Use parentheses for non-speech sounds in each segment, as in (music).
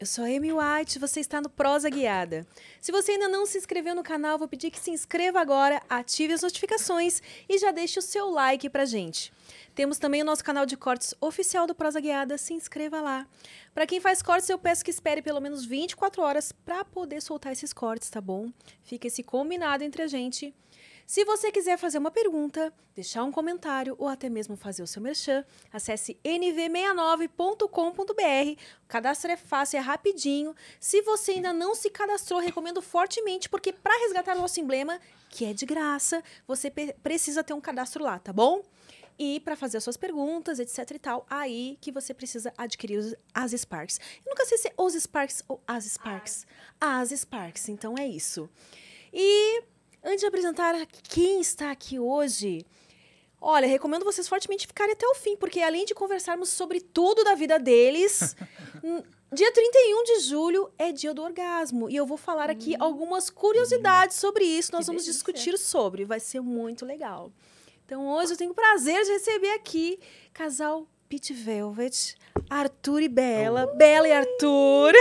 Eu sou a Amy White, você está no Prosa Guiada. Se você ainda não se inscreveu no canal, vou pedir que se inscreva agora, ative as notificações e já deixe o seu like pra gente. Temos também o nosso canal de cortes oficial do Prosa Guiada, se inscreva lá. Para quem faz cortes, eu peço que espere pelo menos 24 horas para poder soltar esses cortes, tá bom? Fica esse combinado entre a gente. Se você quiser fazer uma pergunta, deixar um comentário ou até mesmo fazer o seu merchan, acesse nv69.com.br. O cadastro é fácil, é rapidinho. Se você ainda não se cadastrou, recomendo fortemente, porque para resgatar o nosso emblema, que é de graça, você pe- precisa ter um cadastro lá, tá bom? E para fazer as suas perguntas, etc e tal, aí que você precisa adquirir os- as Sparks. Eu nunca sei se é os Sparks ou as Sparks. As Sparks, então é isso. E Antes de apresentar quem está aqui hoje, olha, recomendo vocês fortemente ficarem até o fim, porque além de conversarmos sobre tudo da vida (laughs) deles, n- dia 31 de julho é dia do orgasmo. E eu vou falar aqui algumas curiosidades sobre isso. Nós Hum. Que vamos delícia. discutir sobre. Vai ser muito legal. Então hoje eu tenho o prazer de receber aqui casal Pit Velvet, Arthur e Bela. Bela e Arthur.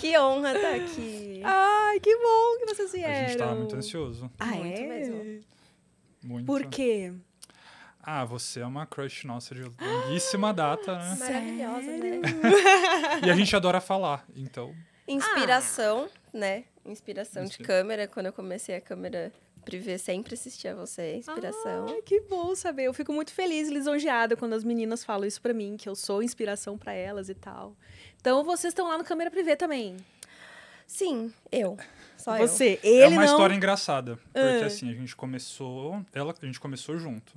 Que honra estar aqui. Ai, que bom que vocês vieram. A gente tava muito ansioso. Ah, Muito é? mesmo. Muito. Por quê? Ah, você é uma crush nossa de longuíssima data, né? Maravilhosa, né? Ah. E a gente adora falar, então. Inspiração, né? Inspiração de Inspira- câmera. Quando eu comecei a câmera privê, sempre assistia você. Inspiração. Ai, que bom saber. Eu fico muito feliz e lisonjeada quando as meninas falam isso pra mim, que eu sou inspiração pra elas e tal. Então vocês estão lá no câmera privê também. Sim, eu. Só eu. Você, ele é uma não. história engraçada. Porque Ah. assim, a gente começou. Ela, a gente começou junto.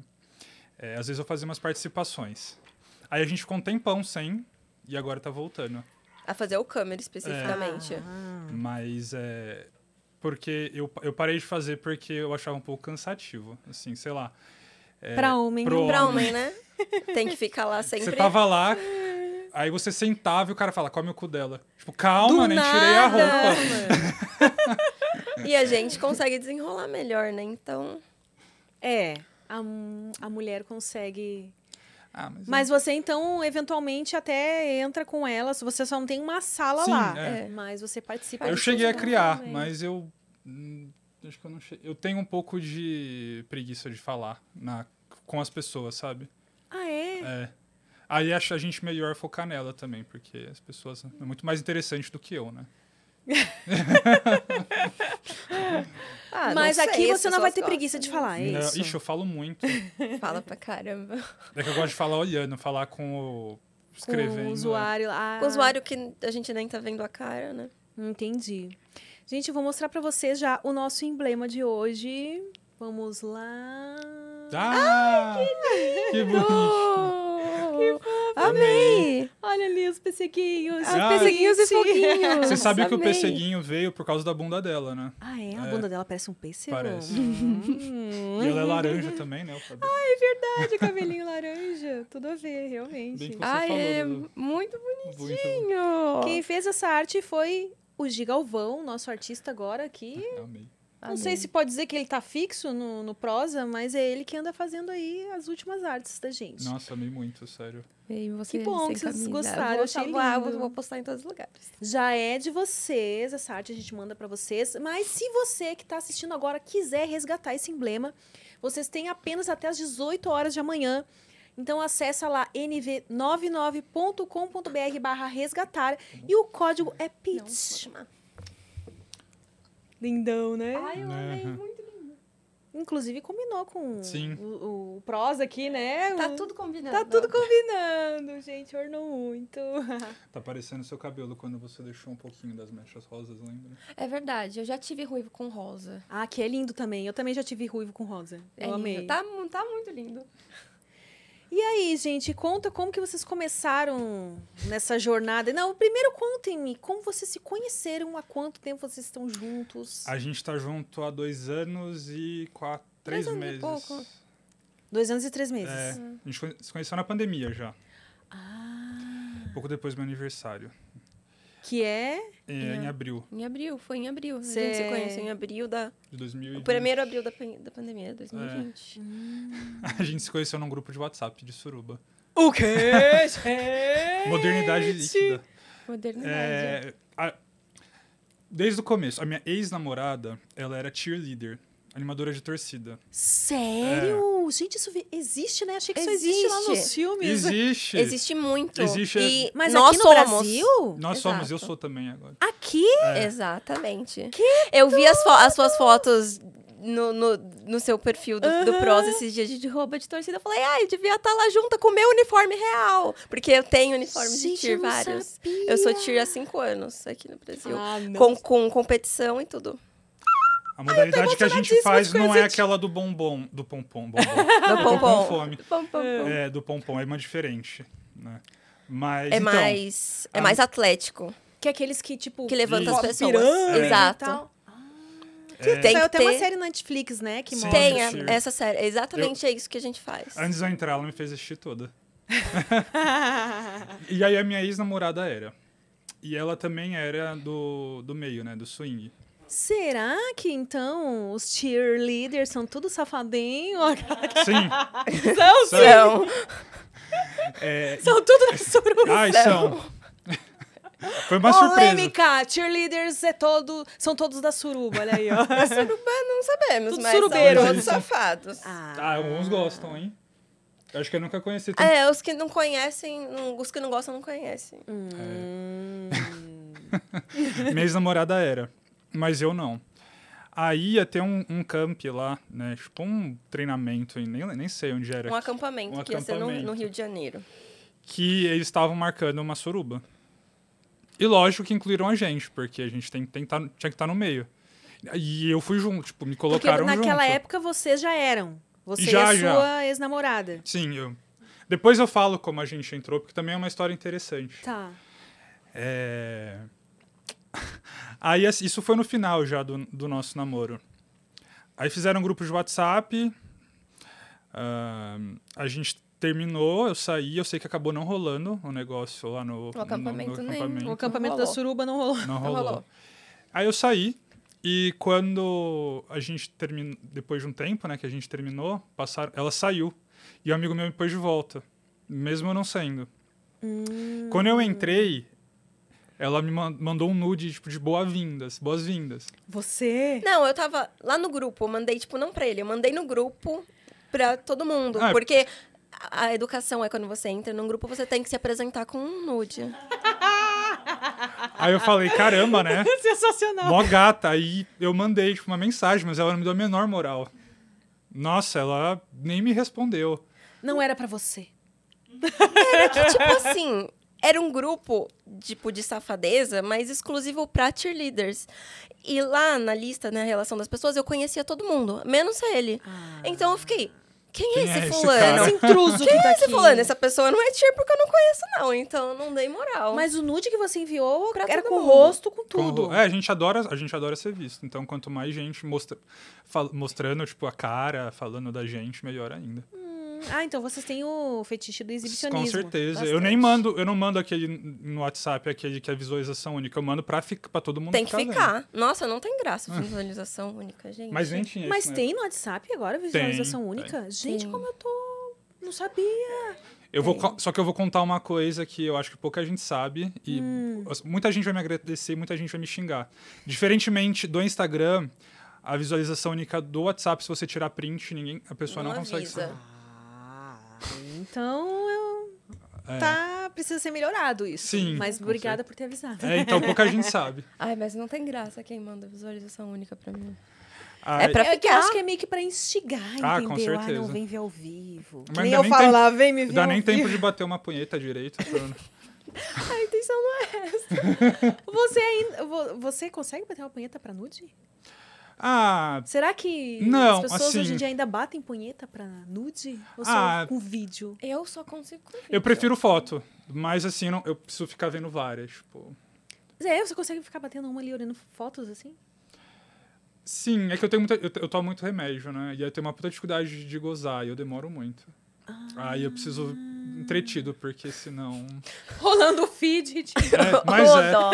É, às vezes eu fazia umas participações. Aí a gente ficou um tempão sem. E agora tá voltando. A fazer o câmera especificamente. Ah. Mas é. Porque eu, eu parei de fazer porque eu achava um pouco cansativo. Assim, sei lá. É, Pra homem. pro Pra homem. homem, né? Tem que ficar lá sempre. Você tá- (laughs) tava lá, aí você sentava e o cara fala, come o cu dela. Tipo, calma, Do nem tirei a nada. roupa. E a gente consegue desenrolar melhor, né? Então. (laughs) É. A, mu- a mulher consegue. Ah, mas, Mas você, então, eventualmente até entra com elas. Você só não tem uma sala Sim, lá. é. Mas você participa. eu de cheguei a tudo criar, também. mas eu. hum, Acho que eu não cheguei. Eu tenho um pouco de preguiça de falar na, com as pessoas, sabe? Ah, é? É. Aí acho a gente melhor focar nela também, porque as pessoas. É muito mais interessante do que eu, né? ah, não mas sei, aqui as você não vai ter pessoas preguiça de falar, é Não, isso? Né? Ixi, eu falo muito. gostam. Fala pra caramba. É que eu gosto de falar olhando, falar com Com o. escrevendo. o né? usuário lá. Com o usuário que a gente nem tá vendo a cara, né? Entendi. Gente, eu vou mostrar pra vocês já o nosso emblema de hoje. Vamos lá. Ah! que, bonito! Amei! (laughs) Olha ali os pesseguinhos. Ah, Perseguinhos e Gente. foguinhos. Você sabe que o Amei. perseguinho veio por causa da bunda dela, né? Ah, é? A É. bunda dela parece um pêssego. Parece. Hum. E ela é laranja também, né? o cabelo. Verdade, cabelinho laranja. Tudo a ver, realmente. Bem que você Ai, falou, é Dudu. muito Bonitinho. bonitinho. Quem fez essa arte foi o Gigalvão, nosso artista agora aqui. Amei. Não sei se pode dizer que ele tá fixo no, no prosa, mas é ele que anda fazendo aí as últimas artes da gente. Nossa, amei muito, sério. Que bom que vocês gostaram, Vou, achei salvar, lindo. vou- vou postar em todos os lugares. Já é de vocês, essa arte a gente manda pra vocês. Mas se você que tá assistindo agora quiser resgatar esse emblema, vocês têm apenas até as 18 horas de amanhã. Então acessa lá nv99.com.br barra resgatar e o código é PIT. Lindão, né? Ai, eu amei, Aham. muito Inclusive combinou com Sim. o, o prosa aqui, né? Tá O- tudo combinado. tá tudo combinando, gente. Ornou muito. Tá parecendo seu cabelo quando você deixou um pouquinho das mechas rosas, lembra? É verdade, eu já tive ruivo com rosa. (laughs) Ah, que é lindo também. Eu também já tive ruivo com rosa. É Eu lindo. amei. Tá, mu- tá muito lindo. E aí, gente, conta como que vocês começaram nessa jornada. Não, primeiro contem-me como vocês se conheceram, há quanto tempo vocês estão juntos. A gente tá junto há dois anos e quatro, três Dois anos e meses. pouco. Dois anos e três meses. É, a gente conhe- se conheceu na pandemia já, Ah, pouco depois do meu aniversário, que é... é, em abril Em abril, foi em abril. A Cê- gente se conheceu em abril da. de 2020. O primeiro abril da, pan- da pandemia, 2020. (laughs) A gente se (laughs) conheceu num grupo de WhatsApp de suruba. O quê, Modernidade líquida. Modernidade. É, a- desde o começo, a minha ex-namorada, ela era cheerleader, animadora de torcida. É. Sério? Gente, isso vi- existe, né? Achei que isso existe lá Existe. nos filmes. Existe. Existe muito. Existe- E Mas nós aqui no somos. Brasil? Nós somos, eu Exato. sou também agora. Aqui? É. Exatamente. Eu vi as, fo- as suas fotos no, no, no seu perfil do, do Pros esses dias de, de roupa de torcida. Eu falei, ai, devia estar lá junto com o meu uniforme real. Porque eu tenho uniforme de Gente, tir eu não vários. sabia. Eu sou tir há cinco anos aqui no Brasil. Ah, não. com, com competição e tudo. A modalidade que a gente emocionadíssima faz de não coisa de- é aquela do bombom, do (laughs) pompom, bombom. Do tô com pompom. fome. Do pom, pom, pom. é, do pompom, é uma diferente, né? Mas, É então, mais, é a- mais atlético. Que é aqueles que, tipo... Que levanta Isso. as pessoas. pirâmide e Exato. tal. é, tem Saiu que até uma ter. série na Netflix, né? Que Sim. mostra. Tem Olha, a- Shir. essa série. É exatamente isso que a gente faz. antes de eu entrar, ela me fez assistir toda. E aí a minha ex-namorada era. E ela também era do, do meio, né? Do swing. (laughs) (laughs) Será que, então, os cheerleaders são tudo safadinho? (laughs) Sim. São, São. Então, É, são tudo na suruba. ai, são. (laughs) Foi Ah, é uma surpresa. Polêmica! Cheerleaders é todo, são todos da suruba, olha aí, (laughs) ó. não sabemos, Tudo mas são surubeiro. todos safados. Ah, alguns gostam, hein? Eu Acho que eu nunca conheci tanto. É, os que não conhecem, não- os que não gostam não conhecem. é. Hum. Minha ex-namorada era, mas eu não. Aí ia ter um, um camp lá, né? Tipo um treinamento, e nem, nem sei onde era. Um acampamento Um que ia ser no, acampamento. no Rio de Janeiro. Que eles estavam marcando uma suruba. E lógico que incluíram a gente, porque a gente tem, tem que tá, tinha que estar no meio. E eu fui junto, tipo, me Porque colocaram naquela junto. época vocês já eram. Você Já, e a já. sua ex-namorada. Sim, eu. Depois eu falo como a gente entrou, porque também é uma história interessante. Tá. É... (laughs) Aí assim, isso foi no final já do, do nosso namoro. Aí fizeram um grupo de WhatsApp. ahn, a gente terminou, eu saí, eu sei que acabou não rolando o negócio lá no, no- acampamento no nem- O acampamento. acampamento da rolou. suruba não rolou. Não não rolou. rolou. Aí eu saí e quando a gente terminou, depois de um tempo, né, que a gente terminou, passaram, ela saiu e o amigo meu me pôs de volta, mesmo eu não saindo. Hum. Quando eu entrei, ela me man- mandou um nude tipo de boas-vindas, boas-vindas. Você? Não, eu tava lá no grupo, eu mandei, tipo, não pra ele, eu mandei no grupo pra todo mundo. Ah, é- porque a a educação é quando você entra num grupo, você tem que se apresentar com um nude. Aí eu falei, caramba, né? Sensacional. Mó gata. Aí eu mandei tipo, uma mensagem, mas ela não me deu a menor moral. Nossa, ela nem me respondeu. Não era pra você. Era que, tipo assim, era um grupo, tipo, de safadeza, mas exclusivo pra cheerleaders. E lá na lista, na relação das pessoas, eu conhecia todo mundo, menos ele. Então eu fiquei, quem, é Quem é esse esse fulano? cara? Esse intruso que Quem tá é esse aqui. fulano? Essa pessoa não é cheer porque eu não conheço, não. Então eu não dei moral. Mas o nude que você enviou Pra era todo com o mundo. rosto, com Com- tudo. É, a gente adora, a gente adora ser visto. Então, quanto mais gente mostra, fal- mostrando, tipo, a cara, falando da gente, melhor ainda. Hum, Ah, então vocês têm o fetiche do exibicionismo. Com certeza. Eu bastante. nem mando, eu não mando aquele no WhatsApp, aquele que é visualização única. Eu mando pra, fica, pra todo mundo Tem que tá vendo. Ah. ficar. Nossa, não tem graça visualização única, gente. Mas nem tinha Mas isso, né? tem no WhatsApp agora visualização Tem, única? Gente, Tem. como eu tô... Não sabia. Eu É. vou, co- só que eu vou contar uma coisa que eu acho que pouca gente sabe e Hum. as- muita gente vai me agradecer, muita gente vai me xingar. Diferentemente do Instagram, a visualização única do WhatsApp, se você tirar print, ninguém, a pessoa não, Não consegue. avisa. saber. Ah, então eu... É. Tá, precisa ser melhorado isso. Sim, Mas com obrigada por ter avisado. É, então pouca (laughs) gente sabe. Ai, mas não tem graça quem manda visualização única pra mim. Aí- É pra É que eu ficar. acho que é meio que pra instigar, entendeu? Ah, com Ah, não certeza. vem ver ao vivo. Mas nem ainda eu nem falo tem- lá, vem me ver Dá ao nem um vivo. tempo de bater uma punheta direito. (laughs) Bruno. A intenção não é. (laughs) Você ainda... vo- Você consegue bater uma punheta pra nude? Ah, Será que Não, as pessoas assim- hoje em dia ainda batem punheta pra nude? Ou só Ah. com vídeo? Eu só consigo. com vídeo. (laughs) eu prefiro foto, mas assim, não- eu preciso ficar vendo várias. Tipo. É, você consegue ficar batendo uma ali olhando fotos assim? (laughs) Sim, é que eu tenho muita, eu, te- eu tomo muito remédio, né? E aí eu tenho uma puta dificuldade de gozar, e eu demoro muito. Aí eu preciso entretido, porque senão. Rolando o feed. Tipo. É, mas Ô, é. dó.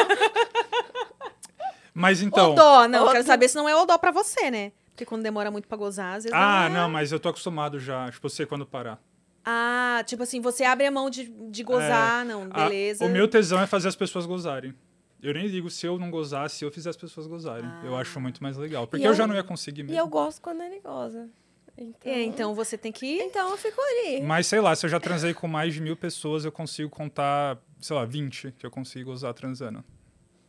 Mas então. Então, dó, não. eu Quero Ô, saber se não é o dó pra você, né? Porque quando demora muito pra gozar, às vezes. não. Ah, é. não, mas eu tô acostumado já. Tipo, eu sei quando parar. Ah, tipo assim, você abre a mão de, de gozar, não, A- beleza. É. Ah, o meu tesão é fazer as pessoas gozarem. Eu nem digo se eu não gozasse, se eu fizer as pessoas gozarem. Eu acho muito mais legal. Porque eu, eu- já não ia conseguir E mesmo. eu gosto quando ele goza. Então, É, então você tem que. então eu fico ali. Mas sei lá, se eu já transei com mais de mil pessoas, eu consigo contar, sei lá, 20 que eu consigo gozar transando.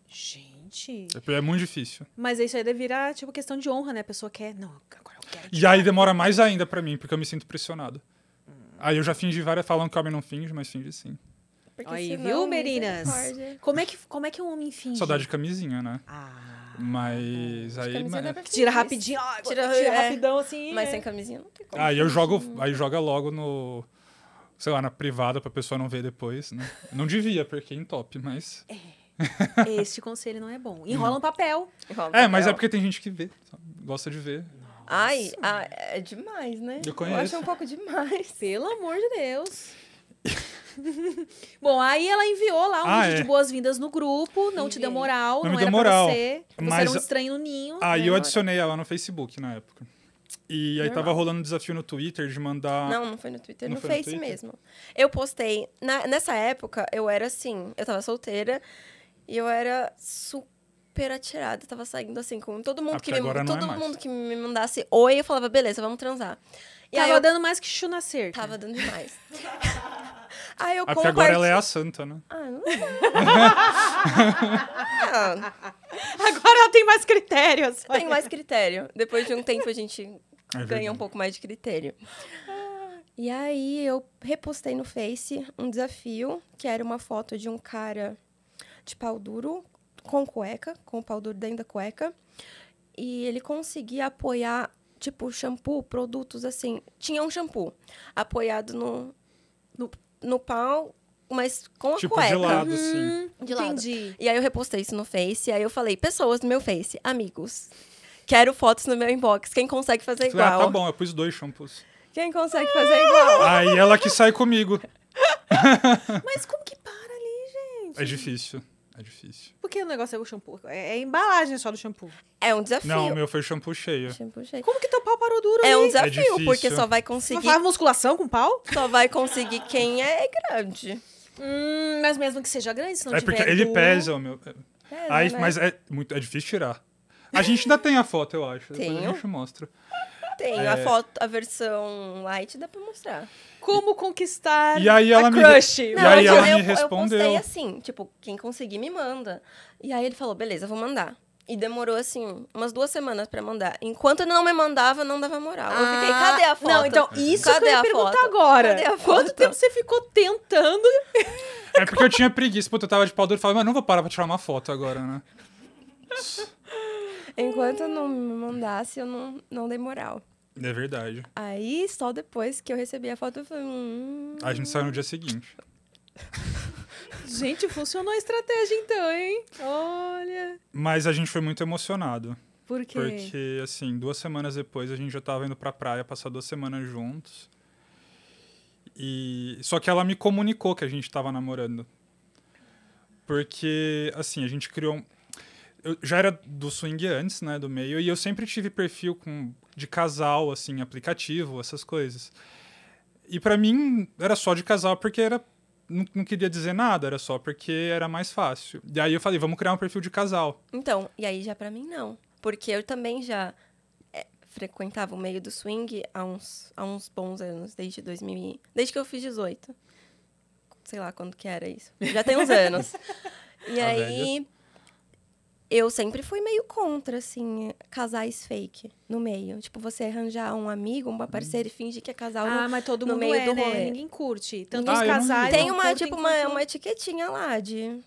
Gente. É porque É muito difícil. Mas isso aí deve virar, tipo, questão de honra, né? A pessoa quer. Não, agora eu quero. E aí demora mais ainda pra mim, porque eu me sinto pressionado. Aí eu já fingi várias, falam que homem não finge, mas finge sim. Porque Aí, senão, viu, Merinas? misericórdia. Como é, que, como é que um homem finge? Saudade de camisinha, né? Ah. Acho Mas que a aí. camisinha Mas, deve Tira fingir rapidinho. ó, tira Tira- é. rapidão, isso. assim. Mas é. sem camisinha não tem como. aí eu jogo. Aí joga logo no. Sei lá, na privada pra pessoa não ver depois, né? Não devia, porque é em top, mas. (laughs) Este conselho não é Hum. bom. Enrola um papel. Enrola É, mas é papel. porque tem gente que vê, sabe? gosta de ver. Ai, ah, é demais, né? Eu conheço. acho um pouco (laughs) demais. Pelo amor de Deus. (laughs) bom, aí ela enviou lá um Ah, vídeo é. de boas-vindas no grupo. Não te Enviei. deu moral, Não não, me deu era moral, pra você. Você era mas- Ah, um estranho no ninho. Aí eu Lembra? adicionei ela no Facebook na época. E aí Normal. tava rolando um desafio no Twitter de mandar. Não, não foi no Twitter, Não no foi no Face Twitter? mesmo. Eu postei. na- nessa época, eu era assim, eu tava solteira e eu era super atirada. Eu tava saindo assim com todo mundo Ah, que porque me agora não é Todo mais. mundo que me mandasse oi, eu falava, beleza, vamos transar. E Tava aí eu dando mais que chu na cerca. tava dando demais. (laughs) aí eu Ah, porque agora ela é compartilhei- a santa, né? Ah, não. (laughs) Ah, (laughs) Agora ela tem mais critérios. tem mais critério. Depois de um tempo a gente É ganha verdade. um pouco mais de critério. E aí eu repostei no Face um desafio, que era uma foto de um cara de pau duro, com cueca, com o pau duro dentro da cueca. E ele conseguia apoiar, tipo, shampoo, produtos assim. Tinha um shampoo apoiado no, no, no pau, mas com a Tipo cueca. de lado, assim. Hum, De lado. entendi. E aí eu repostei isso no Face, aí eu falei, pessoas no meu Face, amigos, quero fotos no meu inbox, quem consegue fazer Falei, ah, igual? tá bom, eu pus dois shampoos. Quem consegue fazer igual? Aí ela que sai comigo. Mas como que para ali, gente? É difícil. É difícil. Porque o negócio é o shampoo. É é a embalagem só do shampoo. É um desafio. Não, o meu foi shampoo cheio. Shampoo, shampoo. Como que teu pau parou duro? É um ali? desafio, difícil. porque só vai Você conseguir, faz musculação com pau? só vai conseguir quem é grande. Hum, mas mesmo que seja grande, se não É tiver porque ele duro- pesa o meu. É, Aí, né? mas é, muito, é difícil tirar. A gente ainda tem a foto, eu acho. Depois a Tenho. gente mostra. Tem a é- foto, a versão light dá pra mostrar. Como conquistar E aí a ela me- crush? é E Não, mas aí ela eu, me eu postei respondeu. assim, tipo, quem conseguir me manda. E aí ele falou, beleza, vou mandar. E demorou, assim, umas duas semanas pra mandar. Enquanto ele não me mandava, não dava moral. eu fiquei, Ah, cadê a foto? Não, então, isso cadê que eu ia a perguntar foto? agora. Cadê a Quanto foto? tempo você ficou tentando? É porque eu tinha preguiça. Puta, eu tava de pau duro e falava, mas não vou parar pra tirar uma foto agora, né? Enquanto não me mandasse, eu não, não dei moral. É verdade. Aí, só depois que eu recebi a foto, eu falei, hum... A gente saiu no dia seguinte. Gente, funcionou a estratégia então, hein? Olha. Mas a gente foi muito emocionado. Por quê? Porque, assim, duas semanas depois a gente já tava indo pra praia, passar duas semanas juntos. E. Só que ela me comunicou que a gente tava namorando. Porque, assim, a gente criou. um- Eu já era do swing antes, né? Do meio, e eu sempre tive perfil com... de casal, assim, aplicativo, essas coisas. E pra mim era só de casal porque era. Não, não queria dizer nada, era só porque era mais fácil. E aí eu falei, vamos criar um perfil de casal. Então, e aí já pra mim não. Porque eu também já é, frequentava o meio do swing há uns, há uns bons anos, desde 2000, e- desde que eu fiz 18. Sei lá quando que era isso. Já tem uns (laughs) anos. E Tá aí eu sempre fui meio contra assim, casais fake no meio. Tipo, você arranjar um amigo, uma parceira e fingir que é casal. Ah, mas todo no mundo meio é, do né? rolê. Ninguém curte. Tanto Ah, os eu não casais... vi. Tem não uma, curtem tipo, uma, quanto- uma etiquetinha lá de.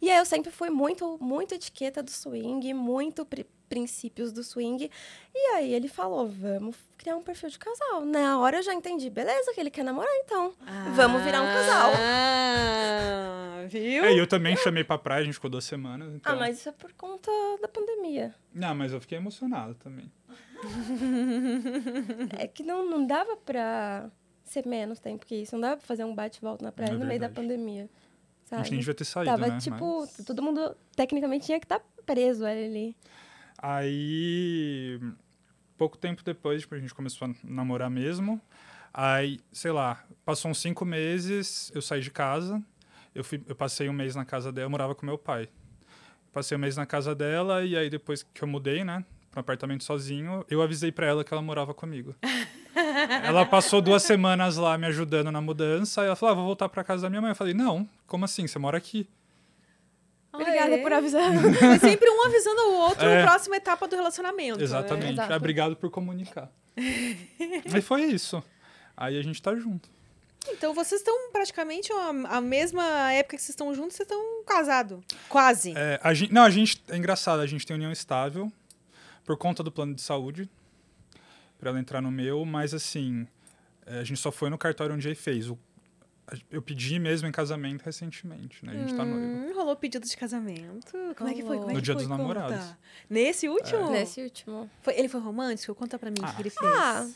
E aí eu sempre fui muito, muito etiqueta do swing, muito pri- princípios do swing. E aí ele falou: vamos criar um perfil de casal. Na hora eu já entendi, beleza, que ele quer namorar então. Vamos virar um casal. Ah, viu? É, e eu também chamei pra praia, a gente ficou duas semanas. Então... Ah, mas isso é por conta da pandemia. Não, mas eu fiquei emocionado também. Uhum. É que não, não dava pra ser menos tempo que isso. Não dava pra fazer um bate-volta na praia É no meio da verdade. pandemia. A gente nem Sabe? devia ter saído, Tá, Tava, né? tipo, Mas- todo tá mundo tecnicamente tinha que estar preso ali. Aí pouco tempo depois, tipo, a gente começou a namorar mesmo. Aí, sei lá, passou uns cinco meses, eu saí de casa. Eu, fui, eu passei um mês na casa dela, eu morava com meu pai. Passei um mês na casa dela e aí depois que eu mudei, né, para um apartamento sozinho, eu avisei para ela que ela morava comigo. ela passou duas semanas lá me ajudando na mudança. E ela falou, ah, vou voltar para casa da minha mãe. Eu falei, não, como assim? Você mora aqui? Obrigada Aê. por avisar. É sempre um avisando o outro É. na próxima etapa do relacionamento. né? Exatamente. Exato. Obrigado por comunicar. e foi isso. Aí a gente tá junto. Então vocês estão praticamente a, a mesma época que vocês estão juntos, vocês estão casados. Quase. É, a gente, não, a gente. É engraçado, a gente tem união estável por conta do plano de saúde. Pra ela entrar no meu, mas assim, é, a gente só foi no cartório onde ele fez. O- a- eu pedi mesmo em casamento recentemente, né? A gente tá noivo. Hum, rolou pedido de casamento. Como é que foi? Como é No que dia foi? dos namorados. Conta. Nesse último? É. Nesse último. Foi- ele foi romântico? Conta pra mim o Ah. que ele fez. Ah,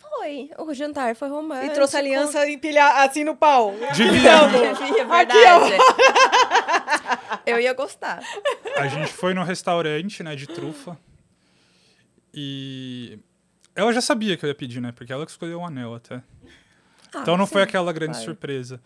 foi. O jantar foi romântico. e trouxe a aliança empilhar assim no pau. Dividendo. É verdade. eu ia gostar. A gente foi num restaurante, né, de trufa. E ela já sabia que eu ia pedir, né? Porque ela que escolheu o anel até. Ah, então não foi aquela grande claro. surpresa.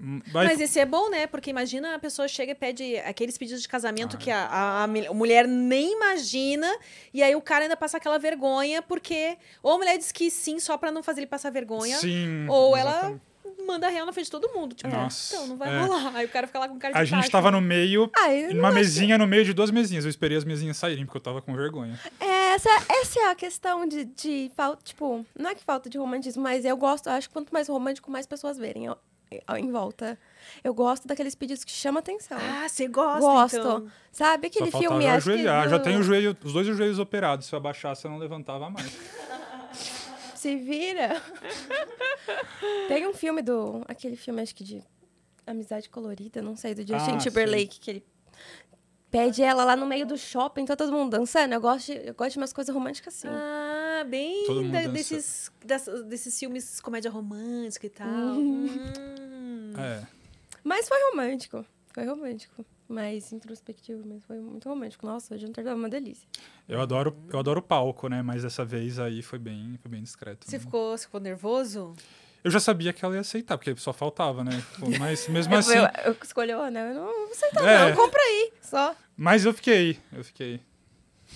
Hum, Mas, Mas esse é bom, né? Porque imagina a pessoa chega e pede aqueles pedidos de casamento Ah. que a, a- a mil- mulher nem imagina, e aí o cara ainda passa aquela vergonha, porque ou a mulher diz que sim só pra não fazer ele passar vergonha, sim. ou ela- Uhum, exatamente. manda real na frente de todo mundo. Tipo, Nossa, então não vai é. rolar. Aí o cara fica lá com cara de A gente tacho. né? tava no meio, Ah, eu não numa mesinha no meio de duas mesinhas. Eu esperei as mesinhas saírem, porque eu tava com vergonha. É, Essa, essa é a questão de, de falta, tipo, não é que falta de romantismo, mas eu gosto, eu acho que quanto mais romântico, mais pessoas verem eu- eu- em volta. Eu gosto daqueles pedidos que chamam atenção. Ah, você gosta, gosto. então. Sabe aquele Só filme faltava acho que ajoelhar. Já do- tenho o joelho, os dois joelhos operados. Se eu abaixasse, eu não levantava mais. Se (laughs) vira. Tem um filme do. Aquele filme, acho que de Amizade Colorida, não sei, do Justin Ah, Timberlake, que ele pede ela lá no meio do shopping, tá todo mundo dançando. Eu gosto de, eu gosto de umas coisas românticas assim. Ah, bem Todo mundo da- dança. desses, das- desses filmes comédia romântica e tal. Uhum. Hum. É. Mas foi romântico. Foi romântico. Mas introspectivo mesmo. Foi muito romântico. Nossa, o jantar tava uma delícia. Eu adoro, eu adoro palco, né? Mas dessa vez aí foi bem, foi bem discreto. Você né? ficou, você ficou nervoso? Eu já sabia que ela ia aceitar, porque só faltava, né? Pô, Mas (laughs) mesmo Eu- assim. eu, eu escolhi o anel. Eu não vou aceitar, É. não. Compra aí. Só. Mas eu fiquei, eu fiquei.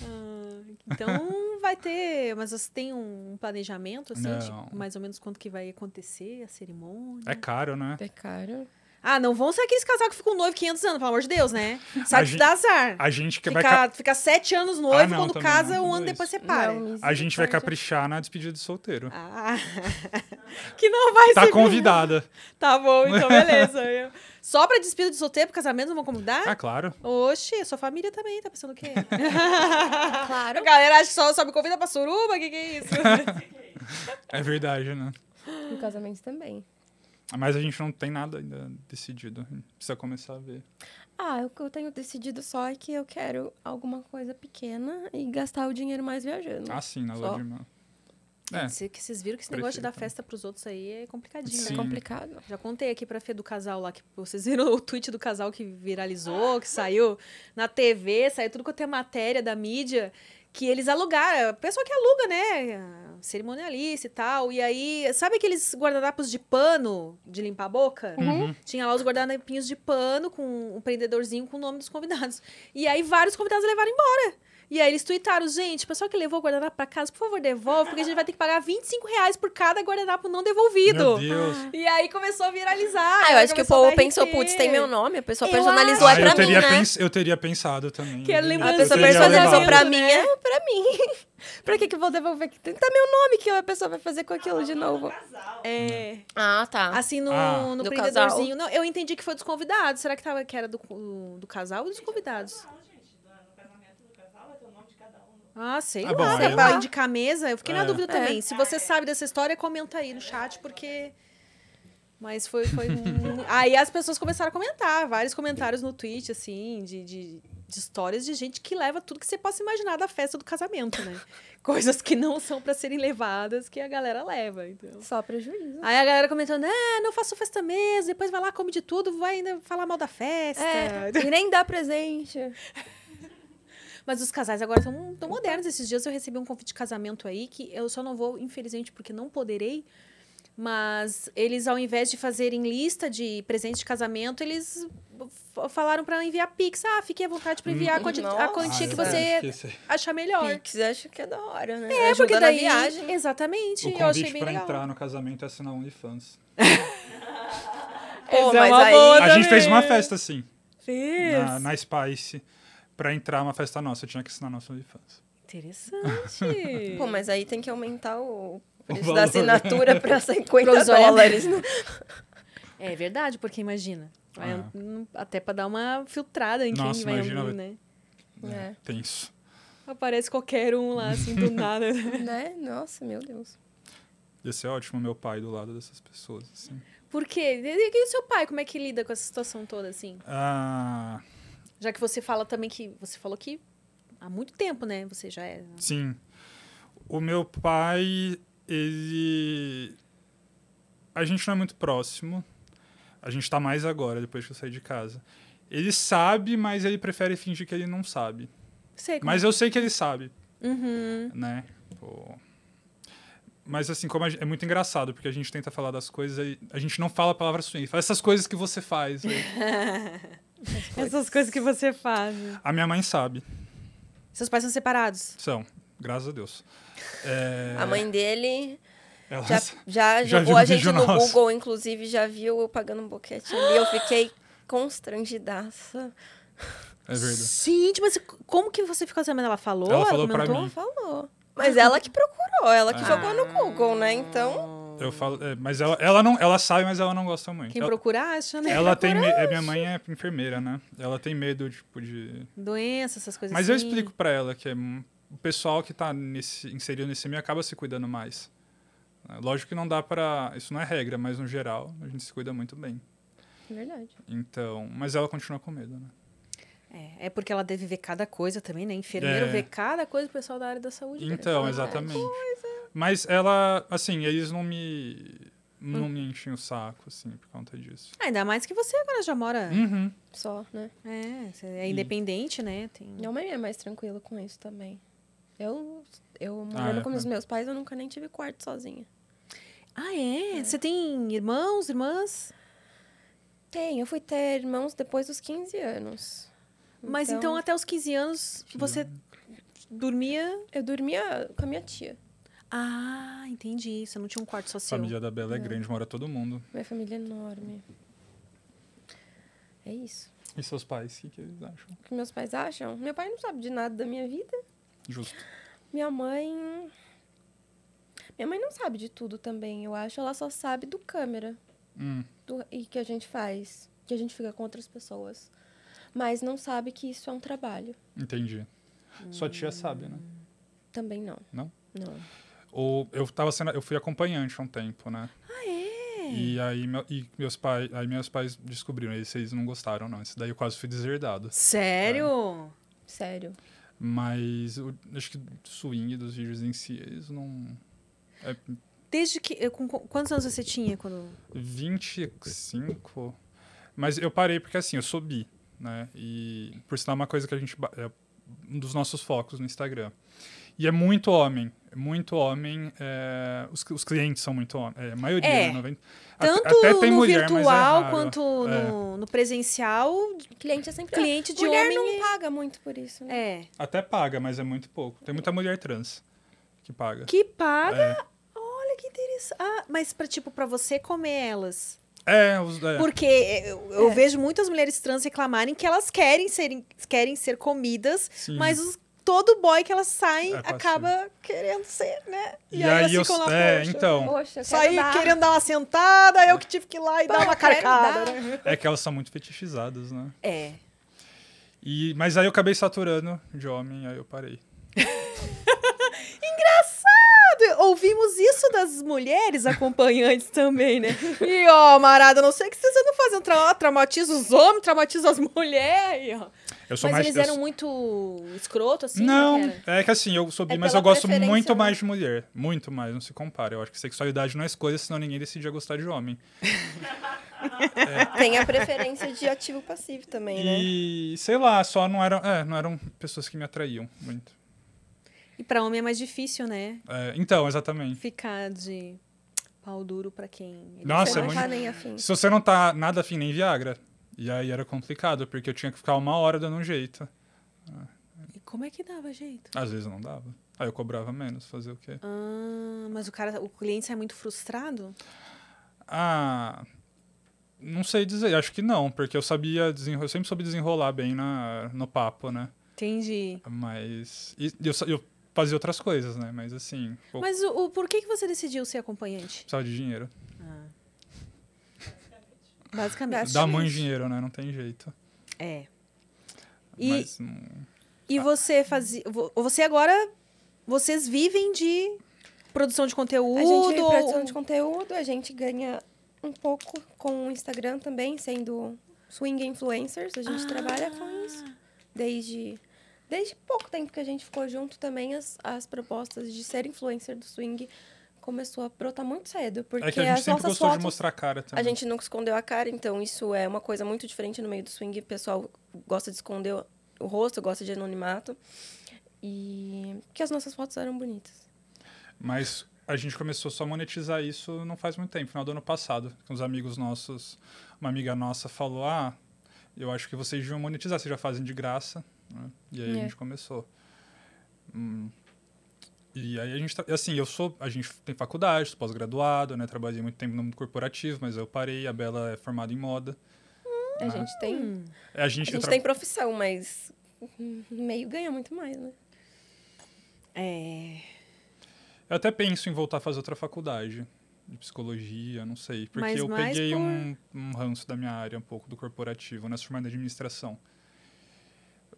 Ah, (laughs) então vai ter. Mas você tem um planejamento, assim, de Não. mais ou menos quanto que vai acontecer, a cerimônia? É caro, né? É caro. Ah, não vão ser aqueles casal que ficam noivo 500 anos, pelo amor de Deus, (laughs) né? Sabe que gente- dá azar. A gente que vai, Ah, Fica, fica sete anos noivo, não, quando também casa, não, um tudo ano isso. depois separa. Não, cap- a gente vai misericórdia. caprichar na despedida de solteiro. Ah, (laughs) que não vai Tá ser. convidada. Tá bom, (laughs) então beleza. Eu- Só pra despedida de solteiro, pro casamento, não vão convidar? Ah, claro. Oxi, sua família também, tá pensando o quê? (laughs) Claro. A galera acha que só, só me convida pra suruba, que que é (laughs) isso? É verdade, né? No casamento também. Mas a gente não tem nada ainda decidido. A gente Precisa começar a ver. Ah, o que eu tenho decidido só é que eu quero alguma coisa pequena e gastar o dinheiro mais viajando. Ah, sim, na lua Hum, Só. de mel. É, Cê- que vocês viram que esse negócio de dar Prefiro também. festa pros outros aí é complicadinho, é sim. né? complicado. Já contei aqui pra Fê do casal lá, que vocês viram o tweet do casal que viralizou, que saiu na TV, saiu tudo quanto é matéria da mídia, que eles alugaram, a pessoa que aluga, né? Cerimonialista e tal. E aí, sabe aqueles guardanapos de pano de limpar a boca? Uhum. Tinha lá os guardanapinhos de pano com um prendedorzinho com o nome dos convidados. E aí vários convidados levaram embora. E aí eles tuitaram, gente, o pessoal que levou o guardanapo pra casa, por favor, devolve, porque a gente vai ter que pagar 25 reais por cada guardanapo não devolvido. Meu Deus. E aí começou a viralizar. Ah, eu aí acho que o começou a povo dar pensou, RT. putz, tem meu nome, a pessoa Eu personalizou, acho. é Ah, eu, pra mim, teria né? pens- eu teria pensado também. né? Que é Eu lembrança A Eu pessoa teria personalizou levado. pra mim, é pra mim. (laughs) pra que que eu vou devolver? Que tem que tá meu nome, que a pessoa vai fazer com aquilo de novo. É. Ah, tá. Assim, no, Ah. no Do prendedorzinho. Não, eu entendi que foi dos convidados. Será que, tava, que era do, do casal ou dos convidados? Ah, sei Ah, lá, bom, né? aí eu pra não- indicar mesa, eu fiquei na É. dúvida É. também. Se você sabe dessa história, comenta aí no chat, porque... Mas foi... foi um- (laughs) aí as pessoas começaram a comentar, vários comentários no tweet, assim, de, de, de histórias de gente que leva tudo que você possa imaginar da festa do casamento, né? (laughs) Coisas que não são pra serem levadas, que a galera leva, então... Só prejuízo. Aí a galera comentando, ah, não faço festa mesmo, depois vai lá, come de tudo, vai ainda falar mal da festa. É, e nem dá presente. Mas os casais agora estão tão modernos. Esses dias eu recebi um convite de casamento aí, que eu só não vou, infelizmente, porque não poderei. Mas eles, ao invés de fazerem lista de presente de casamento, eles f- falaram para enviar Pix. Ah, fiquei à vontade para enviar a quanti- a Nossa. quantia é, que Ah, eu você achar melhor. Pix, eu acho que é da hora, né? É, porque daí. na viagem. Exatamente. O Eu achei convite bem pra legal. entrar no casamento é assinar OnlyFans. Pô, Essa é mas uma aí- boa A gente também. fez uma festa, assim, Fez. na, na Spice. Pra entrar uma festa nossa, eu tinha que assinar nosso OnlyFans. Interessante. Pô, mas aí tem que aumentar o preço valor. da assinatura (laughs) pra 50 Provisoriamente. dólares. né? É verdade, porque imagina. vai Ah. an- hum, Até pra dar uma filtrada em Nossa, quem vai imagina. abrir, né? É. Tenso. Aparece qualquer um lá, assim, (laughs) do nada. É, (laughs) né? Nossa, meu Deus. Ia ser ótimo meu pai do lado dessas pessoas, assim. Por quê? E e o seu pai, como é que lida com essa situação toda, assim? Ah, Já que você fala também que... Você falou que há muito tempo, né? Você já é... sim. O meu pai, ele... A gente não é muito próximo. A gente tá mais agora, depois que eu saí de casa. Ele sabe, mas ele prefere fingir que ele não sabe. Sei como... é. Mas eu sei que ele sabe, Uhum. né? Pô. Mas assim, como a gen- é muito engraçado, porque a gente tenta falar das coisas, e a gente não fala palavras suínas, fala essas coisas que você faz. né? Essas coisas que você faz. a minha mãe sabe, Seus pais são separados? são, graças a Deus. É, A mãe dele ela- já, já Já jogou viu a um gente vídeo no nosso. Google, inclusive, já viu eu pagando um boquete ali. Eu fiquei constrangidaça. É verdade. Gente, mas tipo assim, como que você ficou sabendo? Ela falou? Ela falou pra comentou? Ela falou. Mas ela que procurou, ela Ah. que jogou no Google, né? Então, Eu falo, é, mas ela, ela não, ela sabe, mas ela não gosta muito. Quem ela procura acha, (laughs) né? ela tem, me- é, minha mãe é enfermeira, né? Ela tem medo tipo de. Doença, essas coisas Mas eu assim. explico pra ela que é, hum, o pessoal que tá nesse, inserido nesse meio acaba se cuidando mais. É, Lógico que não dá pra. isso não é regra, mas no geral a gente se cuida muito bem. É verdade. Então, mas ela continua com medo, né? É, é porque ela deve ver cada coisa também, né? Enfermeiro É. vê cada coisa, o pessoal da área da saúde. vê. Então, verdade. exatamente. Mas ela, assim, eles não me não me enchem o saco assim por conta disso. Ah, Ainda mais que você agora já mora. Uhum. Só, né? É, você é independente, né? Tem... Minha mãe é mais tranquila com isso também. Eu, eu Ah, morando é, com né? os meus pais, eu nunca nem tive quarto sozinha. Ah, é? Você tem irmãos, irmãs? Tem, eu fui ter irmãos depois dos 15 anos. Mas então, até os 15 anos você dormia. Então, Eu dormia com a minha tia. Ah, entendi. Você não tinha um quarto só seu. Família da Bela é grande, mora todo mundo. Minha família é enorme. É isso. E seus pais, o que, que eles acham? O que meus pais acham? Meu pai não sabe de nada da minha vida. Justo. Minha mãe. Minha mãe não sabe de tudo também, eu acho. Ela só sabe do câmera Hum. do... e que a gente faz, que a gente fica com outras pessoas. Mas não sabe que isso é um trabalho. Entendi. Sua tia sabe, né? Também não. Não? Não. Ou eu tava sendo, eu fui acompanhante há um tempo, né? Ah, é? E aí meu- e meus pais, aí meus pais descobriram, eles, eles não gostaram não. Isso daí eu quase fui deserdado. Sério? É. Sério. Mas eu acho que swing dos vídeos em si, eles não é Desde que. eh, Com qu- quantos anos você tinha quando. 25. Mas eu parei porque assim, eu sou bi, né? E por sinal é uma coisa que a gente ba- é um dos nossos focos no Instagram. E é muito homem, é muito homem. é, os, os clientes são muito homem, é, a maioria, É. né? 90 Até- Tanto até tem no mulher, mas é virtual raro. quanto É. no, no presencial, Cliente é sempre. cliente de Mulher homem. não paga muito por isso, né? É. Até paga, mas é muito pouco. Tem muita mulher trans que paga. Que paga. É. Olha que interessante. Ah, mas pra, tipo, pra você comer elas. É, os, é. Porque eu, eu É. vejo muitas mulheres trans reclamarem que elas querem ser, querem ser comidas, Sim. mas os- todo boy que elas saem É, pode acaba querendo ser, né? E, aí, eu, elas ficam lá, é, poxa, então, Poxa, eu Saí quero dar. querendo dar uma sentada, eu que tive que ir lá e dar uma quero carcada, dar. né? é que elas são muito fetichizadas, né? É. E, mas aí eu acabei saturando de homem, aí eu parei. Engraçado! Sabe, ouvimos isso das mulheres acompanhantes também, né? E ó, Marada, não sei o que vocês andam fazendo. Tra traumatiza os homens, traumatiza as mulheres. e, ó. Eu sou Mas mais. eles eu eram sou- muito escroto, assim? não, como que era? é que assim, eu sou bi, É mas pela eu gosto preferência, muito né? mais de mulher. Muito mais, não se compara. Eu acho que sexualidade não é escolha, senão ninguém decidia gostar de homem. Tem a preferência de ativo passivo também, né? E sei lá, só não eram. É, não eram pessoas que me atraíam muito. E pra homem é mais difícil, né? É, então, exatamente. Ficar de pau duro pra quem. ele Nossa, Você é não muito- tá nem afim. Se você não tá nada afim nem Viagra. E aí era complicado, porque eu tinha que ficar uma hora dando um jeito. E como é que dava jeito? Às vezes não dava. Aí eu cobrava menos, fazer o quê? Ah, mas o cara, o cliente sai muito frustrado? Ah. Não sei dizer, acho que não, porque eu sabia desenrolar, eu sempre soube desenrolar bem na, no papo, né? Entendi. Mas. E eu, sa- eu fazia outras coisas, né? Mas assim, pô, Mas o, o- por que, que você decidiu ser acompanhante? precisava de dinheiro. Basicamente. Dá muito dinheiro, né? Não tem jeito. É. E- Mas hum, E você fazia. vo- Você agora. Vocês vivem de produção de conteúdo. A gente vive ou- produção de conteúdo, a gente ganha um pouco com o Instagram também, sendo swing influencers. A gente Ah. trabalha com isso desde, desde pouco tempo que a gente ficou junto também. As, as propostas de ser influencer do swing começou a brotar muito cedo, porque é que a gente as sempre nossas gostou de fotos mostrar a cara também. a gente nunca escondeu a cara, então isso é uma coisa muito diferente no meio do swing. O pessoal gosta de esconder o rosto, gosta de anonimato. E que as nossas fotos eram bonitas. Mas a gente começou só a monetizar isso não faz muito tempo, final do ano passado. que Uns amigos nossos, uma amiga nossa falou: Ah, eu acho que vocês deviam monetizar, vocês já fazem de graça. né? E aí É. a gente começou. Hum. E aí a gente, tá- assim, eu sou, a gente tem faculdade, sou pós-graduado, né? Trabalhei muito tempo no mundo corporativo, mas eu parei. A Bela é formada em moda. A Ah. gente tem. Hum. A A gente, gente tra- tem profissão, mas hum, meio ganha muito mais, né? É. Eu até penso em voltar a fazer outra faculdade de psicologia, não sei. Porque Mas eu mais peguei por- um, um ranço da minha área, um pouco do corporativo, né? nessa formada de administração.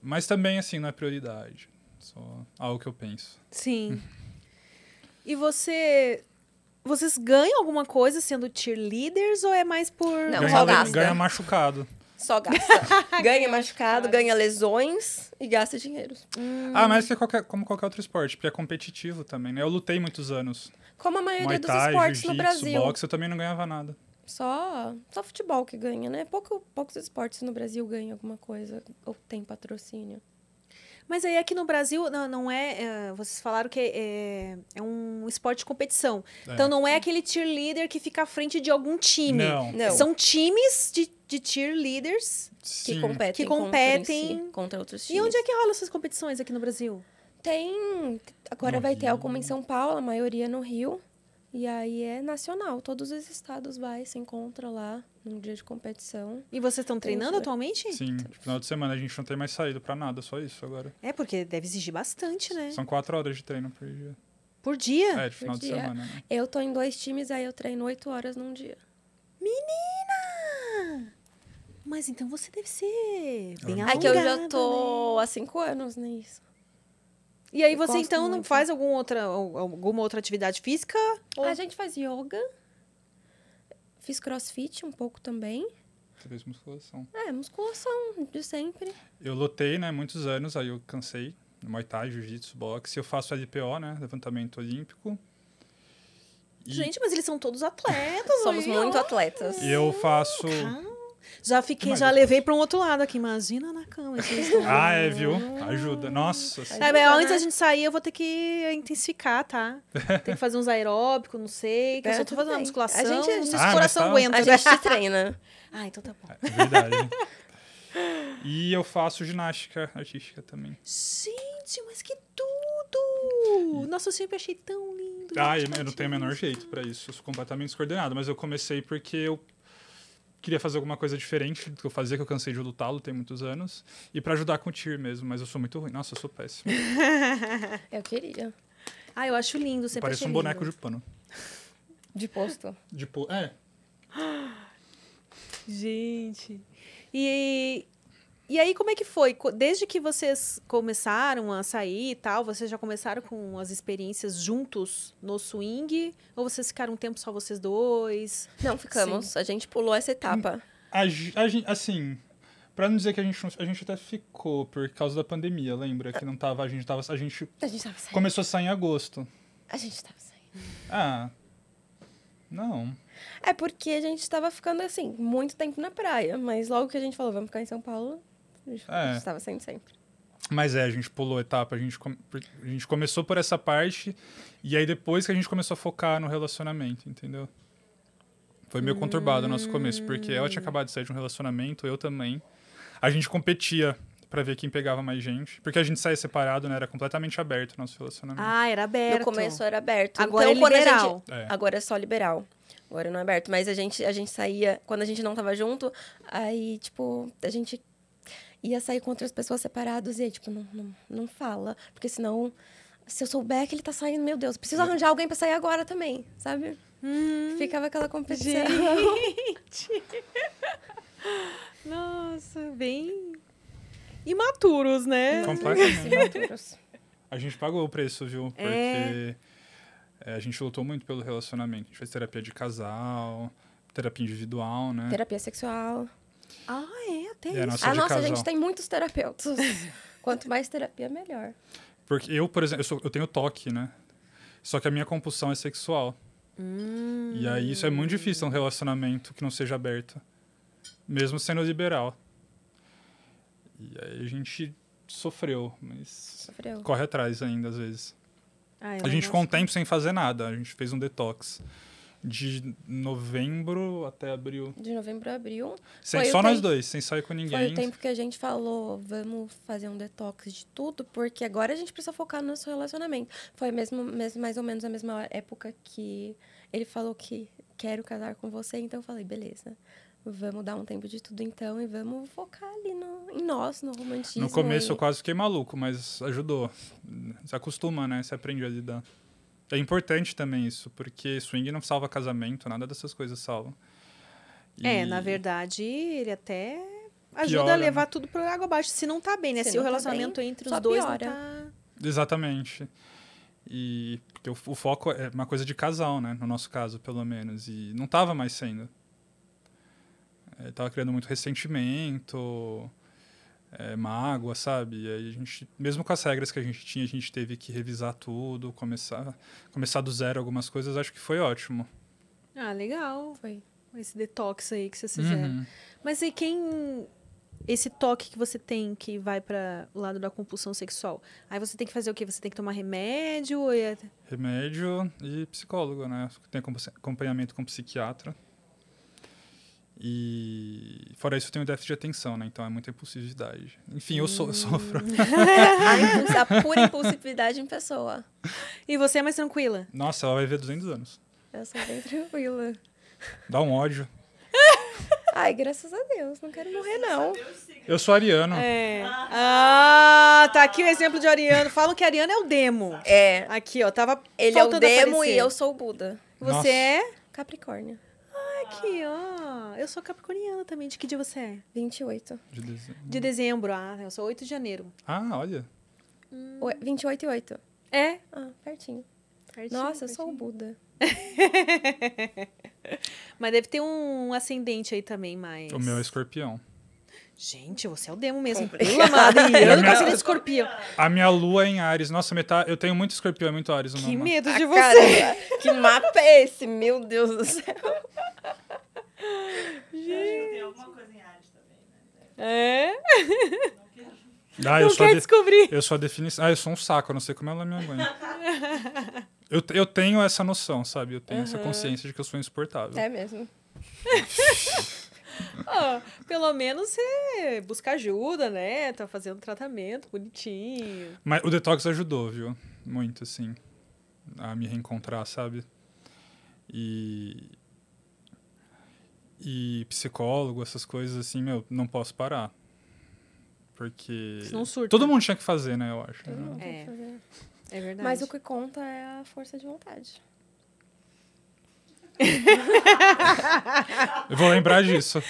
Mas também, assim, não é prioridade. Só algo que eu penso. Uhum. Sim. e você. Vocês ganham alguma coisa sendo cheerleaders ou é mais por. Não, ganha, um só gasta. ganha machucado. Só (laughs) gasta. ganha machucado, ganha lesões e gasta dinheiro. Ah, mas que é qualquer, como qualquer outro esporte, porque é competitivo também, né? Eu lutei muitos anos. Como a maioria Muay dos Thai, esportes no Jiu-Jitsu, Brasil. boxe, eu também não ganhava nada. Só, só futebol que ganha, né? Pouco, poucos esportes no Brasil ganham alguma coisa ou tem patrocínio. Mas aí aqui no Brasil não, não é, é, Vocês falaram que é, é um esporte de competição. É. Então não é aquele cheerleader que fica à frente de algum time. Não. Não. São times de, de cheerleaders. que Sim. competem, Que contra em si, competem. Contra, outros times. E onde é que rolam essas competições aqui no Brasil? Tem. Agora No vai ter Rio. alguma em São Paulo, a maioria no Rio. E aí é nacional. Todos os estados vai, se encontra lá num dia de competição. E vocês estão treinando Isso. atualmente? Sim, final de semana a gente não tem mais saído pra nada, só isso agora. É, porque deve exigir bastante, É. né? São quatro horas de treino por dia. Por (laughs) dia. É, de final de dia. semana, né? Eu tô em dois times, aí eu treino oito horas num dia. Menina! Ah, Mas então você deve ser bem alongada, é que eu já tô há cinco anos nisso. né? E aí eu você gosto então não muito. faz algum outra, al- alguma outra atividade física? A gente faz yoga. Fiz crossfit um pouco também. Você fez musculação. É, musculação de sempre. Eu lutei, né, muitos anos, aí eu cansei. Muay Thai, Jiu-Jitsu, boxe. Eu faço LPO, né, levantamento olímpico. E Gente, mas eles são todos atletas. Somos olha. muito atletas. e eu faço... Calma. Já fiquei, Oh. Mas já eu- levei pra um outro lado aqui. Imagina na cama. (laughs) esses dois. Ah, é, viu? Ajuda. Nossa. É, Ajuda, mas antes né? da gente sair, eu vou ter que intensificar, (laughs) tá? Tem que fazer uns aeróbicos, não sei. Que eu É, só tô tudo fazendo uma bem. musculação. A gente- não sei se Ah, o mas coração tá- aguenta. A né? gente se treina. Ah, então tá bom. É verdade. e eu faço ginástica artística também. Gente, mas que tudo! Nossa, eu sempre achei tão lindo. Hum. Ah, eu, gente, eu não tenho o menor jeito pra isso. Eu sou completamente descoordenado. Mas eu comecei porque eu queria fazer alguma coisa diferente do que eu fazia, que eu cansei de lutar, lutei muitos anos. E pra ajudar com o tiro mesmo. Mas eu sou muito ruim. Nossa, eu sou péssimo. Eu queria. Ah, eu acho lindo, sempre Parece achei um boneco de lindo. pano. De posto. De pu- É, Gente. E E aí, como é que foi? Co- Desde que vocês começaram a sair e tal, vocês já começaram com as experiências juntos no swing? Ou vocês ficaram um tempo só vocês dois? Não, ficamos. A gente pulou essa etapa. A, ge- a gen- assim, pra não dizer que a gente não, a gente até ficou por causa da pandemia, lembra? Que não tava, a gente tava, a gente A gente tava saindo. começou a sair em agosto. A gente tava saindo. Ah, não. É porque a gente tava ficando, assim, muito tempo na praia. Mas logo que a gente falou, vamos ficar em São Paulo, a gente, a É. gente tava saindo sempre. Mas é, a gente pulou a etapa, a gente, com- a gente começou por essa parte e aí depois que a gente começou a focar no relacionamento, entendeu? Foi meio conturbado o nosso começo, porque ela tinha acabado de sair de um relacionamento, eu também. A gente competia pra ver quem pegava mais gente, porque a gente saía separado, né? Era completamente aberto o nosso relacionamento. Ah, era aberto. No começo era aberto. Agora então, é quando a gente- liberal. É. Agora é só liberal. Agora não é aberto. Mas a gente, a gente saía, quando a gente não tava junto, aí, tipo, a gente ia sair com outras pessoas separadas e aí, tipo, não, não, não fala. Porque senão, se eu souber que ele tá saindo, meu Deus, preciso Hum. arranjar alguém pra sair agora também, sabe? Ficava aquela competição. (laughs) Nossa, bem imaturos, né? Completamente. Imaturos. A gente pagou o preço, viu? Porque É. é, a gente lutou muito pelo relacionamento. A gente fez terapia de casal, terapia individual, né? Terapia sexual. Ah, é, até É, isso. nossa- Só Ah, de nossa, a casal. gente tem muitos terapeutas. Quanto mais terapia, melhor. Porque eu, por exemplo, eu, sou- eu tenho toque, né? Só que a minha compulsão é sexual. Hum. E aí isso é muito Hum. difícil um relacionamento que não seja aberto. Mesmo sendo liberal. E aí a gente sofreu, mas Sofreu. corre atrás ainda às vezes. Ah, é A um gente negócio- ficou um tempo sem fazer nada. A gente fez um detox de novembro até abril. De novembro a abril. Sem, Foi o só nós tempo- dois, sem sair com Foi ninguém. o tempo que a gente falou, vamos fazer um detox de tudo, porque agora a gente precisa focar no nosso relacionamento. Foi mesmo, mesmo mais ou menos a mesma época que ele falou que quero casar com você, então eu falei, beleza. Vamos dar um tempo de tudo então e vamos focar ali no, em nós, no romantismo. No começo e- eu quase fiquei maluco, mas ajudou. Se acostuma, né? Você aprende a lidar. É importante também isso, porque swing não salva casamento, nada dessas coisas salva. É, E- na verdade, ele até ajuda Piora, né? a levar tudo por água abaixo, se não tá bem, né? Se Se, não o tá relacionamento bem, entre só os dois não piora. tá... Exatamente. E porque o, o foco é uma coisa de casal, né? No nosso caso, pelo menos. E não tava mais sendo. É, tava criando muito ressentimento, é, mágoa, sabe? E aí a gente, mesmo com as regras que a gente tinha, a gente teve que revisar tudo, começar, começar do zero algumas coisas. Acho que foi ótimo. Ah, legal. Foi. Esse detox aí que vocês fizeram. Uhum. Mas e quem. Esse toque que você tem que vai para o lado da compulsão sexual. Aí você tem que fazer o quê? Você tem que tomar remédio? Ou é- Remédio e psicólogo, né? Tem acompa- acompanhamento com psiquiatra. E fora isso, eu tenho déficit de atenção, né? Então é muita impulsividade. Enfim, eu, so- eu sofro. Hum. A, impuls- a pura impulsividade em pessoa. E você é mais tranquila? (laughs) Nossa, ela vai ver 200 anos. Eu sou bem tranquila. Dá um ódio. Ai, graças a Deus, não quero morrer, não. Eu sou ariano. É. Ah, tá aqui o exemplo de Ariano. Falam que Ariano é o demo. É, Aqui, ó, tava. ele é o faltando demo aparecer. e eu sou o Buda. Nossa. Você é? Capricórnio, Aqui, ó. Eu sou capricorniana também. De que dia você é? 28. de desenho. De dezembro. Ah, eu sou 8 de janeiro. Ah, olha. Oi, 28 e 8. É? (laughs) Ah, pertinho. Nossa, eu sou o Buda. Mas deve ter um ascendente aí também, mais. O meu é escorpião. Gente, você é o demo mesmo. Complicado. Pelo amado, Ariano Não. com (laughs) ser escorpião. A minha lua é em Ares. Nossa, metade. Eu tenho muito escorpião e muito Ares no Que mapa. medo de Ah, você. (laughs) caramba, que mapa é esse? Meu Deus do céu. Acho que tem alguma coisa em Ares também, né? É? Ah, eu não sou, quer a de- descobrir. eu sou a definição. Ah, eu sou um saco. Eu não sei como ela (laughs) me aguenta. Eu, te- eu tenho essa noção, sabe? Eu tenho essa consciência de que eu sou insuportável. É mesmo. Ó, pelo menos você busca ajuda, né? Tá fazendo tratamento bonitinho. Mas o detox ajudou, viu? Muito, assim. A me reencontrar, sabe? E. E psicólogo, essas coisas, assim, meu, não posso parar. Porque. Senão surta. Todo mundo tinha que fazer, né, eu acho. Todo né? mundo tem É. que fazer. É verdade. Mas o que conta é a força de vontade. (laughs) Eu vou lembrar disso.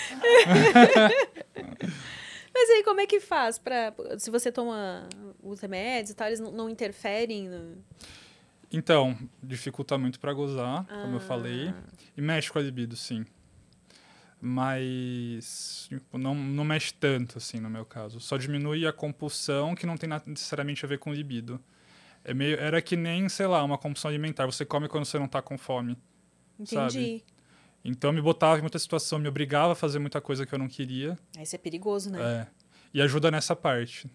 Mas aí, como é que faz? Pra, se você toma os remédios e tal, eles não, não interferem? no- Então, dificulta muito pra gozar, como eu Ah. falei. E mexe com a libido, sim. Mas tipo, não, não mexe tanto, assim, no meu caso. Só diminui a compulsão, que não tem nada necessariamente a ver com libido. É meio, era que nem, sei lá, uma compulsão alimentar. Você come quando você não tá com fome. Entendi. Então, me botava em muita situação, me obrigava a fazer muita coisa que eu não queria. Aí isso é perigoso, né? É. E ajuda nessa parte.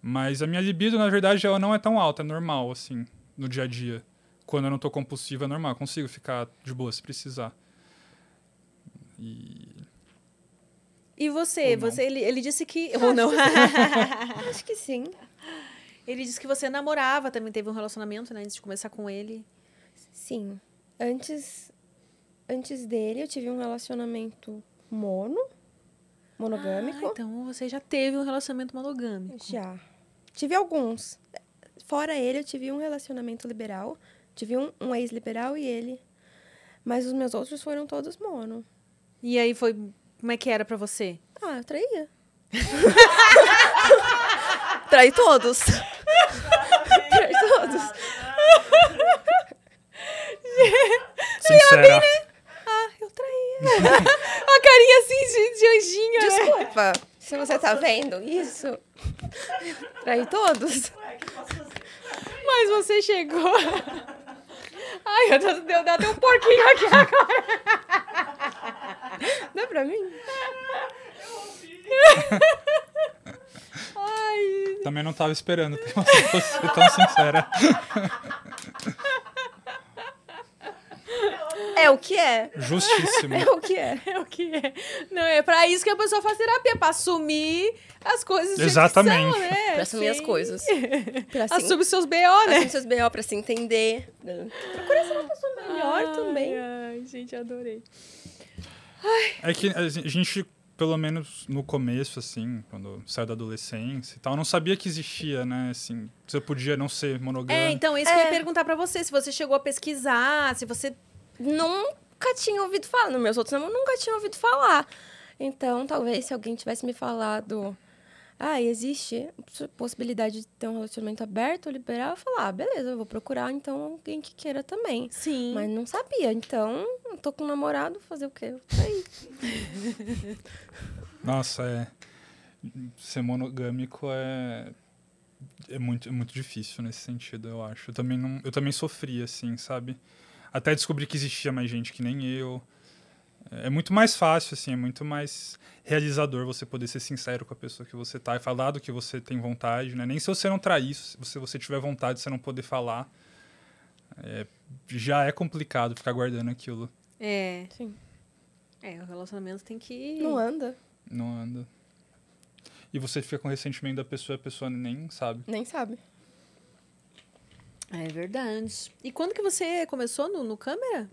Mas a minha libido, na verdade, ela não é tão alta, é normal, assim, no dia a dia. Quando eu não tô compulsivo, é normal, eu consigo ficar de boa se precisar. E. E você? Ou não. você ele, ele disse (laughs) que. Ou não. Acho que sim. ele disse que você namorava, também teve um relacionamento, né? Antes de começar com ele. Sim. Antes, antes dele, eu tive um relacionamento mono, monogâmico. Ah, então você já teve um relacionamento monogâmico. Já. Tive alguns. Fora ele, eu tive um relacionamento liberal. Tive um, um ex-liberal e ele. Mas os meus outros foram todos mono. E aí foi. Como é que era pra você? Ah, eu (laughs) traía. Trai todos. Trai todos. Sincera. Eu (laughs) traía. (laughs) a carinha assim de, de anjinho, né? Desculpa. É. Se você tá vendo isso. Trai todos. Ué, o que eu posso fazer? Mas você chegou. Ai, eu tô, deu, deu até um porquinho aqui agora. Dá pra mim? Ai. Também não tava esperando ter uma situação tão sincera. É o que é. Justíssimo. É o que é. É o que é. Não, é pra isso que a pessoa faz terapia, pra assumir as coisas. do jeito que Exatamente. São, né? (laughs) Pra assumir as Sim. coisas. (laughs) Pra se, Assume seus BO, né? assume seus BO pra se entender. Procura ser uma pessoa melhor Ai, também. Ai, gente, adorei. É que a gen- a gente, pelo menos no começo, assim, quando saiu da adolescência e tal, não sabia que existia, né? Assim, você podia não ser monogâmico. É, então, isso que eu É. ia perguntar pra você. Se você chegou a pesquisar, se você... Nunca tinha ouvido falar. Nos meus outros namoros, nunca tinha ouvido falar. Então, talvez se alguém tivesse me falado. Ah, existe possibilidade de ter um relacionamento aberto, liberal? Eu falar, ah, beleza, eu vou procurar então alguém que queira também. Sim. Mas não sabia, então eu tô com um namorado, fazer o quê? Eu saí. Nossa, é. Ser monogâmico é. É muito, é muito difícil nesse sentido, eu acho. Eu também, não, eu também sofri, assim, sabe? Até descobrir que existia mais gente que nem eu. É muito mais fácil, assim, é muito mais realizador você poder ser sincero com a pessoa que você tá e falar do que você tem vontade, né? Nem se você não trair, se você, você tiver vontade, você não poder falar. É, já é complicado ficar guardando aquilo. É. Sim. É, o relacionamento tem que... Não é. anda, Não anda. E você fica com ressentimento da pessoa e a pessoa nem sabe. nem sabe. É verdade. E quando que você começou no, no câmera?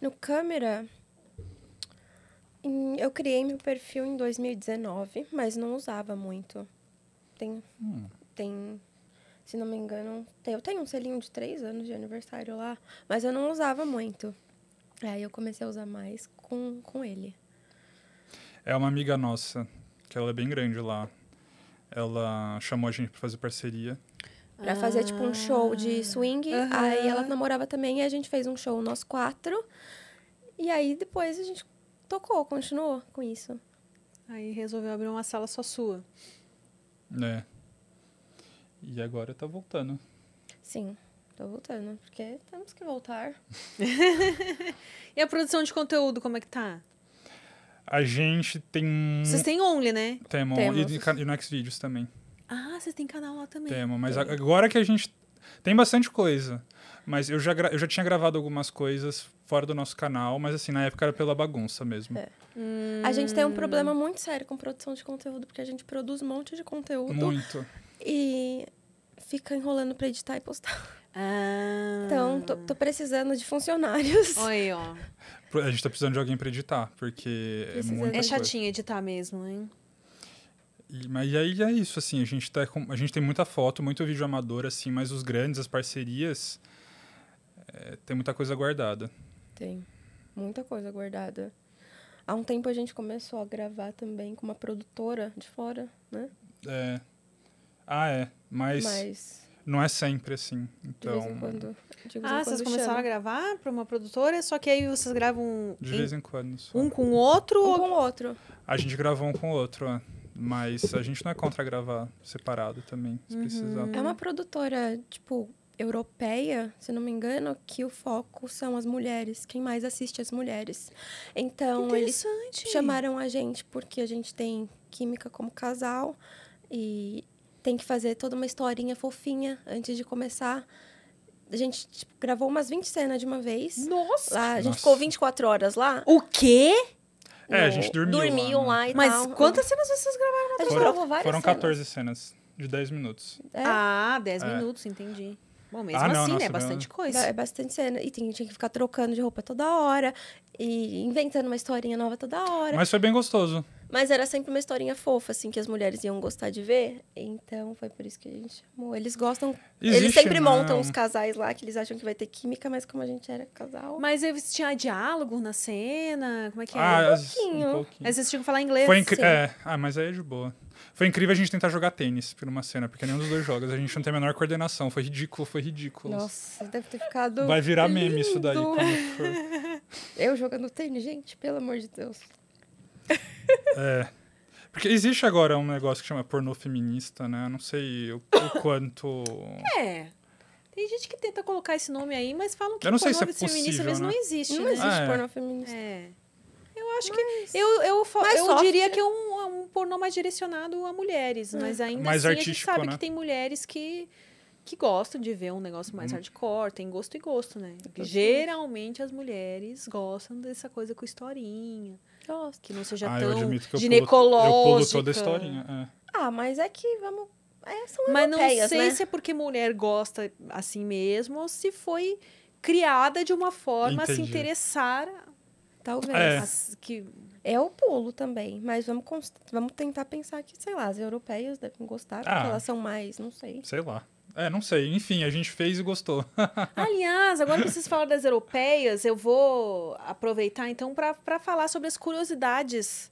No câmera, em- eu criei meu perfil em 2019, mas não usava muito. Tem, tem, se não me engano, tem- eu tenho um selinho de três anos de aniversário lá, mas eu não usava muito. Aí eu comecei a usar mais com, com ele. É uma amiga nossa, que ela é bem grande lá. Ela chamou a gente pra fazer parceria. Pra fazer, tipo, um show Ah. de swing. Aham. Aí ela namorava também, e a gente fez um show, nós quatro. E aí depois a gente tocou, continuou com isso. Ah, Aí resolveu abrir uma sala só sua. né? E agora tá voltando. Sim, tô voltando, porque temos que voltar. E a produção de conteúdo, como é que tá? A gente tem um Vocês têm Only, né? tema Temos. e, de ca- e no Xvideos também. Ah, vocês têm canal lá também. Tema, mas a- agora que a gente tem bastante coisa. Mas eu já, gra- eu já tinha gravado algumas coisas fora do nosso canal, mas assim, na época era pela bagunça mesmo. É. A gente Hum. tem um problema muito sério com produção de conteúdo, porque a gente produz um monte de conteúdo Muito. e fica enrolando pra editar e postar. Ah. Então, tô, tô precisando de funcionários. Olha aí, ó. Pro- A gente tá precisando de alguém pra editar, porque Precisa- um é muito. É chatinho editar mesmo, hein? E- mas aí é isso, assim, a gente, tá com- a gente tem muita foto, muito vídeo amador, assim, mas os grandes, as parcerias, é, tem muita coisa guardada. Tem muita coisa guardada. Há um tempo a gente começou a gravar também com uma produtora de fora, né? É. Ah, é. Mas, Mas não é sempre assim. de Então. vez em quando. De vez em Ah, quando vocês chama. começaram a gravar pra uma produtora, só que aí vocês gravam De em- vez em quando. Só. um com o outro? um ou- com o outro. A gente gravou um com o outro, é. Mas a gente não é contra gravar separado também, se precisar. É uma produtora, tipo, europeia, se não me engano, que o foco são as mulheres, quem mais assiste as mulheres. Então, eles Interessante. chamaram a gente porque a gente tem química como casal e tem que fazer toda uma historinha fofinha antes de começar. A gente tipo, gravou umas 20 cenas de uma vez. Nossa! Lá, a gente Nossa. ficou 24 horas lá. O quê? É, a no- gente dormiu lá, Dormiu né? lá, e Mas tal. quantas cenas vocês gravaram? A gente Foram- gravou várias Foram cenas. 14 cenas de 10 minutos. É. Ah, 10 É. minutos, entendi. Bom, mesmo Ah, não, assim, nossa, né? Bastante coisa. É bastante cena. E tem, tinha que ficar trocando de roupa toda hora. E inventando uma historinha nova toda hora. Mas... Mas foi bem gostoso. era sempre uma historinha fofa, assim, que as mulheres iam gostar de ver. Então foi por isso que a gente chamou. Eles gostam. eles Existe, sempre né, montam um- os casais lá, que eles acham que vai ter química, mas como a gente era casal. Mas eles tinham diálogo na cena? Como é que é? Ah, às- pouquinho. um pouquinho. Aí vocês tinham que falar inglês. Foi incri... sim. é. Ah, mas aí é de boa. Foi incrível a gente tentar jogar tênis por uma cena, porque nenhum dos dois jogos. A gente não tem a menor coordenação. Foi ridículo, foi ridículo. Nossa, deve ter ficado. Vai virar meme isso daí. lindo. quando (laughs) for. Eu jogando tênis, gente, pelo amor de Deus. É. Porque existe agora um negócio que chama pornô feminista, né? Eu não sei o, (coughs) o quanto. É. Tem gente que tenta colocar esse nome aí, mas falam que Eu não sei se é pornô feminista, possível, mas não né? existe, Não né? existe Ah, é. pornô feminista. É. Eu acho que. Eu, eu, fa- Mas eu soft. né? É. diria que é um, é um pornô mais direcionado a mulheres, mas ainda Mais assim a gente artístico, sabe né? que tem mulheres que, que gostam de ver um negócio mais Hum. hardcore, tem gosto e gosto, né? Gosto e Geralmente as mulheres gostam dessa coisa com historinha, Nossa. que não seja ah, eu tão admito que eu pulo, eu ginecológica. pulo toda a historinha. é. Ah, mas é que vamos. É, são Mas não europeias, sei né? se é porque mulher gosta assim mesmo ou se foi criada de uma forma a se Entendi. interessar Talvez. Assim, É. a s- que Eu É pulo também, mas vamos, cons- vamos tentar pensar que, sei lá, as europeias devem gostar, porque Ah. elas são mais, não sei. Sei lá. É, não sei. Enfim, a gente fez e gostou. Aliás, agora que vocês falaram das europeias, eu vou aproveitar então para falar sobre as curiosidades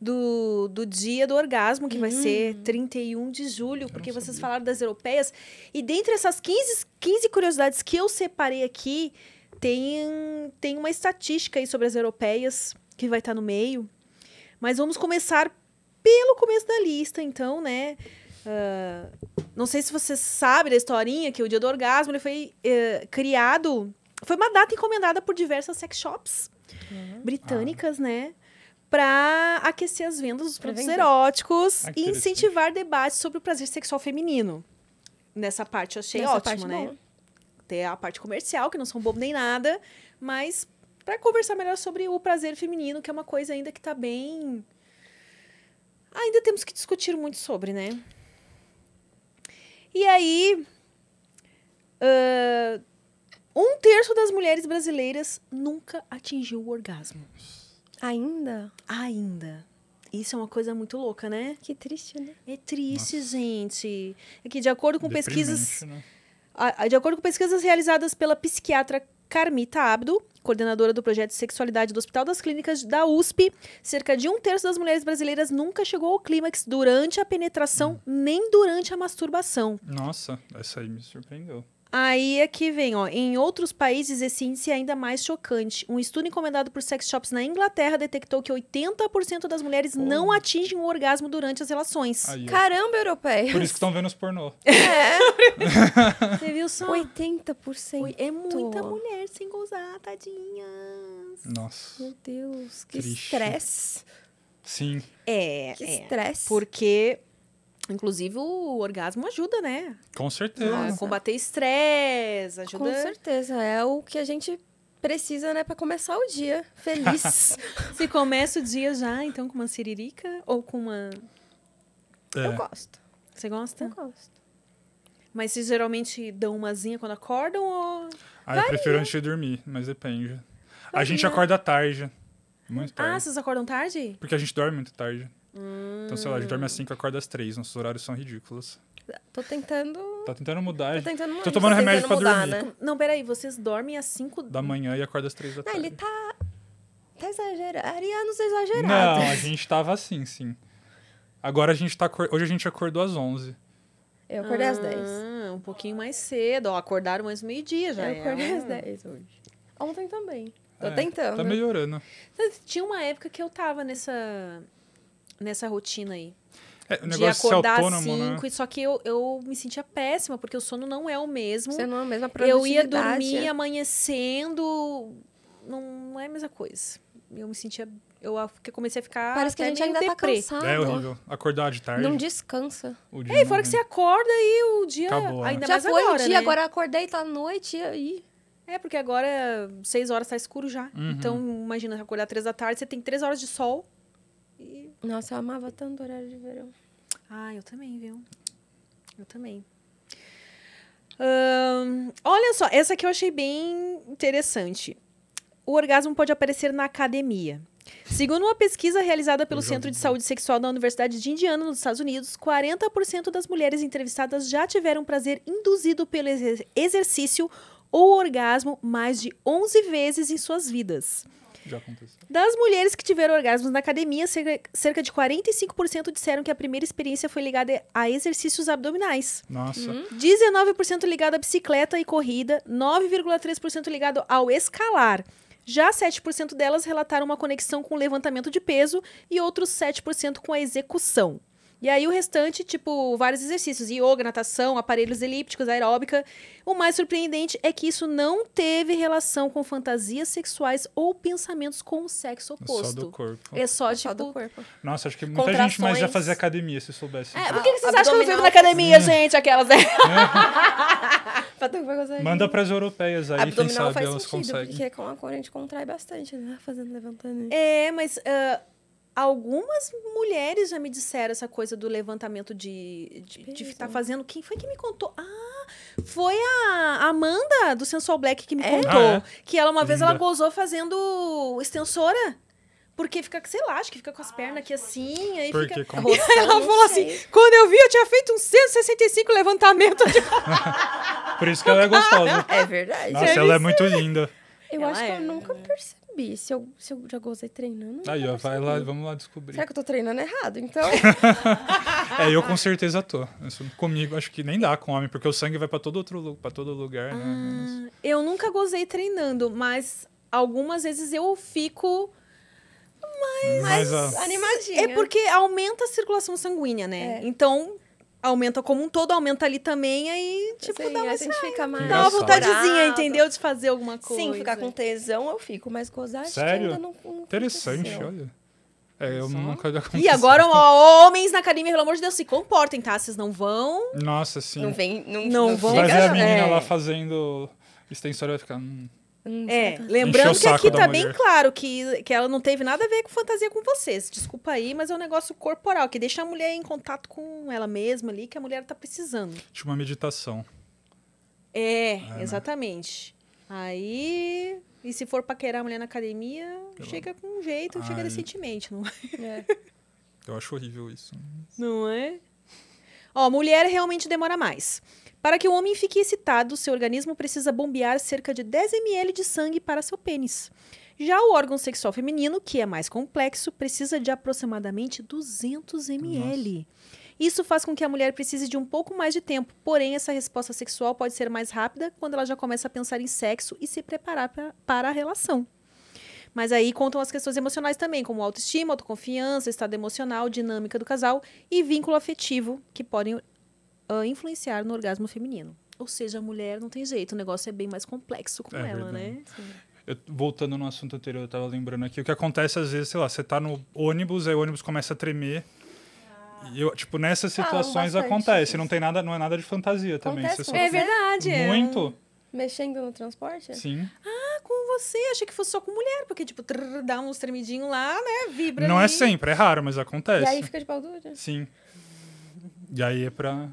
do, do dia do orgasmo, que vai ser 31 de julho, porque não vocês sabia. falaram das europeias. E dentre essas 15, 15 curiosidades que eu separei aqui, tem, tem uma estatística aí sobre as europeias que vai estar no meio. Mas vamos começar pelo começo da lista, então, né? Ah, não sei se você sabe da historinha que o Dia do Orgasmo ele foi eh, criado. Foi uma data encomendada por diversas sex shops Uhum. britânicas, né? Pra aquecer as vendas dos Pra produtos vender. eróticos Ah, que e interessante. incentivar debates sobre o prazer sexual feminino. Nessa parte eu achei Nessa ótimo, parte, né? bom. Tem a parte comercial, que não são bobo nem nada, mas pra conversar melhor sobre o prazer feminino, que é uma coisa ainda que tá bem. Ainda temos que discutir muito sobre, né? E aí. ah, um terço das mulheres brasileiras nunca atingiu o orgasmo. Ainda? Ainda. Isso é uma coisa muito louca, né? Que triste, né? É triste, gente. É que, de acordo com pesquisas. Deprimente, né? A- a- De acordo com pesquisas realizadas pela psiquiatra Carmita Abdo, coordenadora do projeto Sexualidade do Hospital das Clínicas da USP, cerca de um terço das mulheres brasileiras nunca chegou ao clímax durante a penetração nem durante a masturbação. Nossa, essa aí me surpreendeu. Aí é que vem, ó. Em outros países, esse índice é ainda mais chocante. Um estudo encomendado por sex shops na Inglaterra detectou que 80% das mulheres não atingem o orgasmo durante as relações. Aí, ó. Caramba, europeia! Por isso que estão vendo os pornô. Você viu Ah. só? 80%. É muita mulher ah, sem gozar, tadinhas. Nossa. Meu Deus, que Triste. estresse. Sim. É, Que é. estresse. Porque, inclusive, o orgasmo ajuda, né? Com A certeza. Nossa. combater estresse, ajuda. Com certeza, é o que a gente precisa, né, pra começar o dia feliz. Se começa o dia já, então, com uma siririca ou com uma. (laughs) Eu Ah, É. gosto, Você eu gosta? gosto. Mas vocês geralmente dão umazinha quando acordam ou. Ah, eu prefiro antes de dormir, mas depende. A gente acorda tarde. Muito Ah, tarde. vocês acordam tarde? Porque a gente dorme muito tarde. Então, sei lá, a gente Hum. dorme às 5 acorda às 3. Nossos horários são ridículos. Tô tentando, Tá tentando mudar. tô tentando mais. Tô tomando tô remédio tentando pra mudar, dormir. Né? Não, peraí, vocês dormem às 5 Da manhã e acorda às 3 da Ah, tarde. ele tá tá exagerando. Arianos tá exagerados. Não, a gente tava assim, sim. Agora a gente tá. acor- Hoje a gente acordou às 11. Eu acordei às 10. Ah, um pouquinho mais cedo. Ó, acordaram antes do meio-dia já. é. Eu acordei era. às 10 hoje. Ontem também. Tô É, tentando. Uhum. Tá melhorando. Tinha uma época que eu tava nessa, nessa rotina aí. É, o de negócio de ser acordar às autônomo, né? 5, só que eu, eu me sentia péssima, porque o sono não é o mesmo. Você não é a mesma Eu produtividade. é. ia dormir amanhecendo, não é a mesma coisa. Eu me sentia. Eu a- que- comecei a ficar. Parece que a até gente meio ainda tá deprê. cansado. É horrível. Acordar de tarde. Não descansa. o dia É, e não fora que você vem. acorda e o dia. Acabou, né? ainda já mais foi agora, o dia, né? agora acordei, tá à noite e aí. É, porque agora, seis horas tá escuro já. Uhum. Então, imagina, você acordar três da tarde, você tem três horas de sol. E Nossa, eu amava tanto o horário de verão. Ah, eu também, viu? Eu também. Ahn, olha só, essa aqui eu achei bem interessante. O orgasmo pode aparecer na academia. Segundo uma pesquisa realizada pelo Eu já ouvi Centro de dizer. Saúde Sexual da Universidade de Indiana, nos Estados Unidos, 40% das mulheres entrevistadas já tiveram prazer induzido pelo exer- exercício ou orgasmo mais de 11 vezes em suas vidas. Já aconteceu. Das mulheres que tiveram orgasmos na academia, cerca cerca de 45% disseram que a primeira experiência foi ligada a exercícios abdominais. Nossa. Hum, 19% ligado à bicicleta e corrida, 9,3% ligado ao escalar. Já 7% delas relataram uma conexão com o levantamento de peso e outros 7% com a execução. E aí o restante, tipo, vários exercícios, yoga, natação, aparelhos elípticos, aeróbica. O mais surpreendente é que isso não teve relação com fantasias sexuais ou pensamentos com o sexo É Só oposto. do corpo. É só, Só tipo... do corpo. Nossa, acho que muita gente mais ia Contrações. fazer academia se soubesse. Né? É, disso. por que, que vocês acham que eu vivo Abdominal. na academia, gente? Aquelas, né? (laughs) Manda pras europeias aí, quem Abdominal sabe faz elas sentido, conseguem. porque com a cor a gente contrai bastante, né? Fazendo, levantando. É, mas ah, algumas mulheres já me disseram essa coisa do levantamento de de- de peso. estar fazendo. Quem foi que me contou? Ah, foi a Amanda do Sensual Black que me É? contou Ah, que ela uma vez ela Linda. gozou fazendo extensora. Porque fica, sei lá, acho que fica com as pernas aqui assim, aí Porque fica... com- Ela falou assim, quando eu vi, eu tinha feito uns 165 levantamentos. de-" Por isso que ela (laughs) é gostosa. É verdade. Nossa, ela é muito linda. Eu Ela acho que é, eu nunca percebi. Se eu, se eu já gozei treinando. eu Aí, nunca ó, vai percebi. lá, vamos lá descobrir. Será que eu tô treinando errado? (laughs) Então, É, eu com certeza tô. Isso comigo acho que nem dá com homem, porque o sangue vai pra todo outro lu- pra todo lugar, né? Mas- Ah, eu nunca gozei treinando, mas algumas vezes eu fico Mas, ah, ó, animadinha. É porque aumenta a circulação sanguínea, né? É. Então, aumenta como um todo, aumenta ali também, aí, tipo, Assim, dá, uma, a gente fica mais... né? dá uma Engraçado. vontadezinha, entendeu? De fazer alguma coisa. Sim, ficar com tesão eu fico, mas gozar acho que Sério? ainda não, não interessante, aconteceu. olha. É, eu Só? nunca E agora, ó, homens na academia, pelo amor de Deus, se comportem, tá? Vocês não vão. Nossa, sim. Não vem, não, Não não vão vai fica, ver a não. menina É. lá fazendo extensora vai ficar. hum, Hum, É, saca. lembrando Encher o que aqui saco da tá bem mulher. claro que, que ela não teve nada a ver com fantasia com vocês. Desculpa aí, mas é um negócio corporal, que deixa a mulher em contato com ela mesma ali, que a mulher tá precisando. Tinha uma meditação. É, né? exatamente. Aí. E se for paquerar a mulher na academia, Pelo chega com um jeito, chega Ai. decentemente, não É. Eu acho horrível isso. Não é? Ó, mulher realmente demora mais. Para que o homem fique excitado, seu organismo precisa bombear cerca de 10 ml de sangue para seu pênis. Já o órgão sexual feminino, que é mais complexo, precisa de aproximadamente 200 ml. Isso faz com que a mulher precise de um pouco mais de tempo, porém, essa resposta sexual pode ser mais rápida quando ela já começa a pensar em sexo e se preparar pra- para a relação. Mas aí contam as questões emocionais também, como autoestima, autoconfiança, estado emocional, dinâmica do casal e vínculo afetivo, que podem ah, influenciar no orgasmo feminino. Ou seja, a mulher não tem jeito, o negócio é bem mais complexo com É ela, verdade. né? Eu- voltando no assunto anterior, eu tava lembrando aqui. O que acontece às vezes, sei lá, você tá no ônibus, aí o ônibus começa a tremer. E eu, tipo, nessas Falam situações Ah. bastante acontece. disso. Não tem nada, não é nada de fantasia também. Acontece Você só... com É verdade, Muito? Mexendo no transporte? Sim. Ah, com você, achei que fosse só com mulher, porque, tipo, trrr, dá uns tremidinhos lá, né? Vibra. Não ali. é sempre, é raro, mas E acontece. aí fica de pau dura? Sim. E aí é pra,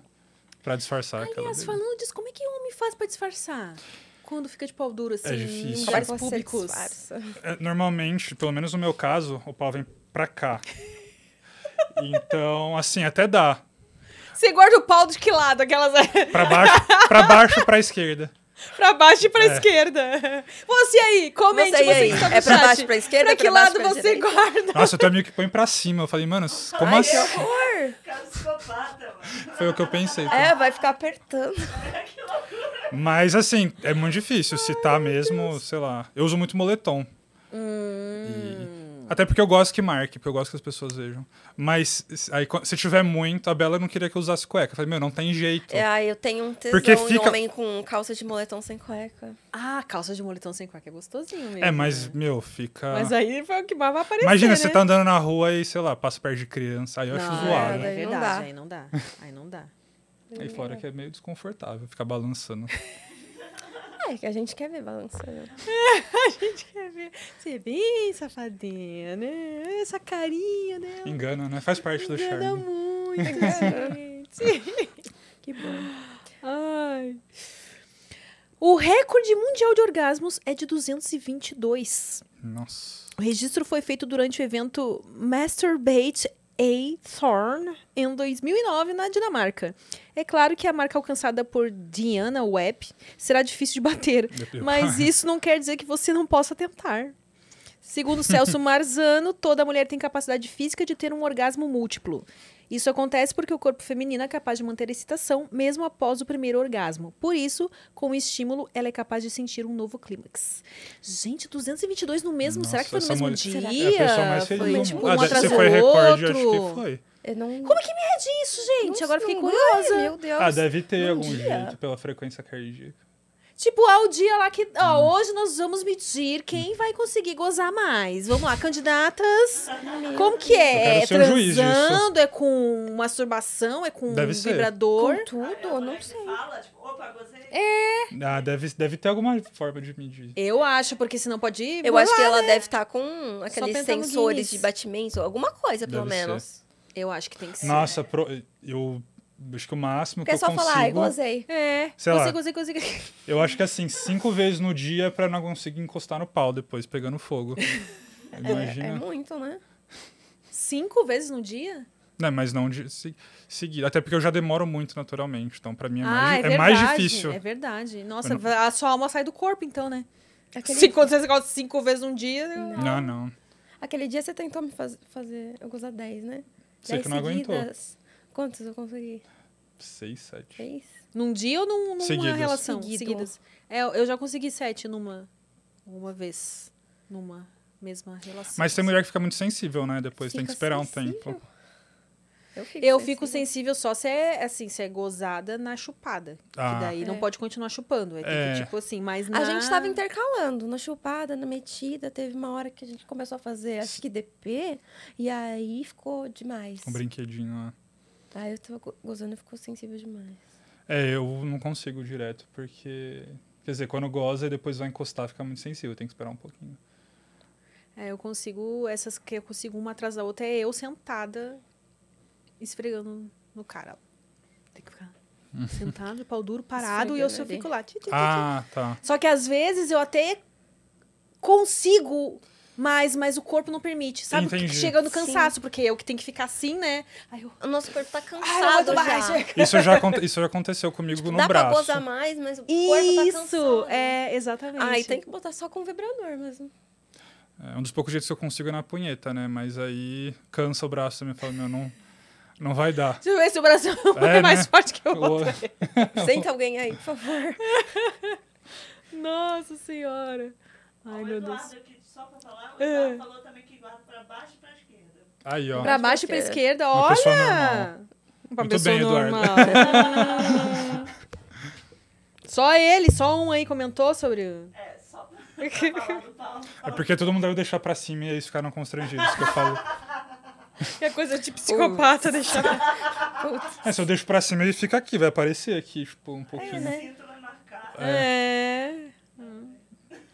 pra disfarçar aquela. Aliás, dele. falando disso, como é que homem faz pra disfarçar? Quando fica de pau duro, assim, em É difícil. lugares Como você públicos. disfarça? É, Normalmente, pelo menos no meu caso, o pau vem (laughs) pra cá. Então, assim, até dá. Você guarda o pau de que lado? Aquelas. (laughs) Pra baixo, pra baixo, pra esquerda. pra baixo e pra É. esquerda. Você aí, comente, você, Você aí, que está no é pra chat. baixo, pra esquerda, Pra é que pra baixo, lado pra você direita? guarda? Nossa, eu tenho um amigo que põe pra cima. Eu falei, mano, como Ai, que assim? horror! Cara psicopata, mano. Foi o que eu pensei. É, vai ficar apertando. Mas assim, é muito difícil. Se tá mesmo, sei lá. Eu uso muito moletom. Hum. E- Até porque eu gosto que marque, porque eu gosto que as pessoas vejam. Mas se- aí, quan- se tiver muito, a Bela não queria que eu usasse cueca. Eu falei, meu, não tem jeito. É, ai, eu tenho um tesão Porque em fica- homem com calça de moletom sem cueca. Ah, calça de moletom sem cueca é gostosinho mesmo. É, mas, meu, fica. Mas aí foi o que mais vai aparecer, Imagina, né? você tá andando na rua e, sei lá, passa perto de criança. Aí eu acho Não, zoado. É, Aí não verdade, dá. aí não dá. (laughs) Aí não dá. Aí fora que é meio desconfortável ficar balançando. É, que a gente quer ver balançando. Você é bem safadinha, né? Essa carinha dela. Engana, né? Faz parte do Engana charme. (laughs) muito, gente. que bom. Ai. O recorde mundial de orgasmos é de 222. Nossa. O registro foi feito durante o evento Masturbate A Thorn em 2009 na Dinamarca. É claro que a marca alcançada por Diana Webb será difícil de (laughs) bater, Eu- mas isso não quer dizer que você não possa tentar. Segundo (laughs) Celso Marzano, toda mulher tem capacidade física de ter um orgasmo múltiplo. Isso acontece porque o corpo feminino é capaz de manter a excitação mesmo após o primeiro orgasmo. Por isso, com o estímulo, ela é capaz de sentir um novo clímax. Gente, 222 no mesmo? será que foi Nossa, no essa mesmo mulher- dia? É a pessoa mais feliz foi do tipo mundo. um Ah, atrás se do foi recorde, acho outro. que foi. Eu não... Como é que me é disso, gente? não- Agora eu fiquei não- curiosa. Ai, meu Deus. Ah, deve ter num algum dia. jeito pela frequência cardíaca. Tipo, ao dia lá que. Ó, Hum. hoje nós vamos medir quem vai conseguir gozar mais. Vamos lá, candidatas. Como que é? Eu quero É ser um juiz transando? É com masturbação? É com Deve ser. vibrador? Com tudo, eu não sei. Fala, tipo, opa, gozei. Ah, deve, deve ter alguma forma de medir. Eu acho, porque senão pode ir. Eu acho que ela deve estar com tentar aqueles no sensores Guinness. de batimento, alguma coisa, pelo Deve ser. menos. Eu acho que tem que ser. Nossa, pro- eu acho que o máximo Porque é que eu só consigo... falar, ai, gozei. É. Sei lá. consigo, consigo, consigo. (laughs) Eu acho que assim, cinco vezes no dia pra não conseguir encostar no pau depois, pegando fogo. É, é Imagina. muito, né? Cinco vezes no dia? Não, mas não de se- seguir. Até porque eu já demoro muito naturalmente. Então, pra mim é ah, mais, é, verdade. mais difícil. É verdade. Nossa, Eu a sua alma sai do corpo, então, né? (laughs) Aquele, Se quando você gosta cinco vezes num dia. eu- Não, não. aquele dia você tentou me faz- fazer eu gozar 10, né? Sei 10 que não aguentou. seguidas. Quantos eu consegui? É Seis, sete. Três? Num dia ou num, numa Seguidas. relação? Seguido. Seguidas. É, eu já consegui sete numa. Uma vez. Numa mesma relação. Mas tem mulher que fica muito sensível, né? Depois tem Fica que esperar um sensível? tempo. Eu fico Eu fico sensível. sensível só se é, assim, se é gozada na chupada. Ah. Que daí não É. pode continuar chupando. É, tem É. Que, tipo assim, mas na... A gente tava intercalando, na chupada, na metida. Teve uma hora que a gente começou a fazer, acho que DP, e aí ficou demais. Um brinquedinho lá. Aí Ah, eu tava go- gozando e ficou sensível demais. É, eu não consigo direto, porque. Quer dizer, quando goza e depois vai encostar, fica muito sensível, tem que esperar um pouquinho. É, eu consigo... Essas que eu consigo uma atrás da outra é eu sentada esfregando no cara. Tem que ficar sentado, pau (laughs) duro, parado. e eu só Esfregando ali. fico lá. ti, ti, ti, ti. Hum. Ah, tá. Só que às vezes eu até consigo mais, mas o corpo não permite. Sabe? Entendi. Chega no cansaço, porque eu que tenho que ficar assim, né? Ai, eu... O nosso corpo tá Ai, eu cansado aguento mais. já. Isso já, aconte- isso já aconteceu comigo no Tipo, Dá pra braço. gozar mais, mas o corpo tá cansado. Isso, é, exatamente. Aí tem que botar só com vibrador (laughs) mesmo. É, um dos poucos jeitos que eu consigo é na punheta, né? Mas aí cansa o braço também. Fala, meu, não, não vai dar. Deixa eu ver se o Brasil não (laughs) é, É, mais né? forte que o Eu- outro. Senta alguém aí, por favor. Nossa senhora. Ai, Ó, o meu Eduardo Deus. aqui, só pra falar, o Eduardo falou também que guarda pra baixo e pra esquerda. Aí, ó. Pra baixo e pra Uma esquerda, Uma pessoa normal. olha! Uma Muito pessoa bem, Eduardo. normal. (laughs) só ele, só um aí comentou sobre. o- É, só pra pra falar do pau. É porque todo mundo deve deixar pra cima e eles ficaram constrangidos. Que eu falo. Que é coisa de psicopata deixar. É, se eu deixo pra cima, ele fica aqui, vai aparecer aqui, tipo, um pouquinho. O cinto vai marcar. É.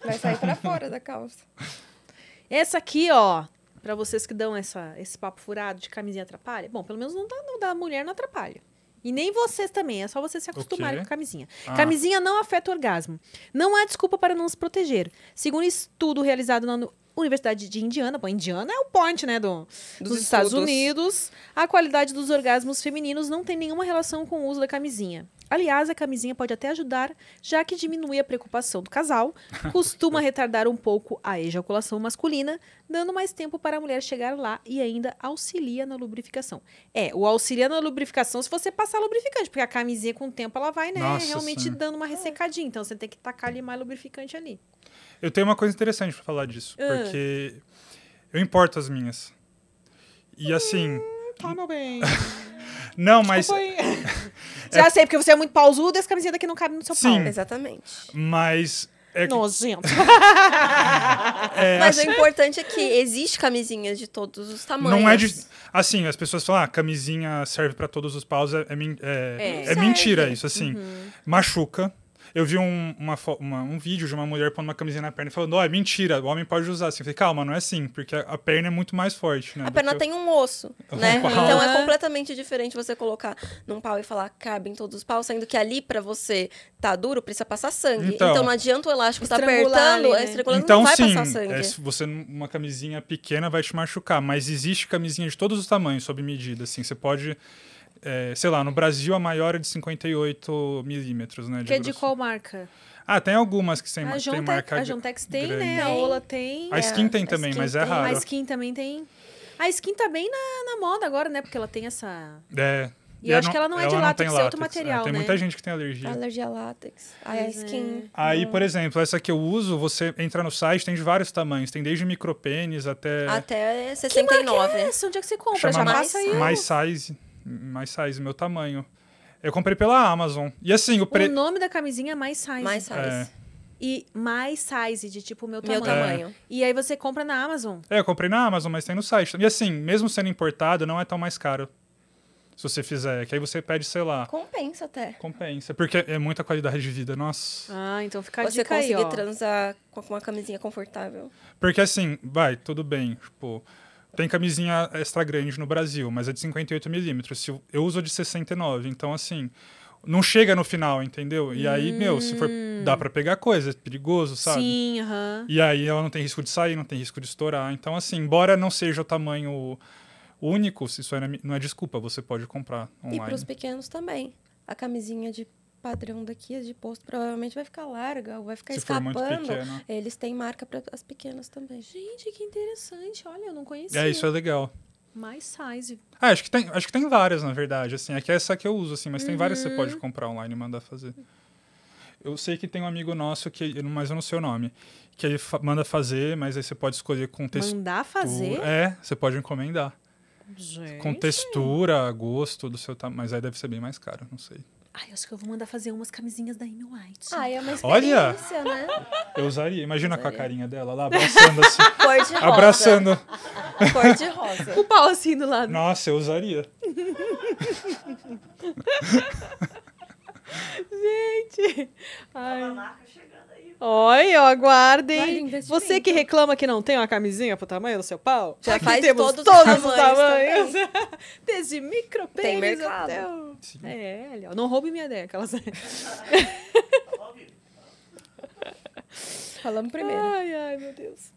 Vai sair pra fora da calça. Essa aqui, ó, pra vocês que dão essa, esse papo furado de camisinha atrapalha. Bom, pelo menos não dá, não dá mulher não atrapalha. E nem vocês também, é só vocês se acostumarem quê? com camisinha. Ah. Camisinha não afeta o orgasmo. Não há desculpa para não se proteger. Segundo estudo realizado na Nu- Universidade de Indiana, bom, Indiana é o point, né, do, dos, Dos Estados estudos. Unidos, a qualidade dos orgasmos femininos não tem nenhuma relação com o uso da camisinha. Aliás, a camisinha pode até ajudar, já que diminui a preocupação do (laughs) casal, costuma retardar um pouco a ejaculação masculina, dando mais tempo para a mulher chegar lá e ainda auxilia na lubrificação. É, o auxilia na lubrificação se você passar lubrificante, porque a camisinha com o tempo ela vai, né, Nossa realmente Senhora. dando uma ressecadinha, então você tem que tacar ali mais lubrificante ali. Eu tenho uma coisa interessante pra falar disso, Ah. porque eu importo as minhas. E assim, Tá, meu bem. (laughs) não, mas Já sei, porque você é muito pausudo e as camisinhas daqui não cabem no seu Sim. pau. Exatamente. mas (laughs) é, Nojento. é Mas assim, o importante é que existe camisinhas de todos os tamanhos. não é de, assim, as pessoas falam, ah, camisinha serve pra todos os paus, é é, men- é- É. é Serve. mentira isso, assim. Machuca. Eu vi um, uma fo- uma- um vídeo de uma mulher pondo uma camisinha na perna e falando, ó, é mentira, o homem pode usar. Assim, eu falei, calma, não é assim, porque a, a perna é muito mais forte, né? A do perna que o- tem um osso, né? pau. Então é Aham. completamente diferente você colocar num pau e falar cabe em todos os paus, sendo que ali pra você tá duro precisa passar sangue. Então. Então, não adianta o elástico tá Estrangular apertando, ali, né? é estrangulando Então não vai sim, passar sangue. é, se você n- uma camisinha pequena vai te machucar, mas existe camisinha de todos os tamanhos sob medida, assim, você pode é, sei lá, no Brasil a maior é de 58 milímetros, né? de Que é de grossura. qual marca? Ah, tem algumas que tem, ma- a, tem Jontex, marca. a de- Jontex tem, né? grande. A Ola tem. A skin tem a também, skin mas é tem. A raro. skin também tem. A skin tá bem na, na moda agora, né? Porque ela tem essa. É. E eu acho que ela não é de látex, é outro material, Tem né? muita gente que tem É alergia. Alergia a látex, a Pois skin. Aí, por exemplo, essa que eu uso, você entra no site, tem de vários tamanhos. Tem desde micropênis é. até... Ah, Até 69. Essa, onde é que você compra? Chama Já mais- passa aí. o- Mais size. Mais size, meu tamanho. Eu comprei pela Amazon. E assim, o O preço... nome da camisinha é mais size. Mais size. É. E mais size, de tipo o meu tamanho. Meu tamanho. E aí você compra na Amazon. É, eu comprei na Amazon, mas tem no site. E assim, mesmo sendo importado, não é tão mais caro. Se você fizer, que aí você pede, sei lá, Compensa até. compensa. Porque é muita qualidade de vida, nossa. Ah, então fica a Você dica aí, conseguir ó. transar com uma camisinha confortável. Ah. Porque assim, vai, tudo bem, tipo... Tem camisinha extra grande no Brasil, mas é de 58 milímetros. Se Eu eu uso a de 69, então assim... Não chega no final, entendeu? E aí, meu, se for... Hum. Dá pra pegar coisa, é perigoso, sabe? Sim, aham. E aí ela não tem risco de sair, não tem risco de estourar. Então, assim, embora não seja o tamanho único, se isso aí não é- não é desculpa, você pode comprar E pros online. pequenos também. A camisinha de padrão daqui, a de posto, provavelmente vai ficar larga ou vai ficar Se for escapando. muito pequeno. Eles têm marca para as pequenas também. Gente, que interessante. Olha, eu não conhecia. É, isso é legal. Mais size. Ah, acho que tem, acho que tem várias, na verdade, assim. Aqui é essa que eu uso, assim, mas tem várias que você pode comprar online e mandar fazer. Eu sei que tem um amigo nosso que, mas eu não sei o nome, que ele fa- manda fazer, mas aí você pode escolher com textura. Mandar fazer. É, você pode encomendar. é, Gente. Com textura, gosto do seu tamanho. Mas aí deve ser bem mais caro, não sei. Ai, acho que eu vou mandar fazer umas camisinhas da Amy White. Ah, é uma Olha! experiência, né? (laughs) Eu usaria. Imagina com a Usaria. carinha dela lá, abraçando assim. Cor de rosa. abraçando. Cor de rosa. o pau assim do lado. Nossa, eu usaria. Gente. Ai. Uma marca chegando aí. Olha, ó, aguardem. Vale o investimento. Você que reclama que não tem uma camisinha pro tamanho do seu pau, Já aqui faz temos todos os tamanhos. (laughs) tamanhos Desde micro Tem pênis mercado. até o... Sim. É, olha, ó, não roube minha ideia, aquelas... Ó, viu? Falamos É. primeiro. Ai, ai, meu Deus.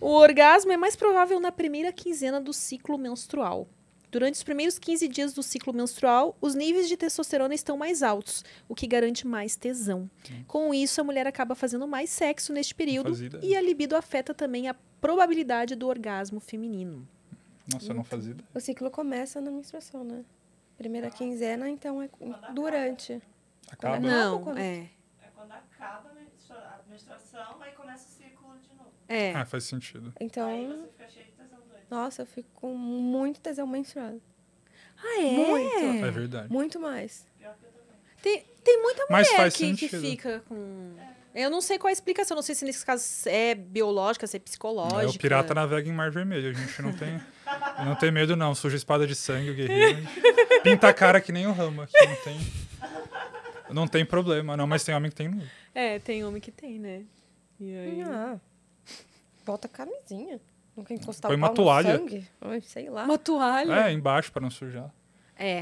O orgasmo é mais provável na primeira quinzena do ciclo menstrual. Durante os primeiros 15 dias do ciclo menstrual, os níveis de testosterona estão mais altos, o que garante mais tesão. Com isso, a mulher acaba fazendo mais sexo neste período fazia ideia. e a libido afeta também a probabilidade do orgasmo feminino. Nossa, eu não fazia. ideia. O ciclo começa na menstruação, né? Primeira quinzena, então é durante. Acaba. Não. é. É quando acaba a menstrua- a menstruação, aí começa o ciclo de novo. É. Ah, faz sentido. Aí Então, você fica cheio de tesão doido. nossa, eu fico com muito tesão menstruado. Ah, é? É, Muito. verdade. Muito mais. Pior que eu também. Tem, tem muita Mas mulher faz que, que sentido. fica com... Eu não sei qual é a explicação, não sei se nesse caso é biológica, se é psicológica. É, o pirata navega em mar vermelho. A gente não tem, não tem medo, não. Suja espada de sangue, o guerreiro. Pinta a cara que nem o ramo aqui. Não tem, não tem problema, não. Mas tem homem que tem nu. É, tem homem que tem, né? E aí... Ah, bota a camisinha. Não quer encostar Põe o uma pau toalha. no sangue. Ai, sei lá. Uma toalha? É, embaixo pra não sujar. É.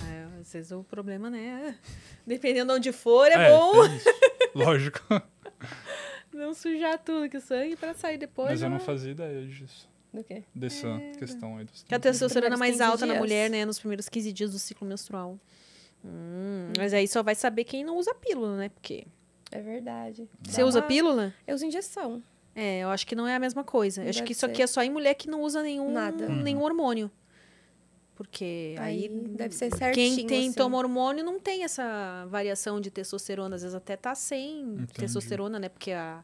Ah, Às vezes o problema, né? Dependendo de onde for, é, é bom (laughs) tem isso. Lógico. não sujar tudo que o sangue pra sair depois. Mas eu não né? fazia ideia disso. Do quê? Dessa questão aí dos Que a testosterona é mais primeiros alta 15 na dias. mulher, né? Nos primeiros 15 dias do ciclo menstrual. Hum, Mas aí só vai saber quem não usa pílula, né? Porque É verdade. você usa uma- pílula? Eu uso injeção. É, eu acho que não é a mesma coisa. Eu acho Deve que isso aqui ser. é só em mulher que não usa nenhum, Nada. nenhum Uhum. hormônio. Porque aí, Aí, deve ser certinho. quem tem assim. toma hormônio não tem essa variação de testosterona. Às vezes até tá sem Entendi. testosterona, né? Porque a,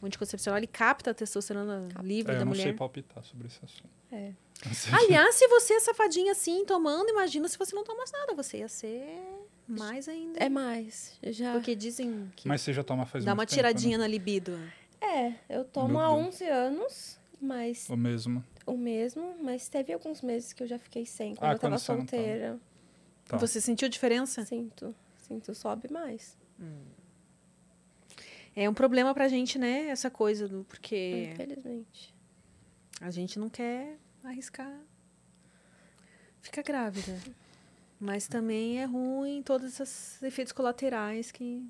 o anticoncepcional ele capta a testosterona livre É, da eu não mulher. sei palpitar sobre esse assunto. É. Não sei. Aliás, se você é safadinha assim, tomando, imagina se você não tomasse nada. Você ia ser mais ainda. É mais. eu Já... Porque dizem que Mas você já toma faz dá muito uma tempo, tiradinha né? na libido. É, eu tomo Meu há Deus. 11 anos, mas O mesmo. o mesmo. Mas teve alguns meses que eu já fiquei sem, quando Ah, eu tava quando você não toma. solteira. Tá. Você sentiu diferença? Sinto, sinto, sobe mais. É um problema pra gente, né? Essa coisa, do, É. porque Infelizmente. a gente não quer arriscar ficar grávida. Mas também é ruim todos esses efeitos colaterais que.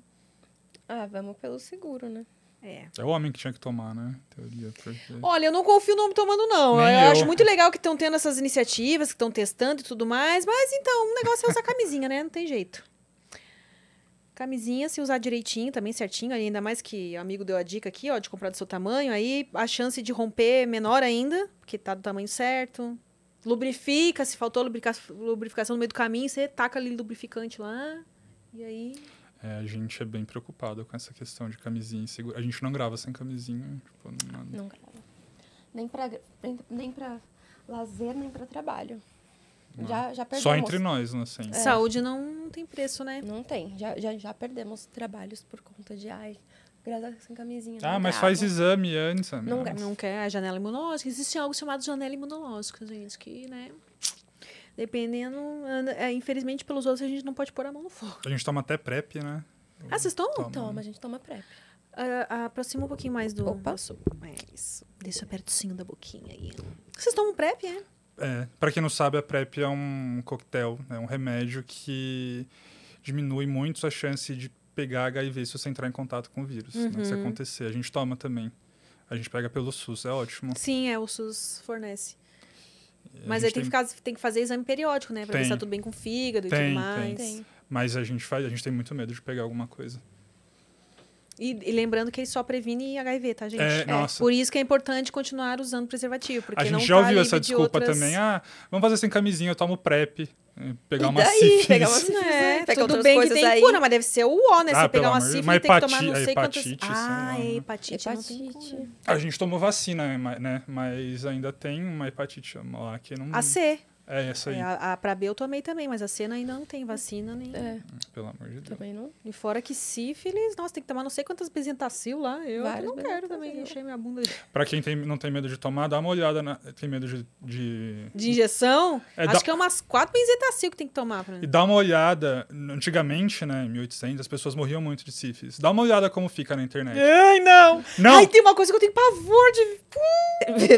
Ah, vamos pelo seguro, né? É. É o homem que tinha que tomar, né? Teoria. Porque... Olha, eu não confio no homem tomando, não. Nem eu, eu. acho muito legal que estão tendo essas iniciativas, que estão testando e tudo mais. Mas então, o negócio é usar camisinha, né? Não tem jeito. Camisinha, se usar direitinho, também certinho, aí, ainda mais que o amigo deu a dica aqui, ó, de comprar do seu tamanho, aí a chance de romper é menor ainda, porque tá do tamanho certo. Lubrifica, se faltou lubrica- lubrificação no meio do caminho, você taca ali lubrificante lá. E aí. É, a gente é bem preocupado com essa questão de camisinha e seguro. A gente não grava sem camisinha. Tipo, não- Não grava. Nem pra, gra- nem, nem pra lazer, nem pra trabalho. não. Já, já perdemos. Ah. Só entre nós, né? Assim. um É. Saúde não tem preço, né? Não tem. Já, já, já perdemos trabalhos por conta de, ai, gravar sem camisinha. Ah, não mas gravo. faz exame antes. né? Não grava. Não quer a janela imunológica. Existe algo chamado janela imunológica, gente, que, né? Dependendo. anda- é, infelizmente, pelos outros, a gente não pode pôr a mão no fogo. A gente toma até PrEP, né? Ah, vocês estão? Toma. Toma, a gente toma PrEP. Ah, aproxima um pouquinho mais do. Opa. do suco. É isso. Deixa pertinho da boquinha aí. Vocês tomam PrEP, é? É, para quem não sabe, a PrEP é um coquetel, é um remédio que diminui muito a chance de pegar HIV se você entrar em contato com o vírus, né, Uhum. se acontecer. A gente toma também. A gente pega pelo SUS, é ótimo. Sim, é, o SUS fornece. É, A Mas aí gente tem, Que ficar, tem que fazer exame periódico, né? Pra ver se tá Tem. tudo bem com o fígado e tudo Tem, tem. mais. Tem. Mas a gente faz, a gente tem muito medo de pegar alguma coisa. E, e lembrando que ele só previne HIV, tá, gente? É, nossa. Por isso que é importante continuar usando preservativo. Porque a gente não já tá ouviu livre essa de desculpa outras... também. Ah, vamos fazer sem camisinha, eu tomo PrEP. eh, Pegar E uma daí? sífilis. Pegar uma sífilis. É, né? tudo Pega outras bem que coisas tem aí. cura, mas deve ser o O, né? Ah, Você pegar pelo uma amor de Deus. sífilis Uma e tem que tomar não hepati- sei quantas... hepatite, sei Ah, lá, é né? hepatite, não tem cura. Hepatite. A gente tomou vacina, ma- né? Mas ainda tem uma hepatite lá que não. A C. É essa aí, É, a, a pra B eu tomei também, mas a C ainda não tem vacina nem... É, pelo amor de Deus. também (laughs) não. E fora que sífilis, nossa, tem que tomar não sei quantas bezentacil lá. Eu Várias não quero Benzetacil. também, encher minha bunda (laughs) de, Pra quem tem- não tem medo de tomar, dá uma olhada. Na, tem medo de, de- de injeção. É, Acho dá- que é umas quatro benzetacil que tem que tomar. Pra... E dá uma olhada. Antigamente, né, em 1800, as pessoas morriam muito de sífilis. Dá uma olhada como fica na internet. Ai, não! Não! É. Ai, tem uma coisa que eu tenho pavor de...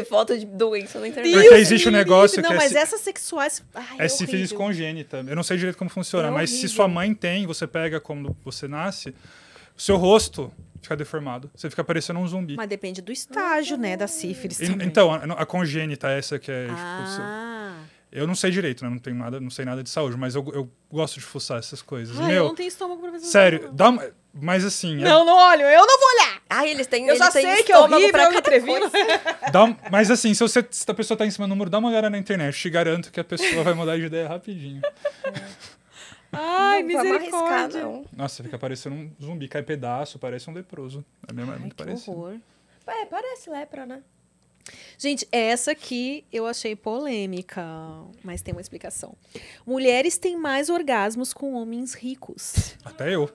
Foto de doença na internet. Deus Porque existe me um negócio livre. Não, que é mas si- essas sexuais... Ai, É sífilis horrível. congênita. Eu não sei direito como funciona, É mas se horrível. sua mãe tem, você pega quando você nasce, o seu rosto fica deformado. Você fica parecendo um zumbi. Mas depende do estágio, né, da sífilis E- também. então, a, a congênita, essa que é. tipo, seu- Ah... eu não sei direito, né? Não, tenho nada, não sei nada de saúde, mas eu, eu gosto de fuçar essas coisas. Ai, eu Meu, não tenho estômago pra fazer sério, isso, dá uma. Mas assim, é- Não, não, não olho, eu não vou olhar. Ai, eles têm. Eu eles já têm sei que é estômago horrível, pra eu me cada atrevi. coisa. Dá um- mas assim, se, você, se a pessoa tá em cima do muro, dá uma olhada na internet. Te garanto que a pessoa vai mudar de ideia rapidinho. (laughs) Ai, não vamos tá arriscar, misericórdia. não. Nossa, fica parecendo um zumbi, cai pedaço, parece um leproso. É mesmo, é Ai, muito que parecido. horror. É, parece lepra, né? Gente, essa aqui eu achei polêmica, mas tem uma explicação. Mulheres têm mais orgasmos com homens ricos. (laughs) Até eu.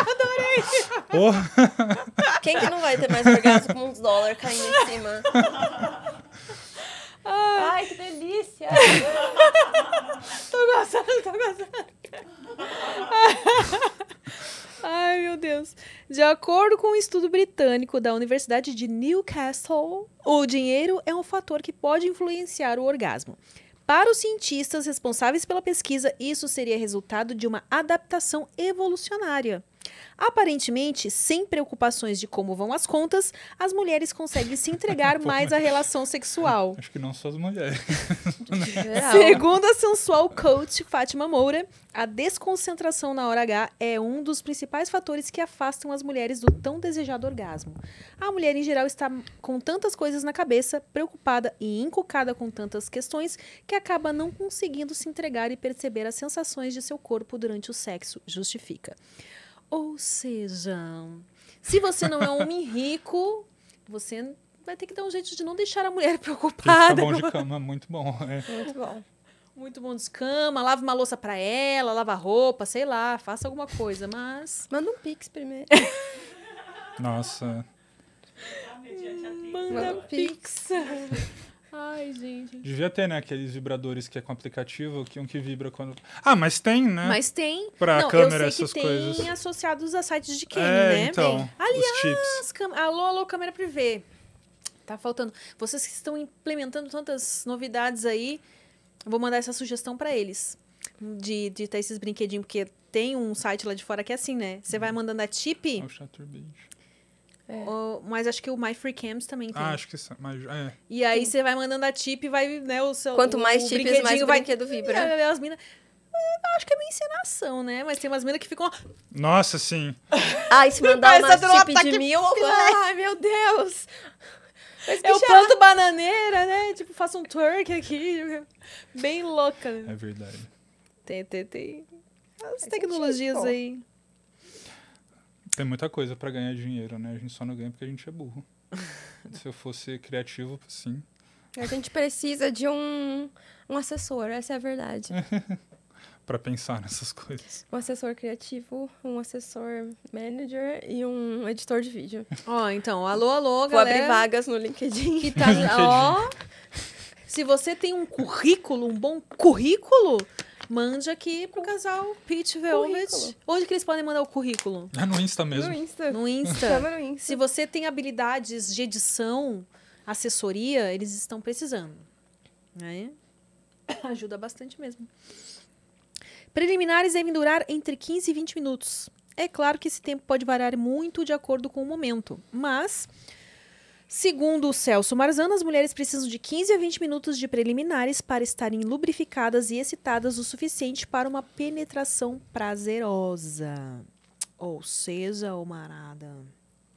Adorei! Porra, Quem que não vai ter mais orgasmo com uns dólares caindo em (laughs) cima? Ai, que delícia! (laughs) Tô gostando, tô gostando. Ai, meu Deus. De acordo com um estudo britânico da Universidade de Newcastle, o dinheiro é um fator que pode influenciar o orgasmo. Para os cientistas responsáveis pela pesquisa, isso seria resultado de uma adaptação evolucionária. Aparentemente, sem preocupações de como vão as contas, as mulheres conseguem se entregar mais à relação sexual. Acho que não só as mulheres. Geral. Segundo a sensual coach Fátima Moura, a desconcentração na hora H é um dos principais fatores que afastam as mulheres do tão desejado orgasmo. A mulher, em geral, está com tantas coisas na cabeça, preocupada e encucada com tantas questões, que acaba não conseguindo se entregar e perceber as sensações de seu corpo durante o sexo, justifica. Ou seja, se você não é um homem rico, você vai ter que dar um jeito de não deixar a mulher (laughs) Tem que ficar preocupada bom com de cama, muito bom. é. Muito bom. muito bom de escama, lava uma louça pra ela, lava roupa, sei lá, faça alguma coisa, mas. Manda um pix primeiro. Nossa. Tá? Mediante a trinta. Manda Manda pix. Ai, gente. Devia ter, né, aqueles vibradores que é com aplicativo, que um que vibra quando. Ah, mas tem, né? Mas tem. Pra não, câmera, eu sei essas que coisas. tem associados a sites de Kenny, é, né? então. Tem. Aliás, os chips. As câmeras- Alô, alô, câmera privê. Tá faltando. Vocês que estão implementando tantas novidades aí, eu vou mandar essa sugestão pra eles. De, de ter esses brinquedinhos, porque tem um site lá de fora que é assim, né? Você vai mandando a tip, Ah, o Chatterbait. ou- mas acho que o My Free Cams também tem. Hum. Ah, acho que isso. Mas, é. E aí você vai mandando a tip e vai, né, o seu. (laughs) Quanto o- mais o chips, mais brinquedinho o vai. brinquedo vibra. É, As minas. Eu acho que é meio encenação, né? Mas tem umas minas que ficam. ó, Nossa, sim. Ai, se mandar Parece uma que tá tendo um chip ataque de mil... Ai, meu Deus. Mas Eu bicha, planto bananeira, né? Tipo, faço um twerk aqui. (laughs) Bem louca. né? É verdade. Tem, tem, tem. As Faz tecnologias sentido, pô. aí. Tem muita coisa pra ganhar dinheiro, né? A gente só não ganha porque a gente (laughs) é burro. Se eu fosse criativo, sim. A gente precisa de um, um assessor, essa é a verdade. Pra pensar (laughs) nessas coisas. Um assessor criativo, um assessor manager e um editor de vídeo. Ó, então, alô, alô, Vou abrir galera. vagas no LinkedIn. Que tá. (laughs) LinkedIn. Ó. Se você tem um currículo, um bom currículo, mande aqui pro casal Peach Velvet. Currículo. Onde que eles podem mandar o currículo? É no Insta No mesmo. Insta. No Insta. Chama no Insta. Se você tem habilidades de edição, assessoria, eles estão precisando. Né? (coughs) Ajuda bastante mesmo. Preliminares devem durar entre 15 e 20 minutos. É claro que esse tempo pode variar muito de acordo com o momento, mas. Segundo o Celso Marzano, as mulheres precisam de 15 a 20 minutos de preliminares para estarem lubrificadas e excitadas o suficiente para uma penetração prazerosa. Ou seja, ô marada.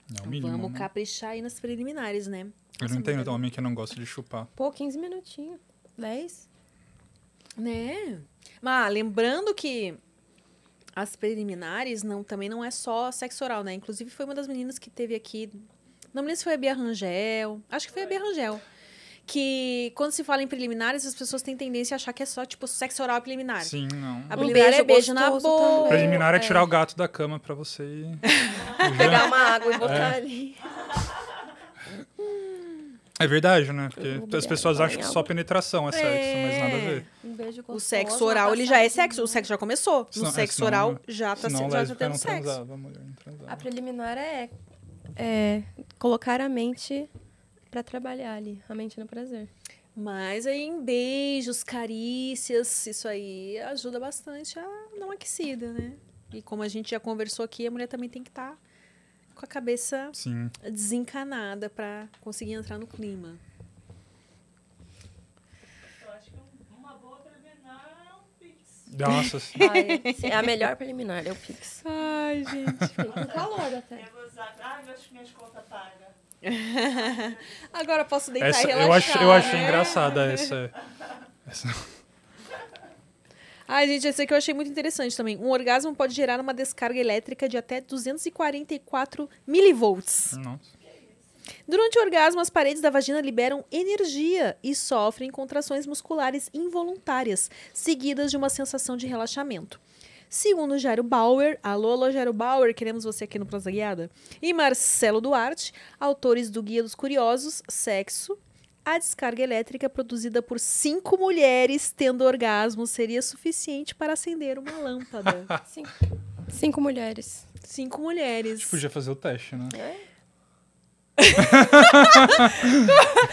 Não, mínimo. Vamos né? caprichar aí nas preliminares, né? Eu Nossa, não entendo mulher. homem que não gosta de chupar. Pô, 15 minutinhos. 10? Né? Mas lembrando que as preliminares não, também não é só sexo oral, né? Inclusive foi uma das meninas que teve aqui. Não me lembro se foi a Bia Rangel. Acho que foi a Bia Rangel. Que quando se fala em preliminares, as pessoas têm tendência a achar que é só, tipo, sexo oral e preliminar. Sim, não. A Um preliminar é beijo beijo na gostoso boca. também. Preliminar é tirar o gato da cama pra você (laughs) ir. É. Pegar uma água e botar ali. É verdade, né? Porque Eu vou as brigar pessoas com a acham que minha só penetração é sexo, mas nada a É, ver. Um beijo gostoso. O sexo uma oral, ele já é passadinha. sexo. O sexo já começou. Senão- no é, sexo senão- oral, já tá, Senão se- já tá lésbica tendo não sexo. transava, mulher não transava. A preliminar é, é colocar a mente pra trabalhar ali. A mente no prazer. Mas aí em beijos, carícias, isso aí ajuda bastante a dar uma aquecida, né? E como a gente já conversou aqui, a mulher também tem que estar com a cabeça Sim. desencanada pra conseguir entrar no clima. Eu acho que um- uma boa preliminar é um pix. Nossa, sim. Ai, sim, é a melhor preliminar, é o Pix. Ai, gente. Fiquei com calor (laughs) até. Eu vou usar. Ah, meus, minhas contas pagas. (laughs) Agora eu posso deitar Essa, e relaxar. eu acho, eu acho né? (laughs) engraçada essa. essa. Ai, gente, esse aqui eu achei muito interessante também. Um orgasmo pode gerar uma descarga elétrica de até 244 milivolts. Nossa. Durante o orgasmo, as paredes da vagina liberam energia e sofrem contrações musculares involuntárias, seguidas de uma sensação de relaxamento. Segundo Jairo Bauer, alô, alô, Jairo Bauer, queremos você aqui no Prosa Guiada, e Marcelo Duarte, autores do Guia dos Curiosos, Sexo, a descarga elétrica produzida por cinco mulheres tendo orgasmo seria suficiente para acender uma lâmpada. Ah. Cinco, cinco mulheres. cinco mulheres. Tipo, A gente podia fazer o teste, né?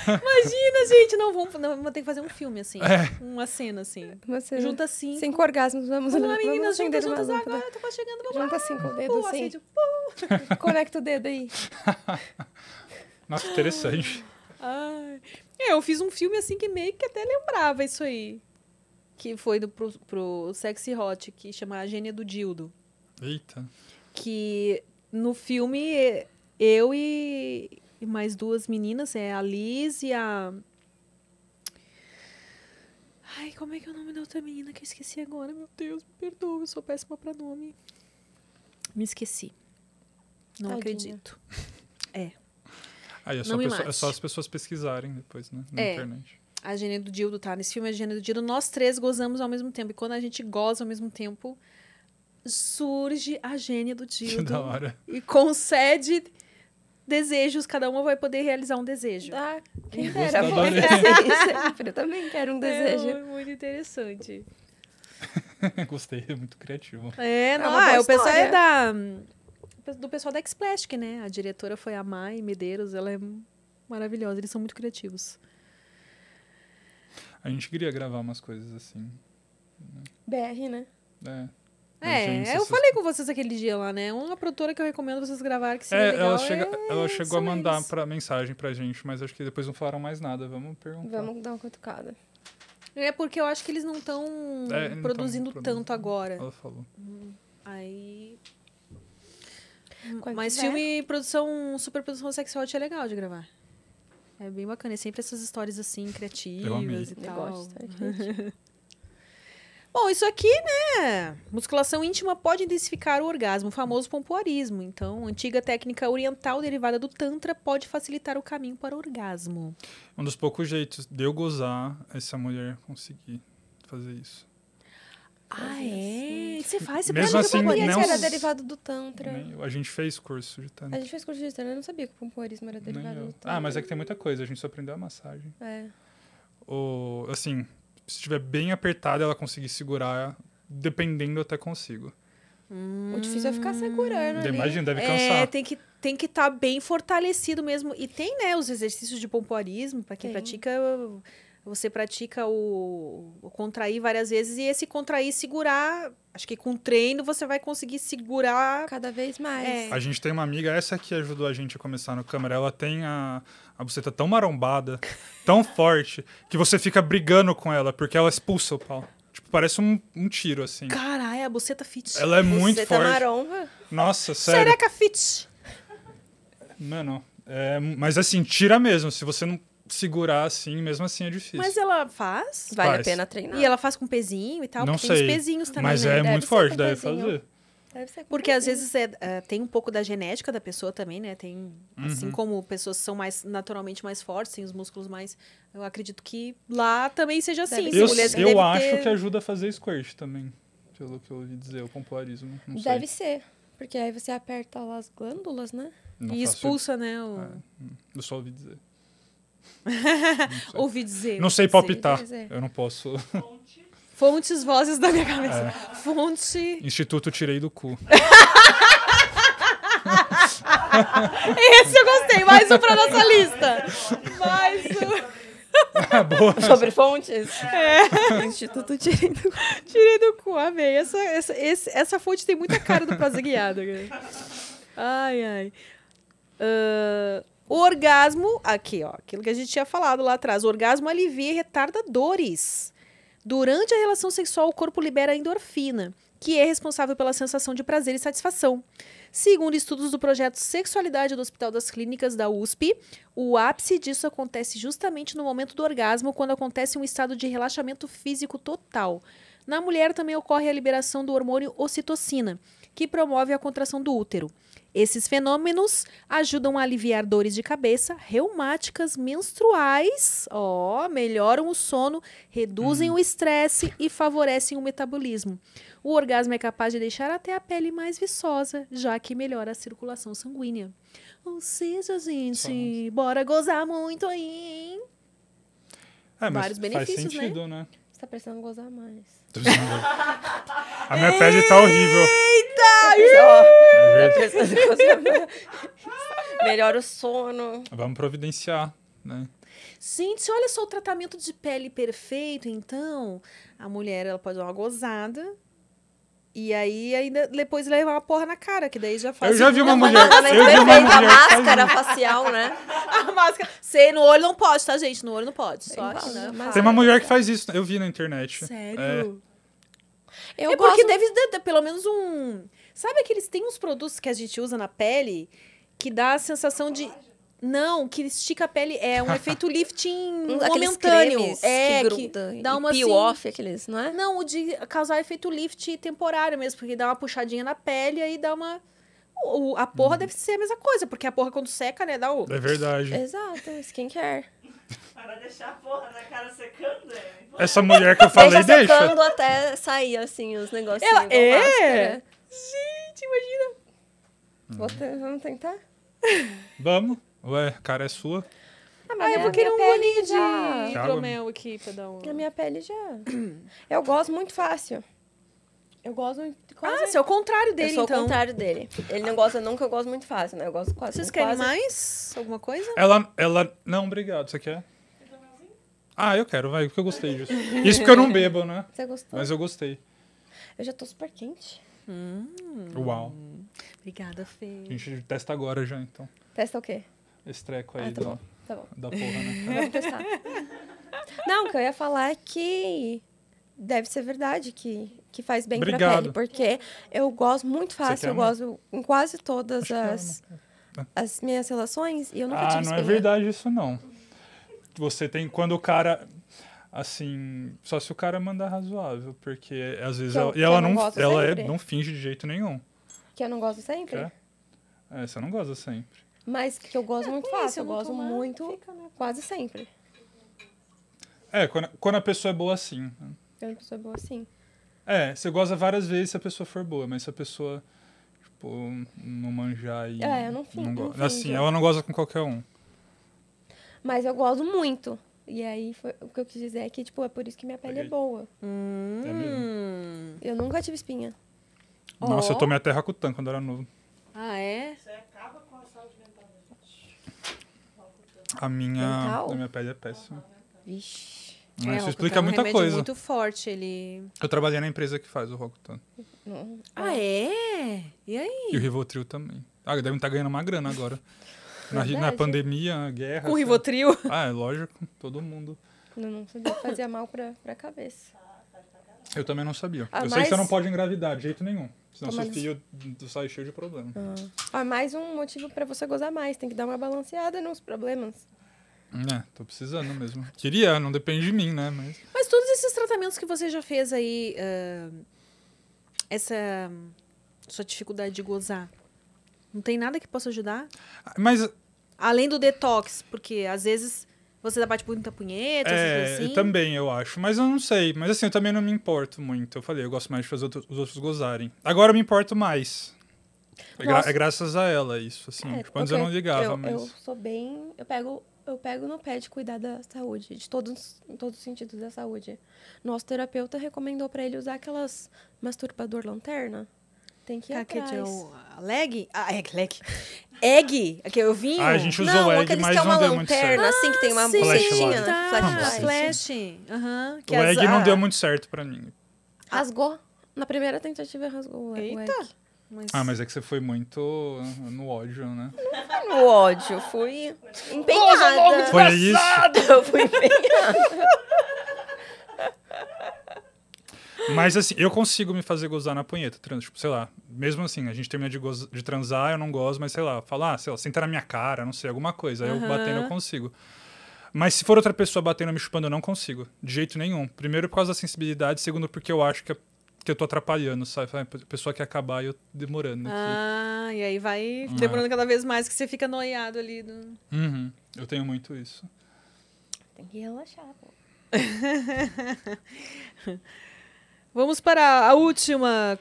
Imagina, gente, não vamos, não, vamos ter que fazer um filme assim, É. uma cena assim. Você Junta cinco. Cinco orgasmos, vamos Vamos lá, vamos meninas, acender juntas, uma juntas lâmpada. agora, tá chegando, vamos lá. Junta cinco Pô, dedos, assim. acende, pô. Conecta o dedo aí. Nossa, que interessante. Ai. É, eu fiz um filme assim que meio que até lembrava isso aí. Que foi do, pro, pro Sexy Hot, que chama A Gênia do Dildo. Eita. Que no filme eu e, e mais duas meninas, é a Liz e a. Ai, como é que é o nome da outra menina que eu esqueci agora? Meu Deus, me perdoa, eu sou péssima pra nome. Me esqueci. Não Tadinha. acredito. Aí é só, Não me pessoa- mate. é só as pessoas pesquisarem depois, né? Na É. internet. A Gênia do Dildo, tá? Nesse filme, a Gênia do Dildo, nós três gozamos ao mesmo tempo. E quando a gente goza ao mesmo tempo, surge a Gênia do Que (laughs) da Dildo hora. e concede desejos. Cada uma vai poder realizar um desejo. Ah, quem Gostador, dera. vou né? fazer isso. um Eu também quero um desejo. É muito interessante. Gostei, é muito criativo. É, É não, uma ah, boa o pessoal é história. da... Do pessoal da Xplastic, né? A diretora foi a Mai Medeiros. Ela é maravilhosa. Eles são muito criativos. A gente queria gravar umas coisas assim. BR, né? né? Agência, É, eu essas- falei com vocês aquele dia lá, né? Uma produtora que eu recomendo vocês gravarem, que seria É, legal. ela, chega, ela chegou a são mandar eles. pra mensagem pra gente, mas acho que depois não falaram mais nada. Vamos perguntar. Vamos dar uma cutucada. É porque eu acho que eles não estão É, não produzindo tão tanto produzindo. Ah. agora. Ela falou. Aí. Quando Mas tiver. filme, produção, super produção sexual é legal de gravar. É bem bacana. É sempre essas histórias assim, Eu amei. criativas e Eu tal. gosto, tá, gente? Bom, isso aqui, né? Musculação íntima pode intensificar o orgasmo, o famoso pompoarismo. Então, antiga técnica oriental derivada do Tantra pode facilitar o caminho para o orgasmo. Um dos poucos jeitos de eu gozar, essa mulher conseguir fazer isso. Ah, é? Você faz? Você Mesmo pratica assim, Por pompoarismo? isso não- era derivado do Tantra. Nem- A gente fez curso de tantra. A gente fez curso de história, eu não sabia que o pompoarismo era Nem derivado eu. do Tantra. Ah, mas é que tem muita coisa. A gente só aprendeu a massagem. É. Ou, assim, se estiver bem apertada, ela conseguir segurar, dependendo, eu até consigo. O difícil é ficar segurando ali. Imagina, deve É, cansar. tem que tem que estar bem fortalecido mesmo. E tem, né, os exercícios de pompoarismo, para quem Tem. pratica, você pratica o, o contrair várias vezes e esse contrair segurar, acho que com treino você vai conseguir segurar. Cada vez mais. É. A gente tem uma amiga, essa que ajudou a gente a começar no câmera. Ela tem a, a buceta tão marombada, (laughs) tão forte, que você fica brigando com ela, porque ela expulsa o pau. Tipo, parece um, um tiro, assim. Caralho, a buceta fit. Ela é muito Você tá forte. maromba? Nossa, sério. Sereca fit. Mano, é, mas assim, tira mesmo. Se você não segurar assim, mesmo assim é difícil. Mas ela faz? Vale Faz. a pena treinar. E ela faz com pezinho e tal, Não porque sei, tem os pezinhos também, Mas né? é Deve muito ser forte, com deve pezinho. fazer. Deve ser com Porque às Uhum. pezinho. vezes é, é, tem um pouco da genética da pessoa também, né? Tem, assim Uhum. como pessoas são mais naturalmente mais fortes, têm os músculos mais. Eu acredito que lá também seja Deve assim. Sim, ser. Eu, mulheres eu devem acho ter- que ajuda a fazer squirt também. Pelo que eu ouvi dizer, o pompoarismo. Não Deve sei. ser. Porque aí você aperta lá as glândulas, né? Não E faço- expulsa, né? o- Ah, Eu só ouvi dizer. Ouvi dizer. Não sei palpitar. dizer. Eu não posso. (laughs) Fonte. Fontes, vozes da minha cabeça. É. Fonte. Instituto Tirei do Cu. (laughs) Esse eu gostei. Mais um pra nossa lista. Mais um. Ah, boa. Sobre fontes? Instituto Direito. É. Tirei do cu, amei. Essa, essa, esse- essa fonte tem muita cara do Prazo Guiado. cara. Ai, ai. Ah, o orgasmo, aqui, ó. Aquilo que a gente tinha falado lá atrás. O orgasmo alivia e retarda dores. Durante a relação sexual, o corpo libera endorfina, que é responsável pela sensação de prazer e satisfação. Segundo estudos do projeto Sexualidade do Hospital das Clínicas da USP, o ápice disso acontece justamente no momento do orgasmo, quando acontece um estado de relaxamento físico total. Na mulher também ocorre a liberação do hormônio ocitocina, que promove a contração do útero. Esses fenômenos ajudam a aliviar dores de cabeça, reumáticas menstruais, ó, melhoram o sono, reduzem o estresse e favorecem o metabolismo. O orgasmo é capaz de deixar até a pele mais viçosa, já que melhora a circulação sanguínea. Ou seja, gente, bora gozar muito aí, hein? É, mas Vários faz benefícios, né? sentido, né? Você tá precisando gozar mais. A minha pele tá horrível. Ó, É verdade. (laughs) precisando gozar mais. Melhora o sono. Vamos providenciar, né? Gente, olha só o tratamento de pele perfeito, então. A mulher, ela pode dar uma gozada. E aí, ainda depois levar uma porra na cara, que daí já faz. um Eu já vi uma Mas mulher. Eu vi uma perfeito, a mulher. que faz máscara isso. facial, né? (laughs) A máscara. Sei, no olho não pode, tá, gente? No olho não pode. Só Tem que, né? várias. Tem uma mulher que faz isso, né? eu vi na internet. Sério? Eu é gosto... porque deve ter ter pelo menos um. Sabe aqueles. Tem uns produtos que a gente usa na pele que dá a sensação de. Não, que estica a pele. É um efeito lifting Hum, Um- Aqueles momentâneo. cremes é, que que gruda. dá e uma, peel assim, off, aqueles, não é? Não, o de causar efeito lift temporário mesmo, porque dá uma puxadinha na pele e dá uma. o- o- a porra deve ser a mesma coisa, porque a porra quando seca, né, dá o. Uhum. É verdade. Exato, skincare. Para deixar a porra da cara secando, é. importante. Essa mulher que eu falei, deixa deixa. secando até sair, assim, os negocinhos Ela- da é? máscara. Gente, imagina. Vou te- Vamos tentar? Vamos. Ué, a cara é sua. Ah, eu a vou querer minha um pele bolinho de já- hidromel aqui pra dar um. Na minha pele (clears throat) já. Eu gosto muito fácil. Eu gosto muito Ah, quase- você é o contrário Eu dele, sou o então. contrário dele. Ele não gosta nunca, eu gosto muito fácil, né? Eu gosto quase. Vocês querem quase... mais? Alguma coisa? Ela, ela. Não, obrigado. Você quer? Ah, eu quero, vai, porque eu gostei disso. Isso porque eu não bebo, né? Você gostou? Mas eu gostei. Eu já tô super quente. Uau. Obrigada, Fê. A gente testa agora já, então. Testa o quê? Esse treco aí Ah, tá do- Tá bom. da porra, né? Vamos testar. Não, o que eu ia falar é que deve ser verdade que, que faz bem pra pele, Obrigado. porque eu gosto muito quer fácil, eu uma? gosto em quase todas Acho que ela as, as minhas relações e (laughs) eu nunca Ah, tive não é espinha. verdade isso, não. Você tem. Quando o cara. Assim. Só se o cara mandar razoável, porque às vezes. Que eu- ela, que e ela eu Então, não não, gosto ela é- sempre. não finge de jeito nenhum. Que eu não gosto sempre, Quer? É, você não gosta sempre. mas que eu gosto muito É, com isso, fácil, eu eu não gosto tomar, muito, fica, né? quase sempre. É, quando, quando a pessoa é boa assim. Eu não sou boa assim. É, você goza várias vezes se a pessoa for boa, mas se a pessoa, tipo, não manjar e. É, eu não fin- não gosta. finjo. Assim, ela não goza com qualquer um. Mas eu gosto muito. E aí, foi- o que eu quis dizer é que, tipo, é por isso que minha pele é Peguei. boa. É mesmo? Hum. Eu nunca tive espinha. Nossa, Ó. eu tomei até Rakuten quando era novo. Ah, é? Você acaba com a saúde mental da gente. A minha, Mental? a minha pele é péssima. Vixe. Mas É, isso Rokutan explica é um muita remédio coisa. muito forte, ele. Eu trabalhei na empresa que faz o Rokutan. Não. Ah, é? E aí? E o Rivotril também. Ah, devem estar ganhando uma grana agora. Na, na Verdade. pandemia, a guerra. Com o assim. Rivotril? Ah, é lógico, todo mundo. Eu não sabia que (laughs) fazia mal pra, pra cabeça. Eu também não sabia. Ah, eu sei que você mas- não pode engravidar de jeito nenhum. Senão Tá seu Mas- filho d- sai cheio de problema. Ah, mais um motivo pra você gozar mais. Tem que dar uma balanceada nos problemas. É, tô precisando mesmo. Queria, não depende de mim, né? Mas. Mas todos esses tratamentos que você já fez aí, ahn, essa sua dificuldade de gozar, não tem nada que possa ajudar? Mas Além do detox, porque às vezes você bate muita punheta, essas é, coisas assim. eu também, eu acho. Mas eu não sei. Mas assim, eu também não me importo muito. Eu falei, eu gosto mais de fazer outro- os outros gozarem. Agora eu me importo mais. É, gra- Nossa. é graças a ela isso, assim. É, tipo, antes eu porque não ligava, eu, mas. Eu sou bem... Eu pego, eu pego no pé de cuidar da saúde. De todos, em todos os sentidos da saúde. Nosso terapeuta recomendou pra ele usar aquelas masturbador lanterna. Tem que ir Ah, que é atrás. de- o- a leg? Ah, é, leg. Egg, aqui eu um vim. Ah, a gente usou não, o egg, aqueles mas que é uma não deu muito certo. lanterna, assim, que tem uma sim, brechinha, né? tá, Flashlight. Flash. aham, que o as- egg não ah, deu muito certo pra mim. Rasgou. Na primeira tentativa rasgou. o- o Eita. egg. Mas... Ah, mas é que você foi muito uh, no ódio, né? No ódio, fui empenhada. Foi isso. Eu fui empenhada. Mas assim, eu consigo me fazer gozar na punheta, trans, tipo, sei lá. Mesmo assim, a gente termina de, goza- de transar, eu não gosto, mas sei lá, falar, ah, sei lá, sentar na minha cara, não sei, alguma coisa. Aí eu Aham. batendo, eu consigo. Mas se for outra pessoa batendo, me chupando, eu não consigo. De jeito nenhum. Primeiro por causa da sensibilidade, segundo porque eu acho que, é, que eu tô atrapalhando, sabe? A pessoa quer acabar e eu demorando aqui. é. Ah, e aí vai demorando cada vez mais que você fica noiado ali. do- Uhum, eu tenho muito isso. Tem que relaxar, pô. Vamos para a última.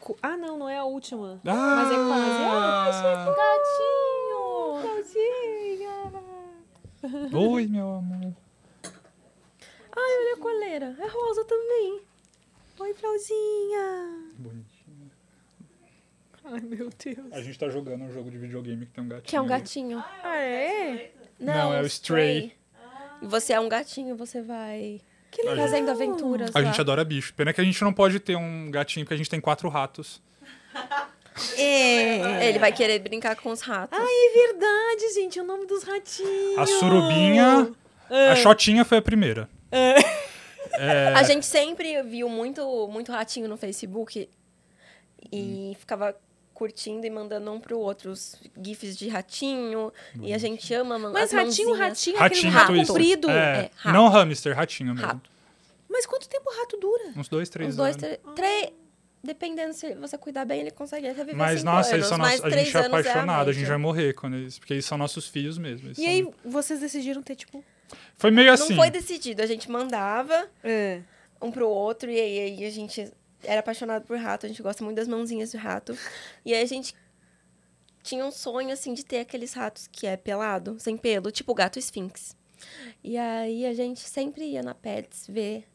Co- Ah, não, não é a última. Mas é quase. Ah, quase. gatinho! Tadinha! Oi, meu amor. Ai, olha a coleira. É rosa também. Oi, Flauzinha! Bonitinho. Ai, meu Deus. A gente tá jogando um jogo de videogame que tem um gatinho. Que é um ali. gatinho. Ah, é? Não, é o Stray. E Você é um gatinho, você vai Que A gente- legal. fazendo aventuras A lá. gente adora bicho. Pena que a gente não pode ter um gatinho, porque a gente tem quatro ratos. É, Ele vai querer brincar com os ratos. É verdade, gente. O nome dos ratinhos. Ah. A surubinha. É. A Xotinha foi a primeira. É. A gente sempre viu muito, muito ratinho no Facebook e Hum. ficava curtindo e mandando um pro outro os gifs de ratinho. E a gente ama man- Mas as ratinho, mãozinhas. ratinho, Ratinho aquele rato Twister. comprido. É, É, rato. Não hamster, ratinho mesmo. Rato. Mas quanto tempo o rato dura? Uns dois, três Os dois, anos. tre- três. Dependendo se você cuidar bem, ele consegue até viver Mas, cinco nossa, eles anos, são mas nossos. A gente três é anos é a apaixonado, a gente média. vai morrer quando eles. Porque eles são nossos filhos mesmo. eles E são- aí, vocês decidiram ter, tipo... Foi meio Não assim. foi decidido, a gente mandava É. um pro outro e aí, aí a gente era apaixonado por rato, a gente gosta muito das mãozinhas de rato. E aí a gente tinha um sonho assim de ter aqueles ratos que é pelado, sem pelo, tipo o gato esfinx. E aí a gente sempre ia na Pets ver.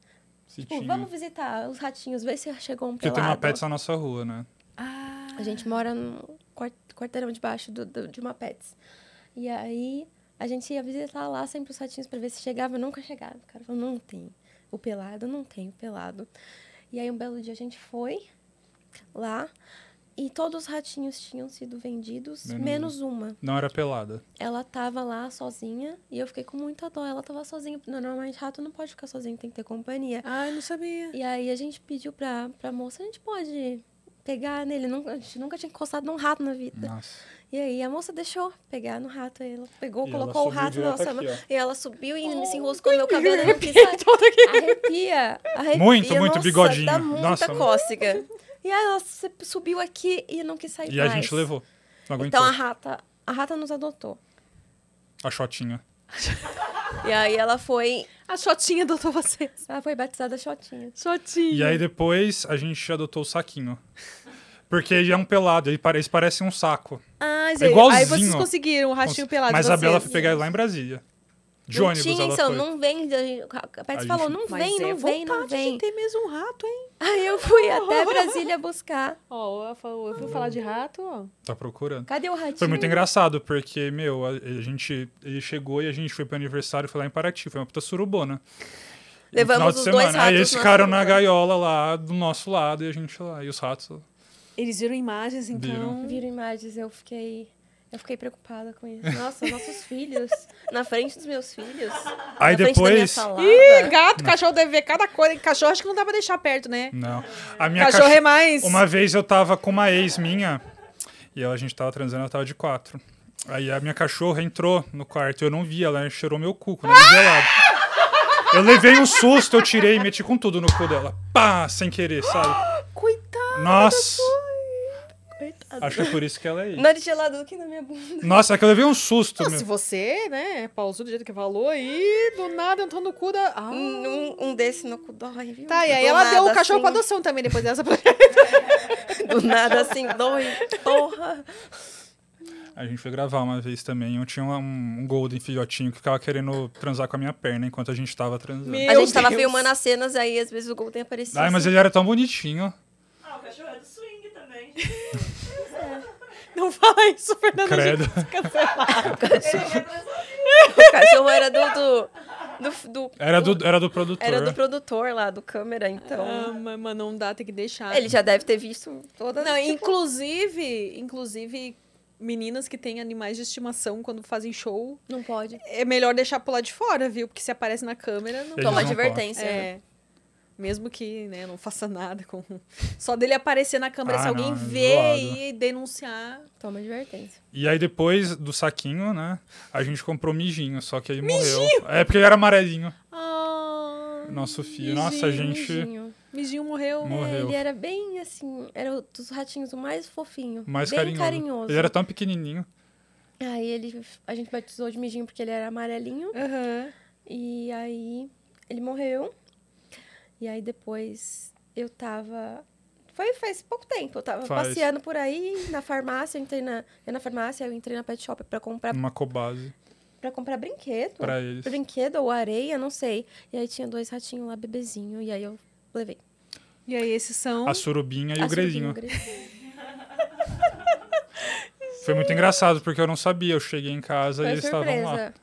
se Tipo, tinha. vamos visitar os ratinhos, ver se chegou um Porque pelado. tem uma pets na nossa rua, né? Ah. A gente mora no quar- quarteirão debaixo do, do- de uma Pets. E aí a gente ia visitar lá sempre os ratinhos pra ver se chegava. Nunca chegava. O cara falou, não tem. O pelado, não tem o pelado. E aí um belo dia a gente foi lá e todos os ratinhos tinham sido vendidos, Menos um. menos uma. Não era pelada. Ela tava lá sozinha e eu fiquei com muita dó. Ela tava sozinha. Normalmente rato não pode ficar sozinho, tem que ter companhia. Ai, não sabia. E aí a gente pediu pra, pra moça, a gente pode pegar nele. Nunca- A gente nunca tinha encostado num rato na vida. Nossa. E aí a moça deixou pegar no rato. Aí ela pegou, E colocou ela o rato subiu na direto nossa aqui, mão. ó. E ela subiu e me se enroscou no (laughs) meu cabelo, eu é não quis sair. Arrepia, arrepia. Muito, muito, nossa, bigodinho. Dá muita Nossa. cócega. E aí ela se- subiu aqui e não quis sair E a mais. gente levou. Não aguentou. Então a rata, a rata nos adotou. A Xotinha. E aí ela foi. A Xotinha adotou vocês. Ela foi batizada Xotinha. Xotinha. E aí Uhum. depois a gente adotou o saquinho. Porque ele é um pelado, ele parece, parece um saco. Ah, É gente, aí igualzinho. vocês conseguiram o ratinho Cons- pelado Mas de a Bela vocês. foi pegar ele lá em Brasília. De não ônibus tinha, ela então, foi. não vem. A A Pets gente- falou, não Mas vem, é não vem, não vontade vem. de ter mesmo um rato, hein? Aí eu fui até Brasília buscar. Ó, eu falo- eu fui falar de rato, ó. Tá procurando. Cadê o ratinho? Foi muito engraçado, porque, meu, a, a gente. Ele chegou e a gente foi pro aniversário foi lá em Paraty. Foi uma puta surubona. E no Levamos final de os dois semana. Aí ratos eles na ficaram na suruba. gaiola lá do nosso lado e a gente lá. E os ratos. Eles viram imagens, então. Viram. Viram imagens, eu fiquei. Eu fiquei preocupada com isso. Nossa, nossos filhos. Na frente dos meus filhos. Aí na frente da minha depois. salada. Ah, Ih, é. gato, cachorro deve ver cada coisa. Cachorro acho que não dá pra deixar perto, né? Não. A minha Cachorro cachorra- é mais. Uma vez eu tava com uma ex minha e ela, a gente tava transando, ela tava de quatro. Aí a minha cachorra entrou no quarto, eu não vi, ela cheirou meu cu, quando era gelado. Eu levei um susto, eu tirei e meti com tudo no cu dela. Pá, sem querer, sabe? Coitado. Nossa! Acho que é por isso que ela é ex. Não de gelado aqui na minha bunda. Nossa, é que eu levei um susto, Se meu. você, né, pausou do jeito que falou e do nada entrou no cu da. Ah. Um, um desse no cu dói, viu? Tá, e aí Do ela deu o nada, cachorro pra assim, adoção também depois dessa. pra- (laughs) Do nada assim, dói. Porra. A gente foi gravar uma vez também, eu tinha um, um golden filhotinho que ficava querendo transar com a minha perna enquanto a gente tava transando. Me- a Meu gente tava Deus. filmando as cenas, aí às vezes o gol tem aparecido. assim, Ai, mas ele era tão bonitinho. Ah, o cachorro é do swing também. Não fala isso, Fernando. (laughs) Credo. Ele é pra- O cachorro era do. do, do, do- Era do, era do produtor. né? era do produtor lá, do câmera, Ah, então. mas mas não dá, tem que deixar. Ele já deve ter visto toda Ah, Não, tipo, inclusive, inclusive, meninas que têm animais de estimação quando fazem show, Não pode. é melhor deixar pular de fora, viu? Porque se aparece na câmera, não Eles Toma não advertência. né? É. Mesmo que, né, não faça nada com. (laughs) Só dele aparecer na câmera, Ah, se alguém não, é ver zoado. e denunciar. Toma advertência. E aí depois do saquinho, né? A gente comprou mijinho, só que aí morreu. É porque ele era amarelinho, Ah, nosso filho. Nossa, a gente Mijinho. Mijinho morreu. Morreu. É, ele era bem assim, era o- dos ratinhos o mais fofinho. mais bem carinhoso. carinhoso. Ele era tão pequenininho. Aí ele, a gente batizou de mijinho porque ele era amarelinho. Aham. E aí ele morreu. E aí depois eu tava. Foi faz pouco tempo. Eu tava Faz. passeando por aí na farmácia, eu entrei na. Eu na farmácia, eu entrei na pet shop pra comprar Uma cobase para comprar brinquedo. pra eles. Brinquedo ou areia, não sei. E aí tinha dois ratinhos lá, bebezinho, e aí eu levei. E aí, esses são. A surubinha e Ah, um o grelhinho. surubinho, grelhinho. Foi muito engraçado, porque eu não sabia. Eu cheguei em casa e Foi eles estavam lá. surpresa.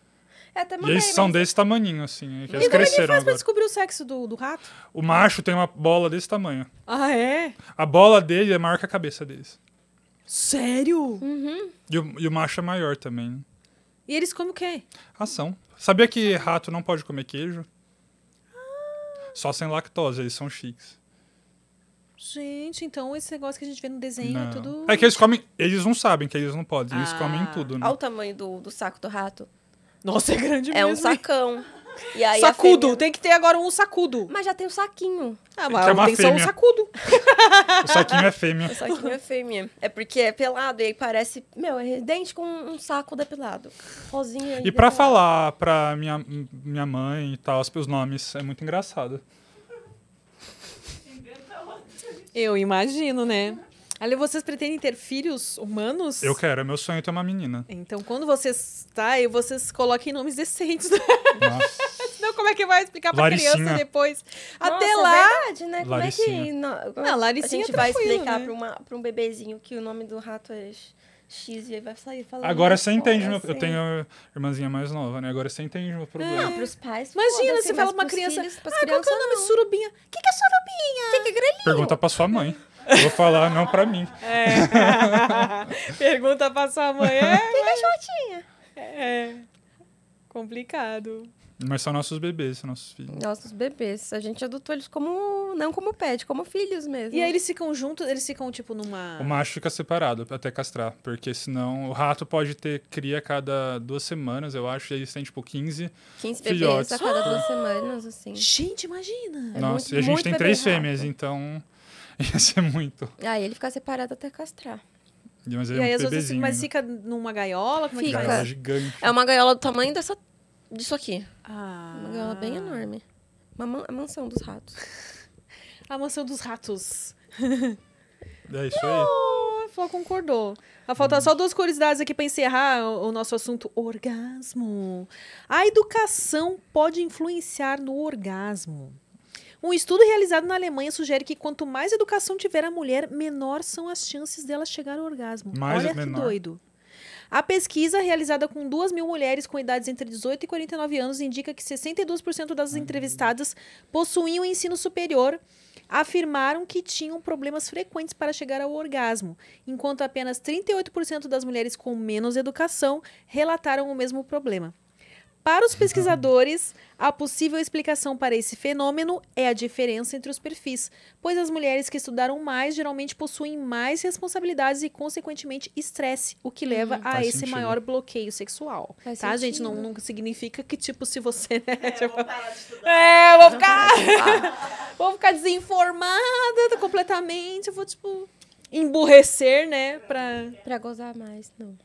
É, Eu até E mandei, eles são mas- desse tamaninho, assim. é que E como eles é que faz cresceram pra agora. descobrir o sexo do, do rato? O macho tem uma bola desse tamanho. Ah, é? A bola dele é maior que a cabeça deles. Sério? E o, e o macho é maior também. E eles comem o quê? Ração. Sabia que rato não pode comer queijo? Só sem lactose, eles são chiques. Gente, então esse negócio que a gente vê no desenho é Não. tudo. É que eles comem. Eles não sabem que eles não podem. Eles Ah. comem tudo, né? Olha o tamanho do, do saco do rato. Nossa, é grande É mesmo. um hein? sacão. E aí a Sacudo, fêmea- tem que ter agora um sacudo. Mas já tem o saquinho. Ah, que é mas uma tem só um fêmea. sacudo. O saquinho (laughs) é fêmea. O saquinho é fêmea. É porque é pelado e aí parece... Meu, é idêntico a um, um saco depilado. Rosinha E pra depilado. falar pra minha, minha mãe e tal, os nomes, é muito engraçado. Eu imagino, né? Ali, vocês pretendem ter filhos humanos? Eu quero, é meu sonho ter uma menina. Então, quando vocês tá, e vocês coloquem nomes decentes. (laughs) Nossa. Senão, como é que vai explicar pra criança Laricinha. depois? Até Nossa, lá. É verdade, né? Como é que... Laricinha. Não, Ah, Laricinha a gente é vai tranquilo, explicar né? pra, uma, pra um bebezinho que o nome do rato é X- X e aí vai sair falando... Agora isso, você entende, meu, assim. eu tenho irmãzinha mais nova, né? Agora você entende meu (laughs) Não, problema. pros pais, Imagina, assim. Ah, foda-se, você fala pra mas uma pros criança, filhos, pras Ah, qual que é o nome? Surubinha. O que, que é surubinha? Que que é grelhinho? Pergunta pra sua mãe. Eu vou falar não pra mim. É. Pergunta pra sua mãe. (laughs) É, Fica chatinha. é. Complicado. Mas são nossos bebês, são nossos filhos. Nossos bebês. A gente adotou eles como. Não como pet, como filhos mesmo. E aí eles ficam juntos, eles ficam, tipo, numa. O macho fica separado até castrar, porque senão o rato pode ter cria a cada duas semanas, eu acho, e eles têm tipo 15. 15 bebês filhotes. a cada (gasps) duas semanas, assim. Gente, imagina. É Nossa, muito- e a gente muito tem bebê três rato. fêmeas, então (laughs) ia ser muito. Aí ele fica separado até castrar. Mas ele E aí é um as outras, bebezinho. mas ainda. fica numa gaiola? Como é que Fica. faz? Gaiola gigante. É uma gaiola do tamanho dessa... Disso aqui. Ah. Uma gaiola bem enorme. Uma man- a mansão dos ratos. A mansão dos ratos. um É isso aí. Oh, a Flá concordou. Vai faltar só duas curiosidades aqui pra encerrar o, o nosso assunto: orgasmo. A educação pode influenciar no orgasmo. Um estudo realizado na Alemanha sugere que quanto mais educação tiver a mulher, menor são as chances dela chegar ao orgasmo. Mais Olha ou menor? que doido. A pesquisa, realizada com 2 mil mulheres com idades entre 18 e 49 anos, indica que 62% das Uhum. entrevistadas possuíam ensino superior, afirmaram que tinham problemas frequentes para chegar ao orgasmo, enquanto apenas 38% das mulheres com menos educação relataram o mesmo problema. Para os pesquisadores, a possível explicação para esse fenômeno é a diferença entre os perfis, pois as mulheres que estudaram mais geralmente possuem mais responsabilidades e, consequentemente, estresse, o que leva a Uhum. Faz esse sentido. maior bloqueio sexual. Faz tá, gente? sentido. Não, não significa que, tipo, se você. Né, É, (laughs) tipo, vou parar de estudar. é, eu vou ficar. (laughs) vou ficar desinformada completamente. Eu vou, tipo, emburrecer, né? Pra. Pra gozar mais, não.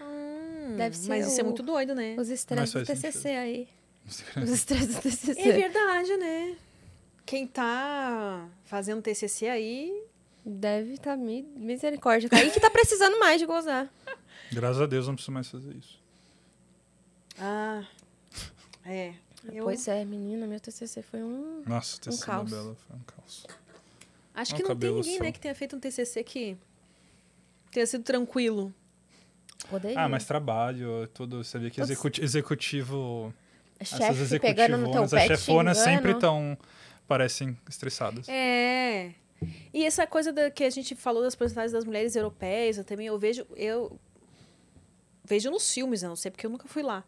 Hum, Deve ser Mas isso é o- muito doido, né? Os Mas estresses do faz TCC sentido. (laughs) aí. Os estresses do TCC. É verdade, né? Quem tá fazendo TCC aí. Deve estar tá mi- misericórdia. Aí que tá precisando mais de gozar. Graças a Deus não preciso mais fazer isso. Ah. É. Eu Pois é, menina, meu TCC foi um. Nossa, o tecido da caos. Bela foi um caos. acho um que não tem cabelo ninguém, só. né, que tenha feito um TCC que tenha sido tranquilo. Poderia. Ah, mas trabalho, tudo. Você vê que Putz. executi- executivo. essas É Chefe pegando no teu executivonas, pé. as te chefonas sempre xingando. estão. parecem estressadas. É. E essa coisa da- que a gente falou das porcentagens das mulheres europeias, eu também eu vejo, eu vejo nos filmes, eu não sei porque eu nunca fui lá.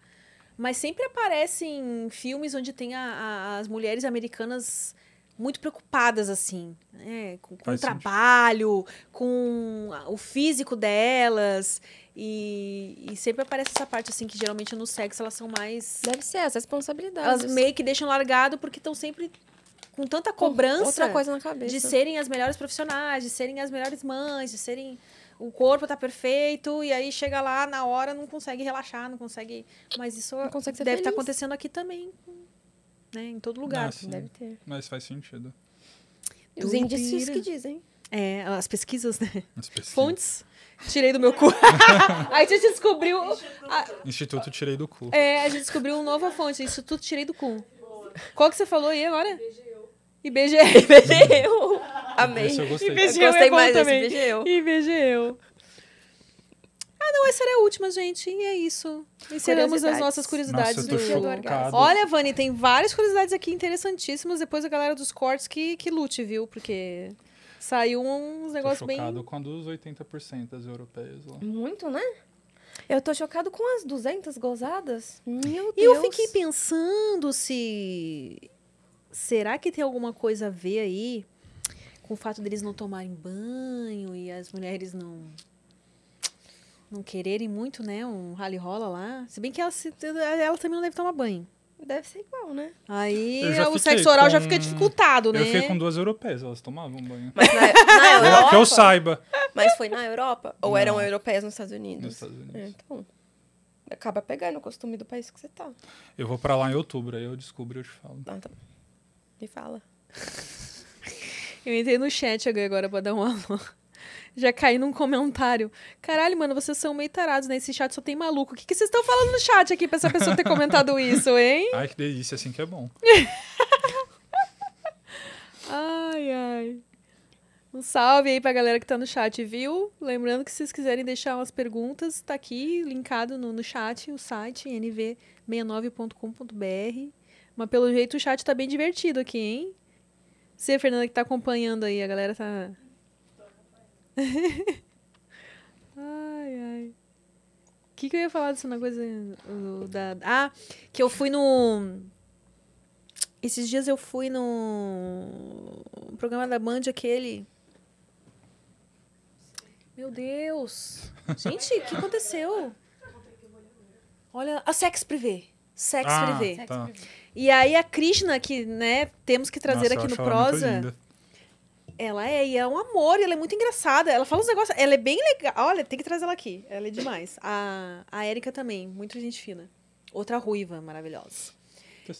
Mas sempre aparecem filmes onde tem a- a- as mulheres americanas muito preocupadas, assim, né? com, com o Faz sentido. trabalho, com a- o físico delas. E, e sempre aparece essa parte, assim, que geralmente no sexo elas são mais. Deve ser as responsabilidades. Elas meio que deixam largado porque estão sempre com tanta Com cobrança Outra coisa na cabeça. de serem as melhores profissionais, de serem as melhores mães, de serem o corpo tá perfeito e aí chega lá na hora não consegue relaxar, não consegue, mas isso Não consegue ser deve estar feliz. acontecendo aqui também, né, em todo lugar. Nossa. um Deve ter. Mas faz sentido. Os Doideira. indícios que (laughs) dizem. É, as pesquisas, né? Específico. (laughs) Fontes tirei do meu cu. (laughs) aí a gente descobriu, Instituto Tirei do Cu. é, a gente descobriu uma nova fonte, Instituto Tirei do Cu. Qual que você falou aí agora? IBGE. IBGE. Amei. Esse eu gostei. IBGE. Eu gostei é bom mais também. desse BGU. IBGE. vai ser a última, gente. E é isso. Encerramos as Curiosidades. nossas curiosidades Nossa, eu tô do chocado. Olha, Vani, tem várias curiosidades aqui interessantíssimas. Depois a galera dos cortes que, que lute, viu? Porque saiu uns Tô negócios bem. chocado com a dos 80% das europeias lá. Muito, né? Eu tô chocado com as 200 gozadas. Meu Deus. E eu fiquei pensando se. Será que tem alguma coisa a ver aí com o fato deles não tomarem banho e as mulheres não. Não quererem muito, né? Um rally rola lá. Se bem que ela, se- ela também não deve tomar banho. Deve ser igual, né? Aí Eu já o fiquei sexo oral já com- fica dificultado, né? Eu fiquei com duas europeias, elas tomavam banho. Mas (laughs) na, na Eu- Europa? É, que eu saiba. Mas foi na Europa? Ou Não. eram europeias nos Estados Unidos? Nos Estados Unidos. É, então. Acaba pegando o costume do país que você tá. Eu vou pra lá em outubro, aí eu descubro e eu te falo. Ah, tá bom. Me fala. Eu entrei no chat agora pra dar um (laughs) alô. Já caí num comentário. Caralho, mano, vocês são meio tarados, né? Esse chat só tem maluco. O que, que vocês estão falando no chat aqui pra essa pessoa ter comentado isso, hein? Ai, que delícia, assim que é bom. Ai, ai. Um salve aí pra galera que tá no chat, viu? Lembrando que se vocês quiserem deixar umas perguntas, tá aqui linkado no, no chat, o site nv69.com.br. Mas pelo jeito o chat tá bem divertido aqui, hein? Você, Fernanda, que tá acompanhando aí, a galera tá. (laughs) ai, ai. O que, que eu ia falar dessa uma coisa? o da... Ah, que eu fui no. Esses dias eu fui no programa da Band, aquele. Meu Deus! Gente, o que aconteceu? Olha, a Sex Privé. Sex ah, Privé. tá. E aí a Krishna, que, né, temos que trazer Nossa, eu aqui no acho ela muito Prosa. linda. Ela é, e é um amor, e ela é muito engraçada. Ela fala uns negócios. Ela é bem legal. Olha, tem que trazer ela aqui. Ela é demais. A, a Erika também, muito gente fina. Outra ruiva, maravilhosa.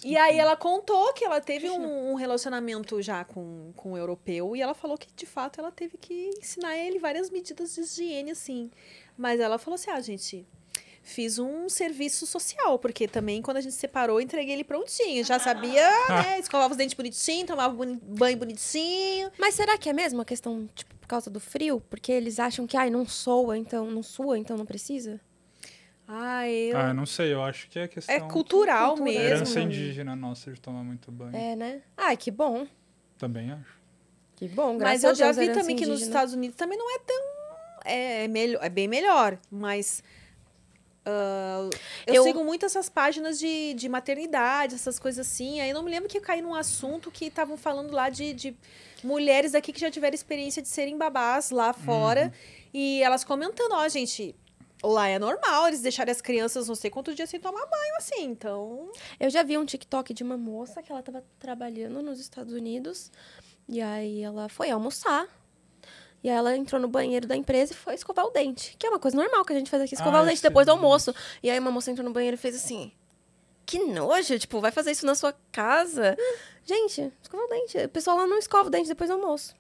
E aí Uhum. ela contou que ela teve um, um relacionamento já com, com um europeu e ela falou que, de fato, ela teve que ensinar ele várias medidas de higiene, assim. Mas ela falou assim, ah, gente, fiz um serviço social, porque também quando a gente separou, entreguei ele prontinho. Já sabia, né? Escovava os dentes bonitinho, tomava boni- banho bonitinho. Mas será que é mesmo a questão, tipo, por causa do frio? Porque eles acham que, ai, não soa, então não sua, então não precisa? Ah, eu. Ah, né? eu não sei, eu acho que é questão... é cultural cultura. mesmo. Herança indígena nossa de tomar muito banho. É, né? Ai, que bom. Também acho. Que bom, graças Mas eu a já Deus, vi herança assim também que nos indígena. Estados Unidos também não é tão. É, é melhor, é bem melhor, mas. ah, eu, Eu- sigo muito essas páginas de, de maternidade, essas coisas assim. Aí eu não me lembro que eu caí num assunto que estavam falando lá de, de mulheres aqui que já tiveram experiência de serem babás lá fora. Uhum. E elas comentando, ó, gente, lá é normal eles deixarem as crianças não sei quantos dias sem tomar banho, assim. Então, Eu já vi um TikTok de uma moça que ela tava trabalhando nos Estados Unidos. E aí ela foi almoçar. E aí ela entrou no banheiro da empresa e foi escovar o dente. Que é uma coisa normal que a gente faz aqui, escovar Ah, o dente sim. depois do almoço. E aí uma moça entrou no banheiro e fez assim. Que nojo, tipo, vai fazer isso na sua (laughs) casa? Gente, escovar o dente. O pessoal lá não escova o dente depois do almoço.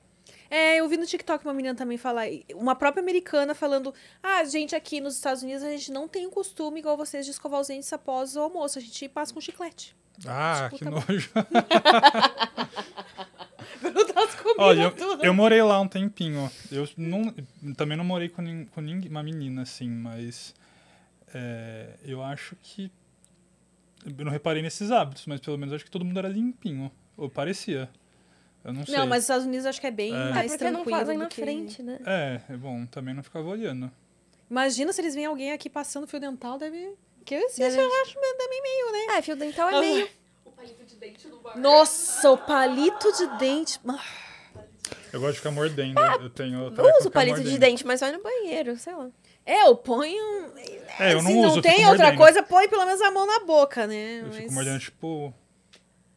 É, eu vi no TikTok uma menina também falar, uma própria americana falando: Ah, gente, aqui nos Estados Unidos a gente não tem o costume igual vocês de escovar os dentes após o almoço, a gente passa com chiclete. Ah, Desculpa, que tá nojo. (laughs) Gruda as comidas Olha, eu, tudo. eu morei lá um tempinho. Eu não, também não morei com, nin- com ninguém, uma menina, assim, mas é, eu acho que. Eu não reparei nesses hábitos, mas pelo menos acho que todo mundo era limpinho. Ou parecia. Eu não sei. Não, mas os Estados Unidos acho que é bem É. É mais porque não tranquilo. fazem do na que- frente, né? É, é bom, também não ficava olhando. Imagina se eles veem alguém aqui passando fio dental, deve. Que eu sei, Deve- eu acho meio- também meio, né? É, fio dental é meio. (laughs) Nossa, o palito de dente. Ah, Eu gosto de ficar mordendo. Eu tenho. Eu Eu uso palito de dente, mas vai no banheiro, sei lá. Tipo, É, eu ponho. É, eu não Se uso. não eu tem fico outra mordendo. coisa, põe pelo menos a mão na boca, né? Eu fico Mas- mordendo, tipo.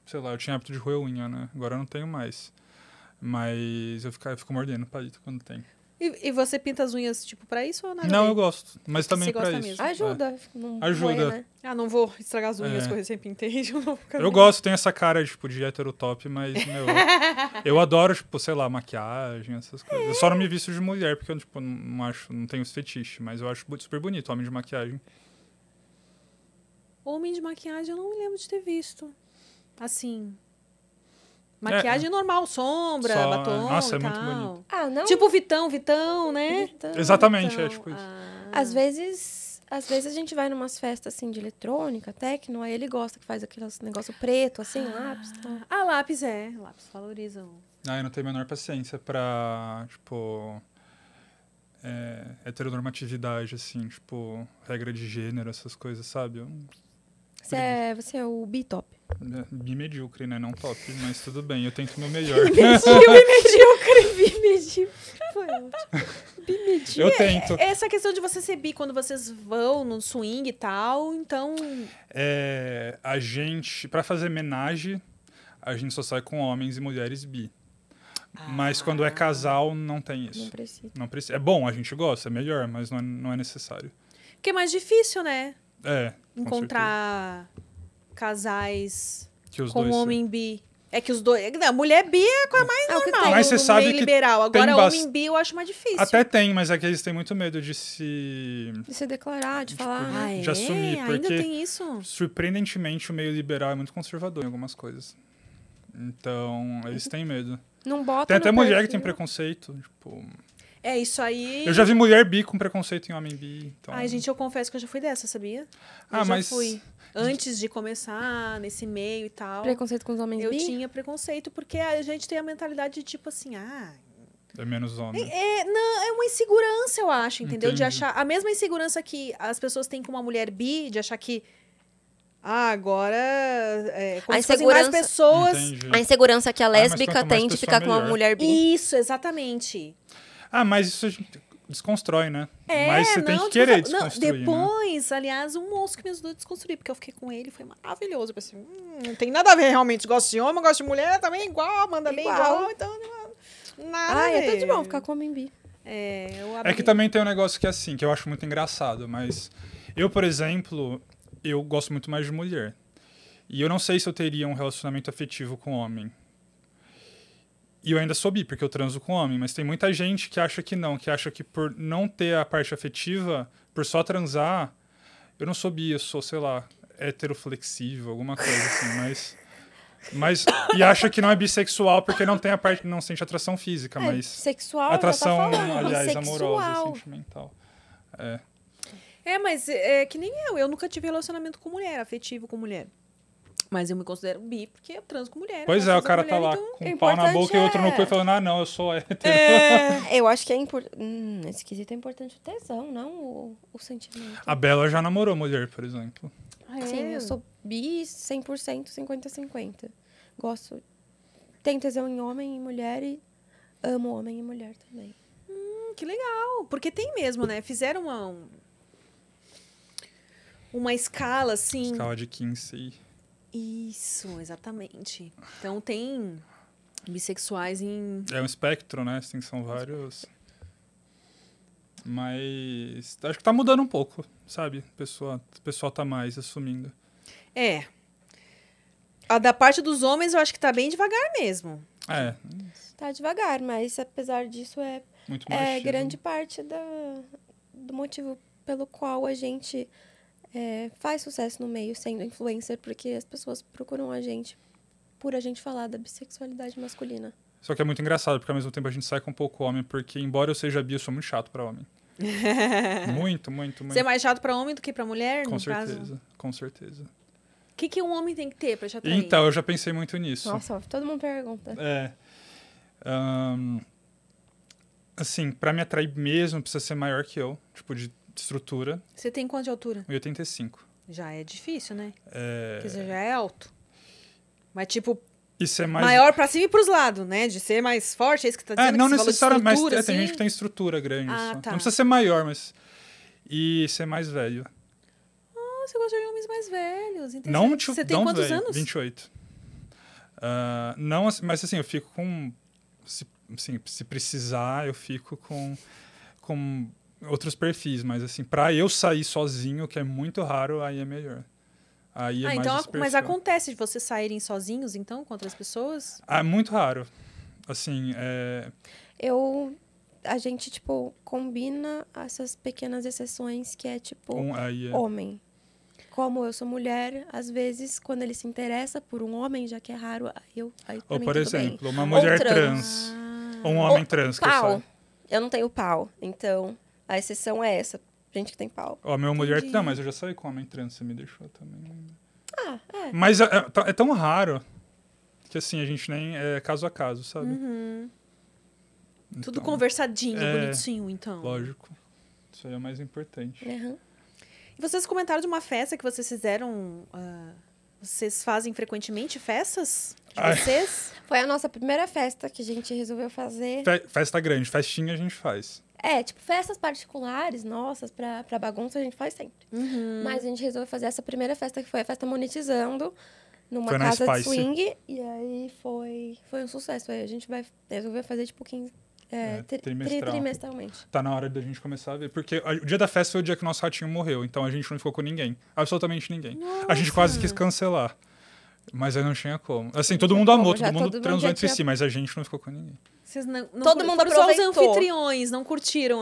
Sei lá, eu tinha hábito de roer unha, né? Agora eu não tenho mais. Mas eu fico, eu fico mordendo palito quando tem. E, e você pinta as unhas, tipo, pra isso ou nada? a Não, ver? eu gosto. Mas também Você pra gosta isso. mesmo. Ah, É. Ajuda. não doer, Ajuda. né? Ah, não vou estragar as unhas É. que eu recém pintei. (laughs) Eu, não vou ficar Eu bem. gosto, tenho essa cara, tipo, de hétero top, mas, meu... eu adoro, tipo, sei lá, maquiagem, essas coisas. Eu só não me visto de mulher, porque eu, tipo, não- não acho... Não tenho esse fetiche, mas eu acho bu- super bonito homem de maquiagem. Homem de maquiagem, eu não me lembro de ter visto. Assim. Maquiagem normal, sombra, É, Só- batom. nossa, e é muito tal. bonito. Ah, não? Tipo o Vitão, Vitão, né? Então, Exatamente, Vitão, é, tipo isso. ah. Às vezes, às vezes a gente vai numas festas assim de eletrônica, tecno, aí ele gosta que faz aquele negócio preto, assim, lápis. e tal. Ah, lápis é. Lápis valoriza. o- Ah, eu não tenho a menor paciência pra, tipo. É, heteronormatividade, assim, tipo, regra de gênero, essas coisas, sabe? Eu, Você é, você é o B-top. (laughs) é, me medíocre, né? Não top, mas tudo bem, eu tento o (laughs) meu melhor. Bimedi. Foi ótimo. Bimedi. eu tento. Essa questão de você ser bi quando vocês vão no swing e tal, então. É, a gente, pra fazer homenagem, a gente só sai com homens e mulheres bi. Mas Ah. quando é casal, não tem Não isso. precisa. Não precisa. É bom, a gente gosta, é melhor, mas não é, não é necessário. Porque é mais difícil, né? É. com Encontrar casais certeza. que os com dois homem bi. É que os dois. é que Não, mulher bi é com a mais É o que normal. Mas você no sabe meio que liberal. Agora, tem bas- homem bi eu acho mais difícil. Até tem, mas é que eles têm muito medo de se. De se declarar, de Tipo, falar. Ah, de assumir, Ainda porque- tem isso. Surpreendentemente, o meio liberal é muito conservador em algumas coisas. Então, eles têm medo. Não bota. Tem até no mulher que tem perfil. preconceito. Tipo, É isso aí. eu já vi mulher bi com preconceito em homem bi. Então... Ai, gente, eu confesso que eu já fui dessa, sabia? Ah, eu mas- já fui. Antes de começar, nesse meio e tal. Preconceito com os homens Eu bi? tinha preconceito, porque a gente tem a mentalidade de tipo assim, ah. É menos homem. É, não, é uma insegurança, eu acho, entendeu? De Entendi. achar. A mesma insegurança que as pessoas têm com uma mulher bi, de achar que. Ah, agora. É, como A se fossem mais insegurança- pessoas. Entendi. A insegurança que a Ah, mas lésbica quanto mais tem de pessoa, ficar com uma melhor. mulher bi. Isso, exatamente. Ah, mas isso a gente desconstrói, né? É, mas você não, tem que tipo, querer não, desconstruir, né? Depois, aliás, um moço que me ajudou a desconstruir, porque eu fiquei com ele, foi maravilhoso. Eu pensei, hum, não tem nada a ver realmente. Gosto de homem, gosto de mulher, também é igual, manda bem Igual. igual, então. não- Nada. Ah, a é ver. tudo de bom ficar com homem bi. É, eu É abri- que também tem um negócio que é assim, que eu acho muito engraçado, mas eu, por exemplo, eu gosto muito mais de mulher. E eu não sei se eu teria um relacionamento afetivo com homem. E eu ainda sou bi, porque eu transo com homem, mas tem muita gente que acha que não, que acha que por não ter a parte afetiva, por só transar, eu não sou bi, eu sou, sei lá, heteroflexível, alguma coisa assim, mas. Mas. E acha que não é bissexual porque não tem a parte. não sente atração física, É, mas sexual, atração, já tá falando. aliás, bissexual. amorosa, assim, sentimental. É. É, mas é que nem eu. Eu nunca tive relacionamento com mulher, afetivo com mulher. Mas eu me considero bi, porque eu transo com mulher. eu Pois é, gosto o de cara mulher, tá lá então- com um pau na importante boca e outro no é- cu e falando, ah, não, eu sou hétero. É, (laughs) eu acho que é importante. Hum, nesse quesito é importante o tesão, não o, o sentimento. A Bela já namorou mulher, por exemplo. então, Sim, assim, eu sou bi 100%, 50-50. Gosto. Tenho tesão em homem e mulher e amo homem e mulher também. Hum, Que legal. Porque tem mesmo, né? Fizeram uma. um- Uma escala, assim. Escala de 15. e- Isso, exatamente. Então tem bissexuais em. É um espectro, né? Assim, são vários. Mas acho que tá mudando um pouco, sabe? O pessoal, o pessoal tá mais assumindo. É. A da parte dos homens eu acho que tá bem devagar (laughs) mesmo. É, Tá devagar, mas apesar disso é, muito mais. é grande parte da, do motivo pelo qual a gente é, faz sucesso no meio sendo influencer, porque as pessoas procuram a gente por a gente falar da bissexualidade masculina. Só que é muito engraçado, porque ao mesmo tempo a gente sai com pouco homem, porque embora eu seja bi, eu sou muito chato pra homem. É. muito, muito, muito. Ser mais chato pra homem do que pra mulher, Com no caso. certeza, com certeza. O que, que um homem tem que ter pra te atrair? Então, eu já pensei muito nisso. Nossa, todo mundo pergunta. É. Ahn, assim, pra me atrair mesmo, precisa ser maior que eu, tipo, de estrutura, Você tem quanto de altura? 1,85. Já é difícil, né? É, Porque você já é alto. Mas, tipo, e ser mais. maior pra cima e pros lados, né? De ser mais forte, é isso que tá É, dizendo? não que você falou de necessariamente, mas estrutura, é, tem assim? gente que tem estrutura grande. Ah, só. tá. Não precisa ser maior, mas. E ser mais velho. Ah, você gosta de homens mais velhos, entendeu? Não, Você- tipo, Você tem não quantos velho, anos? 28. Ah, não, assim, mas assim, eu fico com. Se, assim, se precisar, eu fico com, com outros perfis, mas assim, pra eu sair sozinho, que é muito raro, aí é melhor. Aí é ah, mais então, esse mas perfil. acontece de vocês saírem sozinhos, então, com outras pessoas? Ah, é muito raro. Assim, é, Eu. A gente, tipo, combina essas pequenas exceções que é, tipo, um, aí é- homem. Como eu sou mulher, às vezes, quando ele se interessa por um homem, já que é raro, aí eu. Aí pra ou, mim, por tudo exemplo, bem. uma mulher trans. trans. Ah, Um, Ou um homem trans que eu Pau. saio. Eu não tenho pau. Então, a exceção é essa. Gente que tem pau. Ó, meu mulher. Entendi. Não, mas eu já saí com homem trans, você me deixou também. Ah, é. Mas é, é t- é tão raro que assim, a gente nem. É caso a caso, sabe? Hum, Tudo Então, Uhum. conversadinho, é, bonitinho, então. Lógico. Isso aí é o mais importante. Aham. E vocês comentaram de uma festa que vocês fizeram. ah, vocês fazem frequentemente festas? De Ai. (laughs) vocês? Foi a nossa primeira festa que a gente resolveu fazer. Fe- festa grande, festinha a gente faz. É, tipo, festas particulares nossas, pra, pra bagunça, a gente faz sempre. Hum. Uhum. Mas a gente resolveu fazer essa primeira festa, que foi a festa Monetizando, numa Foi na casa de Spice. swing. E aí foi, foi um sucesso. Aí a gente vai resolver fazer, tipo, 15, é, É, tri- tri- trimestral. trimestralmente. Tá na hora da gente começar a ver. Porque a- o dia da festa foi o dia que o nosso ratinho morreu, então a gente não ficou com ninguém. Absolutamente ninguém. A gente quase quis cancelar. Mas aí não tinha como. Assim, todo tinha mundo amou, como, todo já mundo todo mundo transou já entre tinha- si, mas a gente não ficou com ninguém. Vocês não, não Todo cur- mundo foram só os aproveitou. anfitriões, não curtiram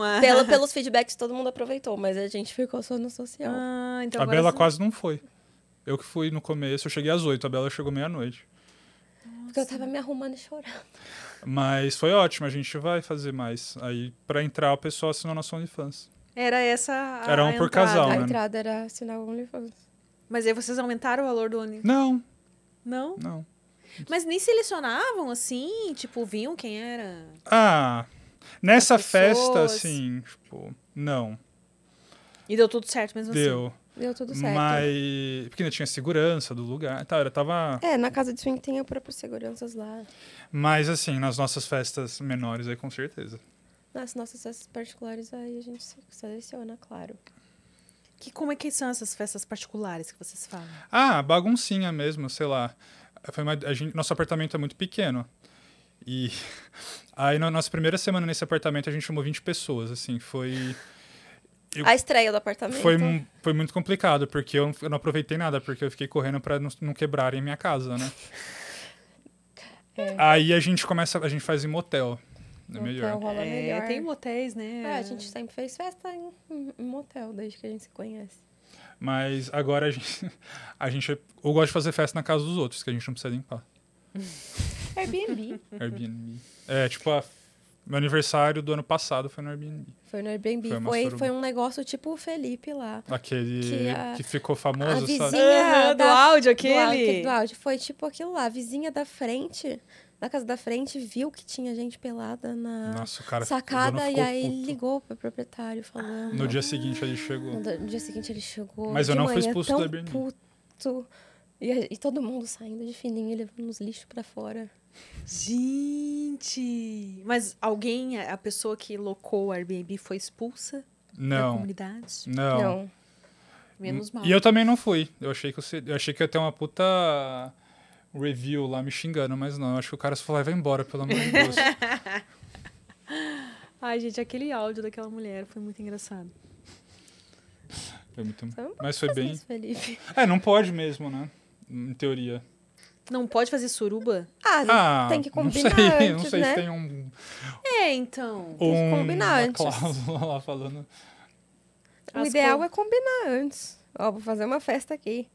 (laughs) a. (laughs) (laughs) (laughs) Pelo- pelos feedbacks, todo mundo aproveitou, mas a gente ficou só no social. Ah, então a agora Bela vocês- quase não foi. Eu que fui no começo, eu cheguei às oito, a Bela chegou meia-noite. Porque eu tava me arrumando e chorando. Mas foi ótimo, a gente vai fazer mais. Aí, pra entrar, o pessoal assinou nosso OnlyFans. Era Era essa. a- Era a um por entrada. casal, a né? entrada era assinar o OnlyFans. Mas aí vocês aumentaram o valor do ônibus? Não, Não? não. Mas nem selecionavam assim? Tipo, viam quem era? Ah, nessa As pessoas. festa, assim, tipo, não. E deu tudo certo mesmo assim. Deu. Deu tudo certo. Mas. Porque ainda tinha segurança do lugar. Tá, era, tava. É, na casa de swing tem a própria seguranças lá. Mas assim, nas nossas festas menores aí, com certeza. Nas nossas festas particulares, aí a gente se seleciona, claro. Que, como é que são essas festas particulares que vocês falam? Ah, baguncinha mesmo, sei lá. Foi uma- a gente- nosso apartamento é muito pequeno. E (laughs) aí na nossa primeira semana nesse apartamento a gente chamou 20 pessoas, assim, foi eu- A estreia do Tá apartamento. É, foi, um- mu- foi muito complicado, porque eu não, eu não aproveitei nada, porque eu fiquei correndo pra não, não quebrarem minha casa, né? É. Aí a gente começa, a gente faz em motel, Ah, é Motel melhor. rola tá melhor. tem motéis, né? É, a gente sempre fez festa em, em- em motel, desde que a gente se conhece. Mas agora a gente (laughs) a gente eu gosto de fazer festa na casa dos outros, que a gente não precisa limpar. Airbnb. Airbnb. É, tipo, a- meu aniversário do ano passado foi no Airbnb. (laughs) foi no Airbnb. Foi Foi, uma foi, suruba. um negócio tipo o Felipe lá. Aquele que, Que a- ficou a famoso, vizinha sabe? Aham, do áudio da- Do áudio, aquele? do áudio. Foi tipo aquilo lá. A vizinha da frente, da casa da frente, viu que tinha gente pelada na Nossa, o cara o dono sacada e ficou aí puto. ligou pro proprietário falando. No dia seguinte ele chegou. No do- no dia seguinte ele chegou. Mas eu de não fui manhã, expulso tão do Airbnb. Puto, e, a- e todo mundo saindo de fininho, levando os lixos pra fora. Gente! Mas alguém, a a pessoa que locou o Airbnb foi expulsa da Não, comunidade? não. não. Menos mal. E eu também não fui. Eu achei que eu, se- eu achei que ia ter uma puta review lá me xingando, mas não. Eu acho que o cara só falou, "Ai, vai embora, pelo amor de (laughs) Deus. Ai, gente, aquele áudio daquela mulher foi muito engraçado. Foi muito- Sabe por Mas foi Mas, bem. mas, Felipe. É, não pode mesmo, né? Em teoria. Não pode fazer suruba? Ah, Ah, tem que não combinar sei, (laughs) não antes, sei se né? tem um, É, então. Tem que um combinar uma antes. cláusula lá falando. o As ideal co- é combinar antes. Ó, vou fazer uma festa aqui.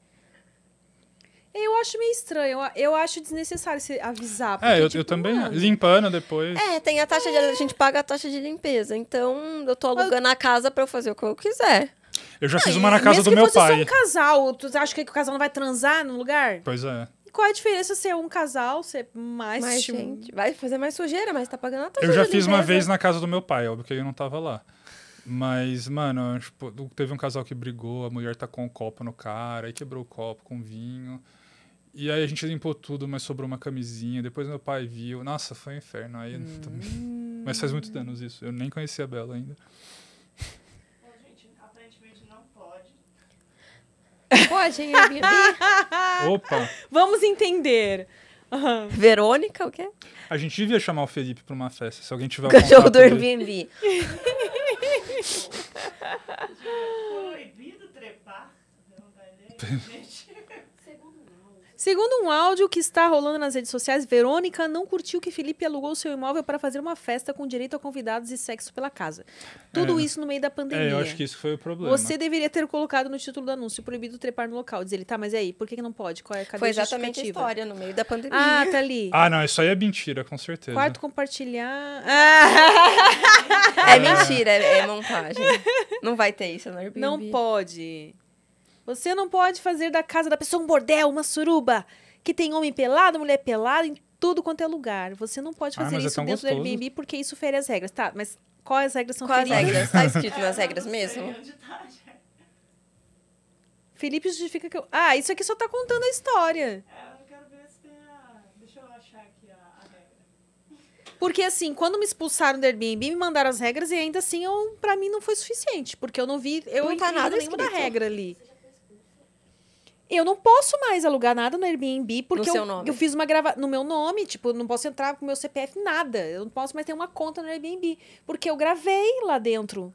Eu acho meio estranho. Eu, eu acho desnecessário se avisar. É, porque, eu, eu tipo, também. mano, Limpando depois. É, tem a taxa de. A gente paga a taxa de limpeza. Então, eu tô alugando a casa pra eu fazer o que eu quiser. Eu já fiz e uma na casa mesmo do que meu fosse só pai. um casal, tu acha que o casal não vai transar no lugar? Pois é. E qual é a diferença se é um casal, se é mais, mais tipo, gente. Vai fazer mais sujeira, mas tá pagando a taxa Eu já de fiz uma limpeza. vez na casa do meu pai, óbvio que ele não tava lá. Mas, mano, tipo, teve um casal que brigou, a mulher tacou um copo no cara, aí quebrou o copo com vinho. E aí a gente limpou tudo, mas sobrou uma camisinha. Depois meu pai viu. Nossa, foi um inferno. Aí, Hum. Mas faz muitos anos isso. Eu nem conhecia a Bela ainda. Bom, gente, aparentemente não pode. Pode, hein, (laughs) Airbnb? Ah. Opa! Vamos entender. Aham. Verônica, o quê? A gente devia chamar o Felipe pra uma festa. Se alguém tiver o Cachorro contato do dele. Airbnb. Proibido trepar. Não vai ler, gente. Se- Segundo um áudio que está rolando nas redes sociais, Verônica não curtiu que Felipe alugou seu imóvel para fazer uma festa com direito a convidados e sexo pela casa. Tudo É. isso no meio da pandemia. É, eu acho que isso foi o problema. Você deveria ter colocado no título do anúncio proibido trepar no local. Diz ele, tá, mas e aí? Por que, que não pode? Qual é, cadê Foi a exatamente a justificativa? história, no meio da pandemia. Ah, tá ali. Ah, não, isso aí é mentira, com certeza. Quarto compartilhar. Ah, É mentira, é, é (laughs) montagem. Não vai ter isso no Airbnb. não pode. Você não pode fazer da casa da pessoa um bordel, uma suruba, que tem homem pelado, mulher pelada, em tudo quanto é lugar. Você não pode Ah, fazer mas é isso tão dentro do gostoso. Airbnb porque isso fere as regras. Tá, mas quais regras são Quais feridas? regras? Tá escrito É, nas eu regras não mesmo? Sei onde tá, gente. Felipe justifica que eu... Ah, isso aqui só tá contando a história. É, eu quero ver se tem a. Deixa eu achar aqui a, a regra. Porque assim, quando me expulsaram do Airbnb, me mandaram as regras e ainda assim, eu, pra mim não foi suficiente, porque eu não vi, eu Não tá incluí nada nenhuma da escrito. regra ali. Eu não posso mais alugar nada no Airbnb porque No seu eu, nome. eu fiz uma grava no meu nome, tipo, eu não posso entrar com meu CPF nada. Eu não posso mais ter uma conta no Airbnb, porque eu gravei lá dentro.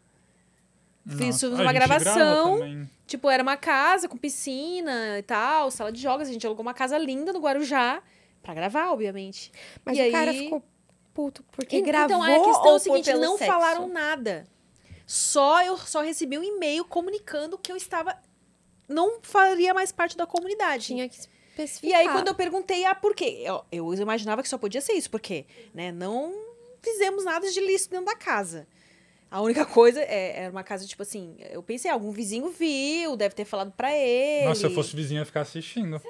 Fiz Nossa, Ah, uma a gente grava gravação. também. Tipo, era uma casa com piscina e tal, sala de jogos, a gente alugou uma casa linda no Guarujá pra gravar, obviamente. Mas E o cara aí- ficou puto porque En- gravou Então, a questão é ou o seguinte, foi pelo não sexo? falaram nada. Só eu só recebi um e-mail comunicando que eu estava não faria mais parte da comunidade. tinha que especificar. E aí quando eu perguntei, ah, por quê? Eu, eu imaginava que só podia ser isso, porque, né, não fizemos nada de lícito dentro da casa. A única coisa é, era uma casa tipo assim, eu pensei, algum vizinho viu, deve ter falado pra ele. Nossa, se eu fosse vizinho, eu ia ficar assistindo.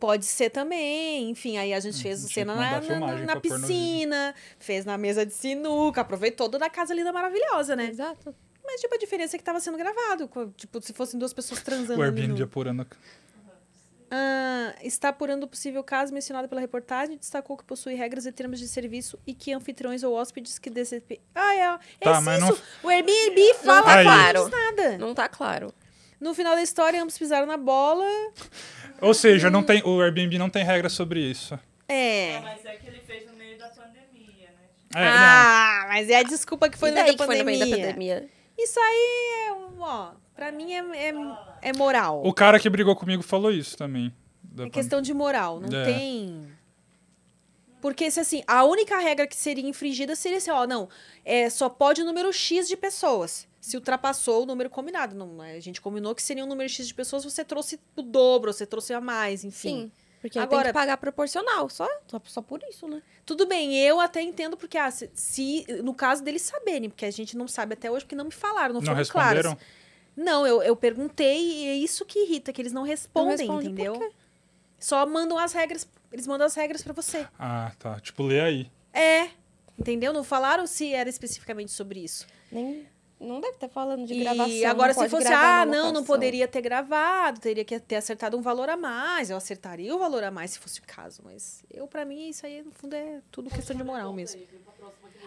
Pode ser também. Enfim, aí a gente fez Uhum. tinha que cena mandar na, a filmagem na- na pra pôr no piscina, fez na mesa de sinuca, aproveitou toda a casa linda maravilhosa, né? Exato. Mas, tipo, a diferença é que tava sendo gravado. co- Tipo, se fossem duas pessoas transando. O ali Airbnb é no- apurando. Ah, está apurando o possível caso mencionado pela reportagem, destacou que possui regras e termos de serviço e que anfitriões ou hóspedes que DCP. Ah, é. É Tá, isso. mas não- O Airbnb fala Não tá é Aí. claro. nada. Não tá claro. No final da história, ambos pisaram na bola. Ou seja, não tem, o Airbnb não tem regra sobre isso. É. Não, mas é que ele fez no meio da pandemia, né? Tipo, É, ah, mas é a desculpa que foi E no daí meio da que foi no meio da pandemia. pandemia? Isso aí é, um- ó, pra mim é, é, é moral. não. O cara que brigou comigo falou isso também. da É questão de moral, não É. tem. Porque se assim, a única regra que seria infringida seria assim, ó, não, é, só pode o número X de pessoas. Se ultrapassou o número combinado. Não, né? a gente combinou que seria um número X de pessoas, você trouxe o dobro, você trouxe a mais, enfim. Sim. Porque Agora... tem Agora- que pagar proporcional, só, só, só por isso, né? Tudo bem, eu até entendo, porque ah, se, se- no caso deles saberem, porque a gente não sabe até hoje, porque não me falaram, não, pandemia. Não foram responderam? claros. Não, eu, eu perguntei e é isso que irrita, que eles não respondem, responde por entendeu? Só mandam as regras, eles mandam as regras pra você. Ah, tá. Tipo, lê aí. É, entendeu? Não falaram se era especificamente sobre isso. Nem, não deve estar falando de e gravação. agora não se pode fosse, gravar ah, na não, não locação. poderia ter gravado, teria que ter acertado um valor a mais, eu acertaria o valor a mais se fosse o caso, mas eu pra mim isso aí no fundo é tudo questão de moral mesmo.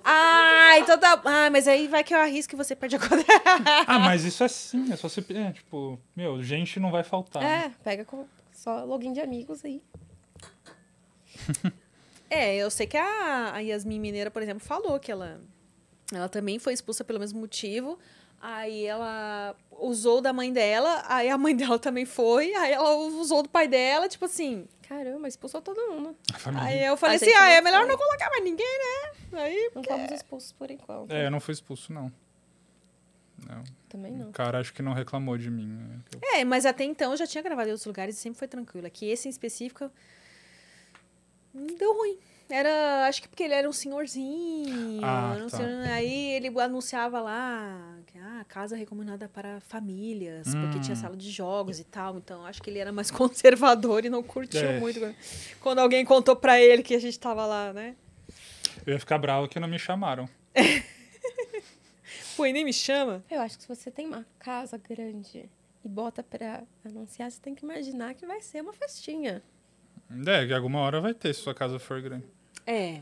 Ah, então tá, ah, mas aí vai que eu arrisco e você perde a conta. Ah, mas isso é sim. É só se. É, tipo, meu, gente não vai faltar. né? É, pega com só login de amigos aí. É, eu sei que a, a Yasmin Mineira, por exemplo, falou que ela, ela também foi expulsa pelo mesmo motivo. Aí ela usou da mãe dela, aí a mãe (laughs) dela também foi, aí ela usou do pai dela, tipo assim. Caramba, expulsou todo mundo. A família. Aí eu falei A assim, gente ah, não é melhor foi. não colocar mais ninguém, né? Aí, Não fomos expulsos por enquanto. É, eu não fui expulso, não. Não. Também não. O cara acho que não reclamou de mim. né? Eu- é, mas até então eu já tinha gravado em outros lugares e sempre foi tranquilo. Aqui esse em específico hum, deu ruim. Era, acho que porque ele era um senhorzinho, Ah, não tá. sei, aí ele anunciava lá, que, ah, casa recomendada para famílias, porque Hum. tinha sala de jogos e tal, então acho que ele era mais (laughs) conservador e não curtiu É. muito quando- quando alguém contou pra ele que a gente tava lá, né? Eu ia ficar bravo que não me chamaram. Pô, e nem me chama? Eu acho que se você tem uma casa grande e bota pra anunciar, você tem que imaginar que vai ser uma festinha. É, que alguma hora vai ter se sua casa for grande. É.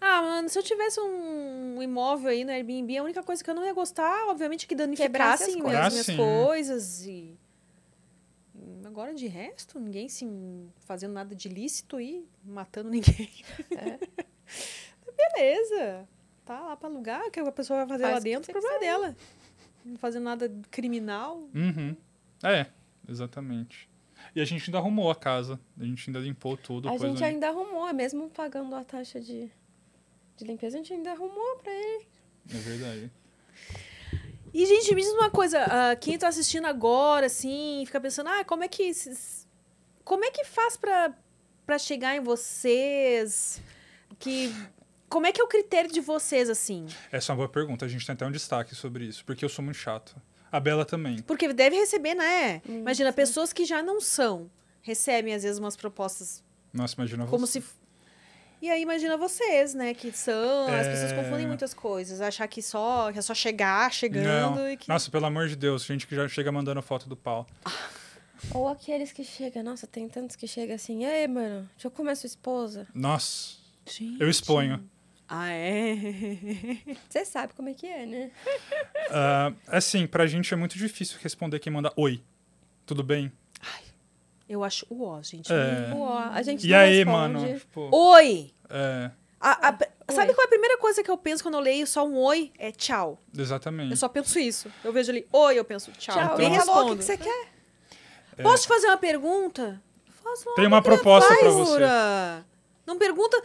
Ah, mano, se eu tivesse um imóvel aí no Airbnb, a única coisa que eu não ia gostar, obviamente, é que Quebrasse as danificassem coisas. as minhas Ah, sim. coisas e. Agora, de resto, ninguém se fazendo nada de lícito e matando (laughs) ninguém. É. Beleza. Tá lá pra alugar, o que a pessoa vai fazer Faz lá o que dentro, você o problema é dela. Não fazendo nada criminal. Uhum. É, exatamente. E a gente ainda arrumou a casa. A gente ainda limpou tudo. A coisa gente ali. ainda arrumou, mesmo pagando a taxa de, de limpeza, a gente ainda arrumou pra ele. É verdade. E, gente, me diz uma coisa. ah, quem tá assistindo agora, assim, fica pensando, ah, como é que... esses- Como é que faz pra, pra chegar em vocês? Que... Como é que é o critério de vocês, assim? Essa é uma boa pergunta. A gente tem até um destaque sobre isso. Porque eu sou muito chato. A Bela também. Porque deve receber, né? Imagina, pessoas que já não são recebem, às vezes, umas propostas Nossa, imagina como você. se. E aí, imagina vocês, né? Que são. As É. pessoas confundem muitas coisas. Achar que só que é só chegar chegando Não. e que. Nossa, pelo amor de Deus. Gente que já chega mandando foto do pau. Ou aqueles que chegam, nossa, tem tantos que chegam assim, ei, mano, deixa eu comer sua esposa. Nossa, Gente. eu exponho. Ah, é? (laughs) Você sabe como é que é, né? Ah, assim, pra gente é muito difícil responder quem manda oi. Tudo bem? Eu acho. Uó, gente. É. Uó, a gente E não aí, responde. mano? Tipo, Oi! é, A- a- Sabe Oi. qual é a primeira coisa que eu penso quando eu leio só um oi? É tchau. exatamente. Eu só penso isso. Eu vejo ali, oi, eu penso tchau. Tchau, Nem então- respondo. o que que você quer? É. Posso te fazer uma pergunta? Faz logo, Tem uma Adriana, proposta faz, pra você. Ura. Não pergunta.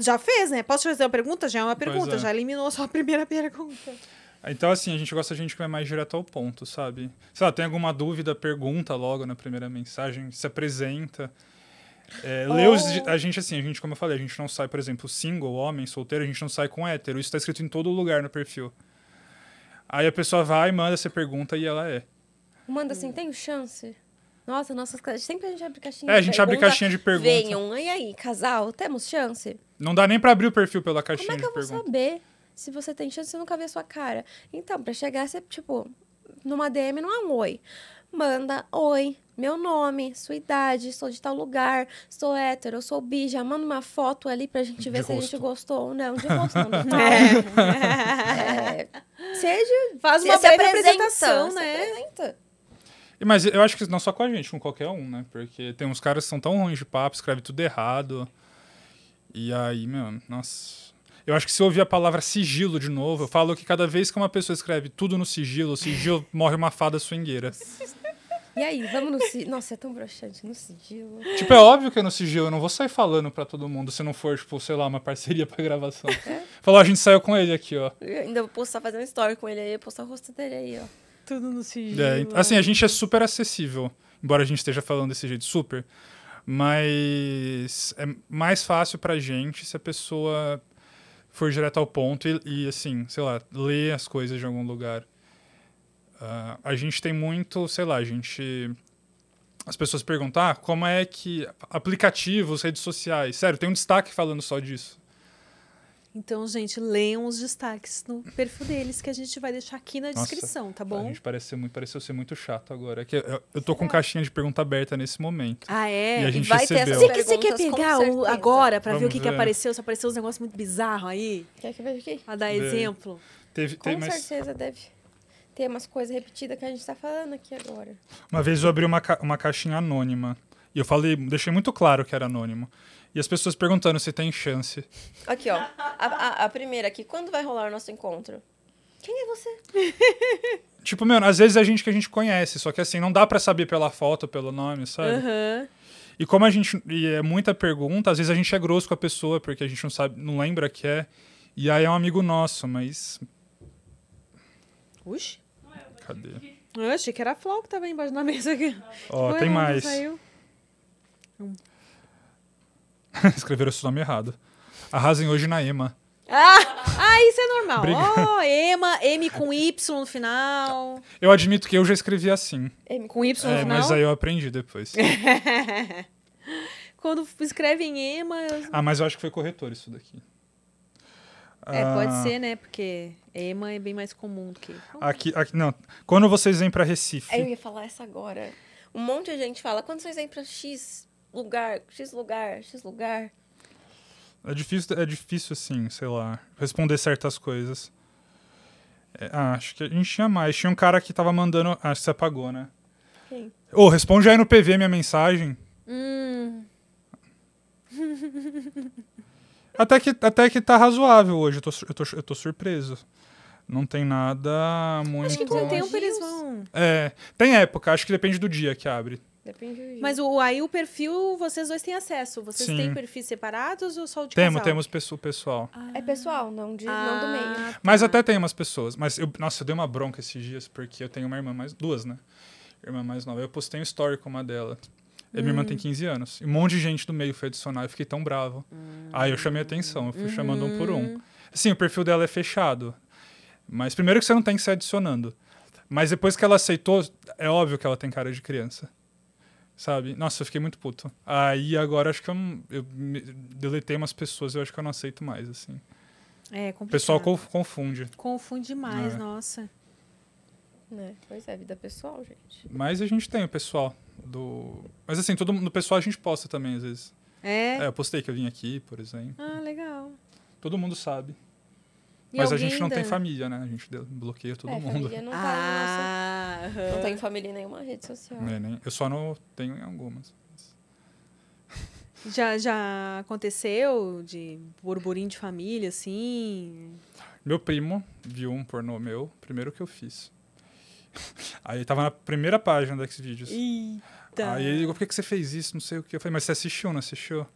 Já fez, né? Posso te fazer uma pergunta? Já é uma Pois pergunta. é. Já eliminou a sua primeira (laughs) pergunta. Então, assim, a gente gosta de gente que vai mais direto ao ponto, sabe? Sei lá, tem alguma dúvida, pergunta logo na primeira mensagem, se apresenta. É, lê os di- a gente, assim, a gente, como eu falei, a gente não sai, por exemplo, single, homem, solteiro, a gente não sai com hétero. Isso tá escrito em todo lugar no perfil. Aí a pessoa vai, manda essa pergunta e ela é. Manda assim, tem chance? Nossa, nossas ca- sempre a gente abre caixinha É, a gente abre pergunta, caixinha de pergunta. Venham, e aí, casal, temos chance? Não dá nem pra abrir o perfil pela Como caixinha é que eu de vou pergunta. saber se você tem chance se eu nunca vi a sua cara? Então, pra chegar, você, tipo, numa DM não é um oi. Manda oi, meu nome, sua idade, sou de tal lugar, sou hétero, sou bi, já manda uma foto ali pra gente De ver se a gente rosto. gostou ou não. De rosto (laughs) não, do pau. É, Seja Faz se uma se breve apresenta, apresentação, se né? apresenta. E, Mas eu acho que não só com a gente, com qualquer um, né? Porque tem uns caras que são tão ruins de papo, escreve tudo errado. E aí, meu, nossa. Eu acho que se eu ouvir a palavra sigilo de novo, eu falo que cada vez que uma pessoa escreve tudo no sigilo, sigilo (laughs) morre uma fada swingueira. E aí, vamos no sigilo. Nossa, é tão broxante, no sigilo. tipo, é óbvio que é no sigilo, eu não vou sair falando pra todo mundo se não for, tipo, sei lá, uma parceria (laughs) pra gravação. Falou, a gente saiu com ele aqui, ó. Eu ainda vou postar, fazer uma story com ele aí, eu postar o rosto dele aí, ó. Tudo no É, ent- assim, a gente é super acessível, embora a gente esteja falando desse jeito super, mas é mais fácil pra gente se a pessoa for direto ao ponto e, e, assim, sei lá, ler as coisas de algum lugar. Ah, a gente tem muito, sei lá, a gente. As pessoas perguntam, ah, como é que. Aplicativos, redes sociais. Sério, tem um destaque falando só disso. Então, gente, leiam os destaques no perfil deles que a gente vai deixar aqui na Nossa, descrição, tá A bom? gente parece ser muito, pareceu ser muito chato agora. É que eu, eu tô com caixinha de pergunta aberta nesse momento. Ah, E a é? gente- vai ter recebeu. essas Você que você quer perguntas, com pegar o, certeza. agora pra ver o Vamos que, que ver. apareceu? Se apareceu uns negócios muito bizarros aí, Quer que eu veja aqui? pra dar Vê. exemplo. Teve, Com tem, mas- certeza deve ter umas coisas repetidas que a gente tá falando aqui agora. Uma vez eu abri uma, ca- uma caixinha anônima. E eu falei, deixei muito claro que era anônimo. E as pessoas perguntando se tem chance. Aqui, ó. A, a- a primeira aqui. Quando vai rolar o nosso encontro? Quem é você? Tipo, meu, às vezes é gente que a gente conhece, só que assim, não dá pra saber pela foto, pelo nome, sabe? Aham. E como a gente. E é muita pergunta, às vezes a gente é grosso com a pessoa, porque a gente não sabe, não lembra que é. E aí é um amigo nosso, mas. Uxi. Cadê? Eu achei que era a Flau que tava aí embaixo na mesa aqui. Ó, Ué, tem não mais. saiu. (laughs) Escreveram o seu nome errado. Arrasem hoje na Ema. Ah, ah, isso é normal. Obrigado. Ó, Ema, M com Y no final. (laughs) Eu admito que eu já escrevi assim. Com Y no É, final. mas aí eu aprendi depois. Quando escrevem Ema. eu- ah, mas eu acho que foi corretor isso daqui. É, pode Ah. ser, né? Porque Ema é bem mais comum do que. Aqui, aqui, não. Quando vocês vêm pra Recife, É Aí eu ia falar essa agora. Um monte de gente fala, quando vocês vêm pra X lugar, X lugar, X lugar. é difícil, é difícil assim, sei lá, responder certas coisas. É, ah, acho que a gente tinha mais. Tinha um cara que tava mandando, acho que se apagou, né? Quem? Ô, responde aí no PV minha mensagem. Hum. Até que, até que tá razoável hoje, eu tô, sur- eu tô, eu tô surpreso. Não tem nada muito. Acho que um com o Então, tempo eles elogios. vão. Tipo É, tem época, acho que depende do dia que abre. Depende do Mas o, aí o perfil, vocês dois têm acesso. Vocês Sim. têm perfis separados ou só o de Temos, casal? temos pesso- pessoal. É pessoal, não, de, não do meio. Ah, Mas até tem umas pessoas. Mas, eu, nossa, eu dei uma bronca esses dias, porque eu tenho uma irmã mais... Duas, né? Irmã mais nova. Eu postei um story com uma dela. E minha irmã tem 15 anos. E um monte de gente do meio foi adicionar. Eu fiquei tão bravo. Aí eu chamei atenção. Eu Hum. fui chamando um por um. Sim, o perfil dela é fechado. Mas primeiro que você não tem que ser adicionando. Mas depois que ela aceitou, é óbvio que ela tem cara de criança. Sabe? Nossa, eu fiquei muito puto. Aí agora acho que eu, não- eu me- deletei umas pessoas, eu acho que eu não aceito mais, assim. É O complicado. pessoal conf- confunde. Confunde demais, É. nossa. Né? Pois é, vida pessoal, gente. Mas a gente tem o pessoal do. Mas assim, todo mundo, no pessoal a gente posta também, às vezes. É. É, eu postei que eu vim aqui, por exemplo. Ah, legal. Todo mundo sabe. E Mas a alguém gente não tem da- família, né? A gente de- bloqueia todo é, mundo. (laughs) família não tá ah. Ah, no nosso... aham. Não tem família em nenhuma rede social. É, nem- Eu só não tenho em algumas. já, já aconteceu de burburinho de família, assim? Meu primo viu um pornô meu, primeiro que eu fiz. (laughs) Aí tava na primeira página do Xvideos. Eita. Aí ele ligou, por que, que você fez isso? Não sei o que. Eu falei, mas você assistiu, não assistiu?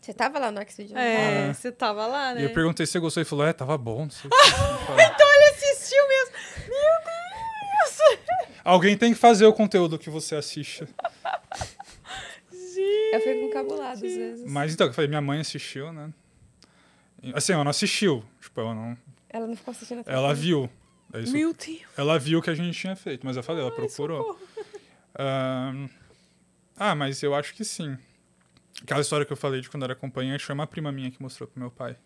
Você tava lá no Xvideo? É, Ah. você tava lá, né? Então, E eu perguntei se você gostou. Ele falou, é, tava bom, não sei o que. Eu falei, (laughs) Ele assistiu mesmo. (laughs) Meu Alguém tem que fazer o conteúdo que você assiste. Deus! Gente. Eu fico encabulada às vezes. Mas então, eu falei, minha mãe assistiu, né? E, Assim, ela não assistiu. Tipo, ela não. Ela não ficou assistindo até Ela o fim. viu. É isso. Meu Deus. Ela viu o que a gente tinha feito, mas eu falei, ela procurou. Ahn, Ah, mas eu acho que sim. Aquela história que eu falei de quando era acompanhante foi uma prima minha que mostrou pro meu pai.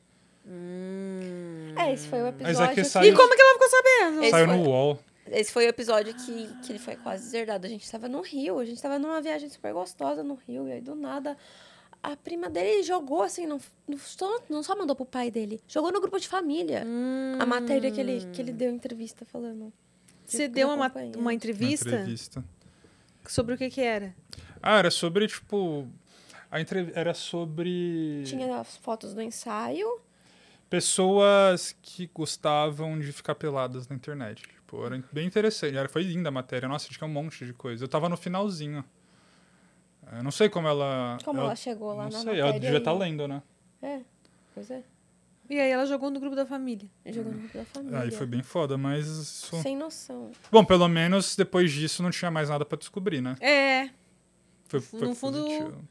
É, esse foi o episódio. Mas é que E saiu, como é que ela ficou sabendo? Esse saiu foi- no UOL. Esse foi o episódio que, que ele foi quase deserdado. A gente tava no Rio, a gente tava numa viagem super gostosa no Rio, e aí do nada a prima dele jogou assim, não, não, só, não só mandou pro pai dele, jogou no grupo de família. Hum, A matéria que ele, que ele deu entrevista falando. Você deu uma, acompanhar. uma Uma entrevista entrevista. sobre o que que era? Ah, era sobre, tipo. A entrev... Era sobre. Tinha as fotos do ensaio. Pessoas que gostavam de ficar peladas na internet. Tipo, era bem interessante. Era, foi linda a matéria. Nossa, tinha um monte de coisa. Eu tava no finalzinho. Eu não sei como ela. Como ela chegou lá Não na sei, matéria. ela devia e- estar lendo, né? É, pois é. E aí ela jogou no grupo da família. Jogou no grupo da família. Aí foi bem foda, mas. isso- Sem noção. Bom, pelo menos depois disso não tinha mais nada pra descobrir, né? É, Foi, No foi fundo- positivo.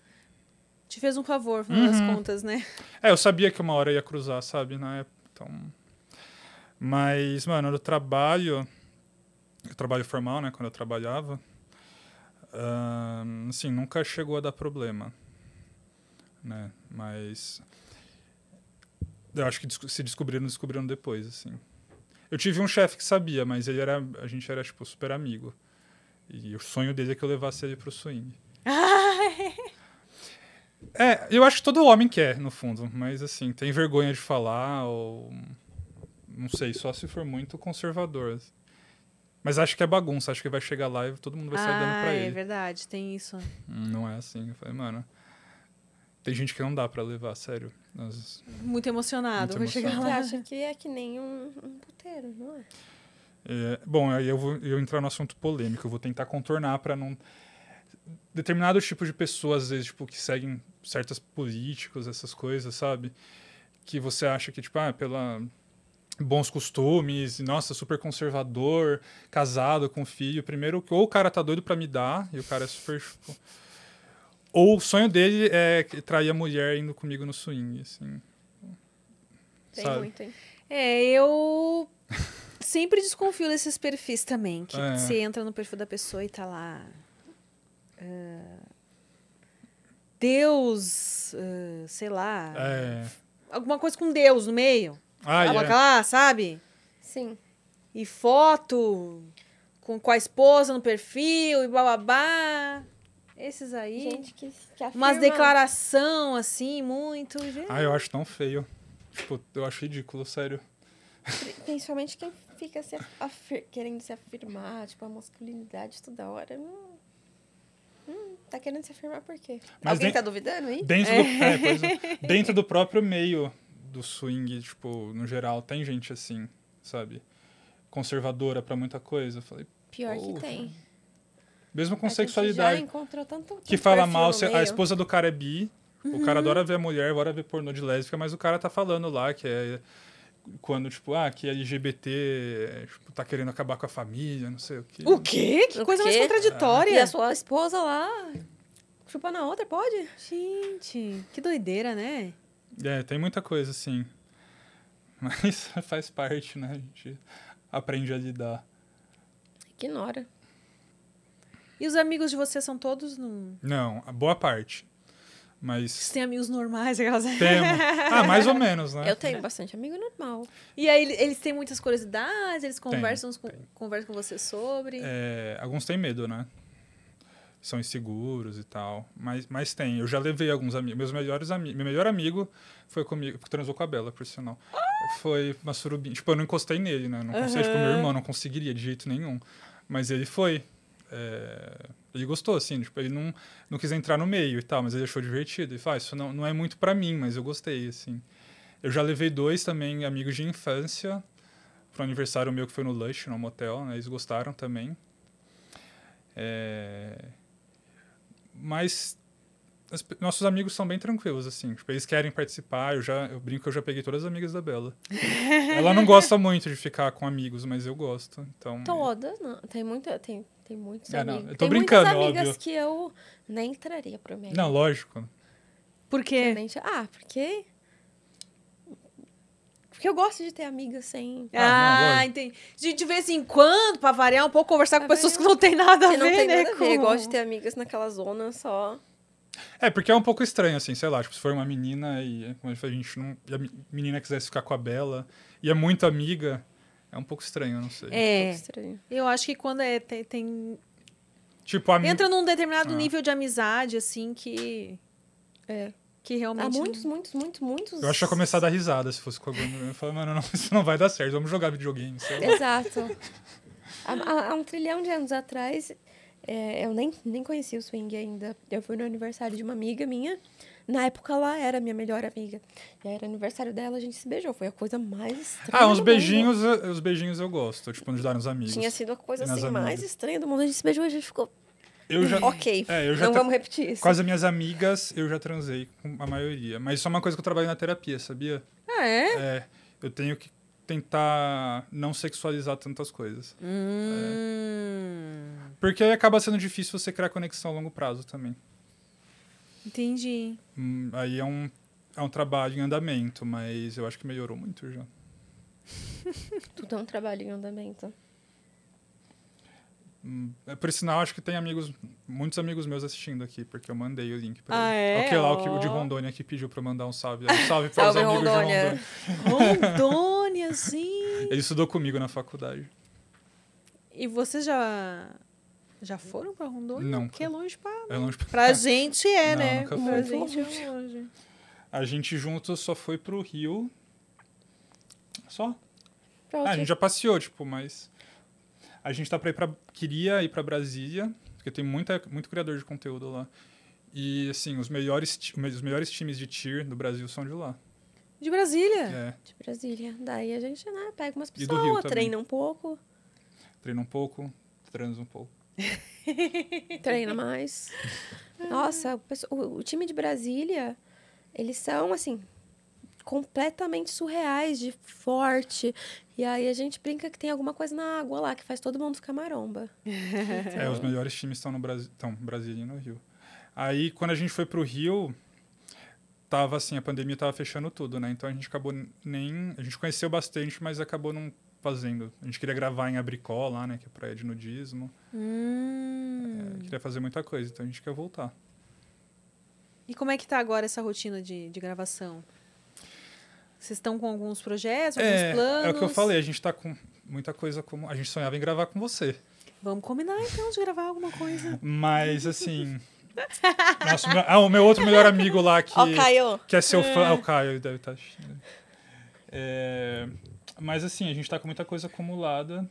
te fez um favor, no final das Uhum. contas, (laughs) né? É, eu sabia que uma hora ia cruzar, sabe? Na época. Então. Mas, mano, do trabalho. O trabalho formal, né? Quando eu trabalhava. ahn, assim, nunca chegou a dar problema. Né? Mas. Eu acho que desco- se descobriram, descobriram depois, assim. Eu tive um chefe que sabia, mas ele era. A gente era, tipo, super amigo. E o sonho dele é que eu levasse ele pro swing. É, eu acho que todo homem quer, no fundo, mas assim, tem vergonha de falar ou. Não sei, só se for muito conservador. assim. Mas acho que é bagunça, acho que vai chegar lá e todo mundo vai sair tá dando ah, pra é ele. verdade, tem isso. Hum, Não é assim. Eu falei, mano. Tem gente que não dá pra levar, sério. Nós- Muito emocionado. Muito Vou chegar Você lá. acha que é que nem um, um puteiro, não é? É, bom, aí eu vou eu entrar no assunto polêmico. Eu vou tentar contornar pra não. Determinado tipo de pessoas, às vezes, tipo, que seguem certos políticos, essas coisas, sabe? Que você acha que, tipo, ah, pela bons costumes, nossa, super conservador, casado com filho. Primeiro, ou o cara tá doido pra me dar, e o cara é super. tipo, Ou o sonho dele é trair a mulher indo comigo no swing, assim. Tem Sabe? muito, hein? É, eu sempre desconfio desses perfis também. Que É. você entra no perfil da pessoa e tá lá. ah, Deus, ah, sei lá. É. Alguma coisa com Deus no meio. Ah, Coloca é. lá, sabe? Sim. E foto com, com a esposa no perfil e bababá. Esses aí. Gente que, que afirma... Umas declaração assim, muito. gente. Ah, eu acho tão feio. Tipo, eu acho ridículo, sério. Principalmente quem fica se afir- querendo se afirmar, tipo, a masculinidade toda hora. Hum, Hum, tá querendo se afirmar por quê? Mas Alguém nem- tá duvidando aí? Dentro, do, é, pois é. dentro do próprio meio do swing, tipo, no geral, tem gente assim, sabe? Conservadora pra muita coisa. Eu falei, Pior Porra. É que tem. Mesmo com A gente sexualidade. Já encontrou tanto, tanto que fala perfil mal, no se- a meio. esposa do cara é bi, o cara adora ver a mulher, adora ver pornô de lésbica, mas o cara tá falando lá que é quando, tipo, ah, que LGBT é, tipo, tá querendo acabar com a família, não sei o quê. O quê? Que O coisa mais quê? contraditória. Ah. E a sua esposa lá chupa na outra, pode? Gente, que doideira, né? É, tem muita coisa, assim. (laughs) Mas faz parte, né? A gente aprende a lidar. Ignora. E os amigos de vocês são todos num... Não, a boa parte. (laughs) Mas Vocês têm amigos normais, aquelas... temos. Ah, mais ou menos, né? Hum. Eu tenho bastante. Bastante amigo normal. (laughs) E aí ele- eles têm muitas curiosidades, eles conversam, com, conversam com você sobre. É, alguns têm medo, né? São inseguros e tal. Mas, mas tem. Eu já levei alguns amigos. Meus melhores amigos. Meu melhor amigo foi comigo. que Transou com a Bela, por sinal. Foi uma surubinha. Tipo, eu não encostei nele, né? Não consegui, Tipo, meu irmão não conseguiria de jeito nenhum. Mas ele foi. É, Ele gostou, assim. Tipo, ele não, não quis entrar no meio e tal, mas ele achou divertido. E faz, isso não, não é muito pra mim, mas eu gostei, assim. Eu já levei dois também amigos de infância pro aniversário meu que foi no Lush, no motel, né? Eles gostaram também. É, Mas as pe- nossos amigos são bem tranquilos, assim. Tipo, eles querem participar. Eu já eu brinco que eu já peguei todas as amigas (laughs) da Bela. Ela não gosta muito de ficar com amigos, mas eu gosto. Então, Todas, não. Tem muita. Tem, tem muitos É, não, amigos. eu tô tem brincando, muitas amigas óbvio. que eu nem entraria pro meio. Não, lógico. Por Eu quê? nem- Ah, porque. Porque eu gosto de ter amigas sem. Ah, não, Ah, lógico. entendi. De, de vez em quando, pra variar um pouco, conversar com Pra pessoas que variar. não tem nada a ver, Você É não tem né? nada a ver. Eu com- gosto de ter amigas naquela zona só. É, porque é um pouco estranho, assim, sei lá, tipo, se for uma menina e como eu falei, a gente não. E a me- menina quisesse ficar com a Bela e é muito amiga, é um pouco estranho, eu não sei. É, Estranho. eu acho que quando é, tem, tem- Tipo, a Entra num determinado Ah. nível de amizade, assim, que... É. Que realmente... Há né? não- muitos, muitos, muitos, muitos. Eu acho que ia começar a dar risada se fosse com a Bruna. Eu falo, mano, não, (laughs) isso não vai dar certo, vamos jogar videogame. sei lá. (laughs) Exato. há, há- há um trilhão de anos atrás, é, eu nem, nem conhecia o swing ainda. Eu fui no aniversário de uma amiga minha. Na época, ela era minha melhor amiga. E aí era aniversário dela, a gente se beijou. Foi a coisa mais estranha. Ah, uns do mundo. beijinhos, eh, os beijinhos eu gosto, tipo, nos dar nos amigos. Tinha sido a coisa Nas assim mais amigas. estranha do mundo. A gente se beijou e a gente ficou. Eu já, Ok. É, eu já não tra- vamos repetir isso. com as minhas amigas, eu já transei com a maioria. Mas isso é uma coisa que eu trabalho na terapia, sabia? Ah, é? É, eu tenho que tentar não sexualizar tantas coisas. Hum, Porque aí acaba sendo difícil você criar conexão a longo prazo também. (laughs) Entendi. Hum, Aí é um, é um trabalho em andamento, mas eu acho que melhorou muito já. Tudo é um trabalho em andamento. Hum, é, Por sinal, acho que tem amigos, muitos amigos meus assistindo aqui, porque eu mandei o link pra Ah, ele. é? Ok, lá o, que, o de Ó. Rondônia que pediu pra eu mandar um salve. Um salve para os Salve, amigos de Rondônia. Rondônia. Rondônia, gente. Ele estudou comigo na faculdade. E vocês já já foram pra Rondônia? Não. Porque é longe pra... É longe pra- Pra gente é, Não, né? nunca pra fui. gente é longe. (laughs) A gente junto só foi pro Rio. Só? Pronto. Ah, a gente já passeou, tipo, mas. A gente tá pra ir pra. Queria ir pra Brasília, porque tem muita, muito criador de conteúdo lá. E, assim, os melhores, ti- os melhores times de tier do Brasil são de lá. De Brasília. É, De Brasília. Daí a gente, né, pega umas E do Rio pessoas, também. treina um (laughs) pouco, treina um pouco, transa um pouco. treina (laughs) mais. Nossa, o, pesso- o- o time de Brasília, eles são, assim, completamente surreais, de forte. E aí a gente brinca que tem alguma coisa na água lá, que faz todo mundo ficar maromba. (laughs) É, os melhores times estão no Brasil, estão no Brasília e no Rio. Aí, quando a gente foi pro Rio, tava assim, a pandemia tava fechando tudo, né? Então a gente acabou n- nem, a gente conheceu bastante, mas acabou não fazendo. A gente queria gravar em Abricó lá, né, que é praia de nudismo. Hum. É, queria fazer muita coisa, então a gente quer voltar. E como é que tá agora essa rotina de, de gravação? Vocês estão com alguns projetos, alguns É, planos? é o que eu falei, a gente tá com muita coisa como, a gente sonhava em gravar com você. Vamos combinar então de gravar alguma coisa. Mas assim, nossa, meu- ah, o meu outro melhor amigo lá que Ó, Caio. que é seu fã. Ah, o Caio deve estar assistindo. É, mas assim, a gente tá com muita coisa acumulada.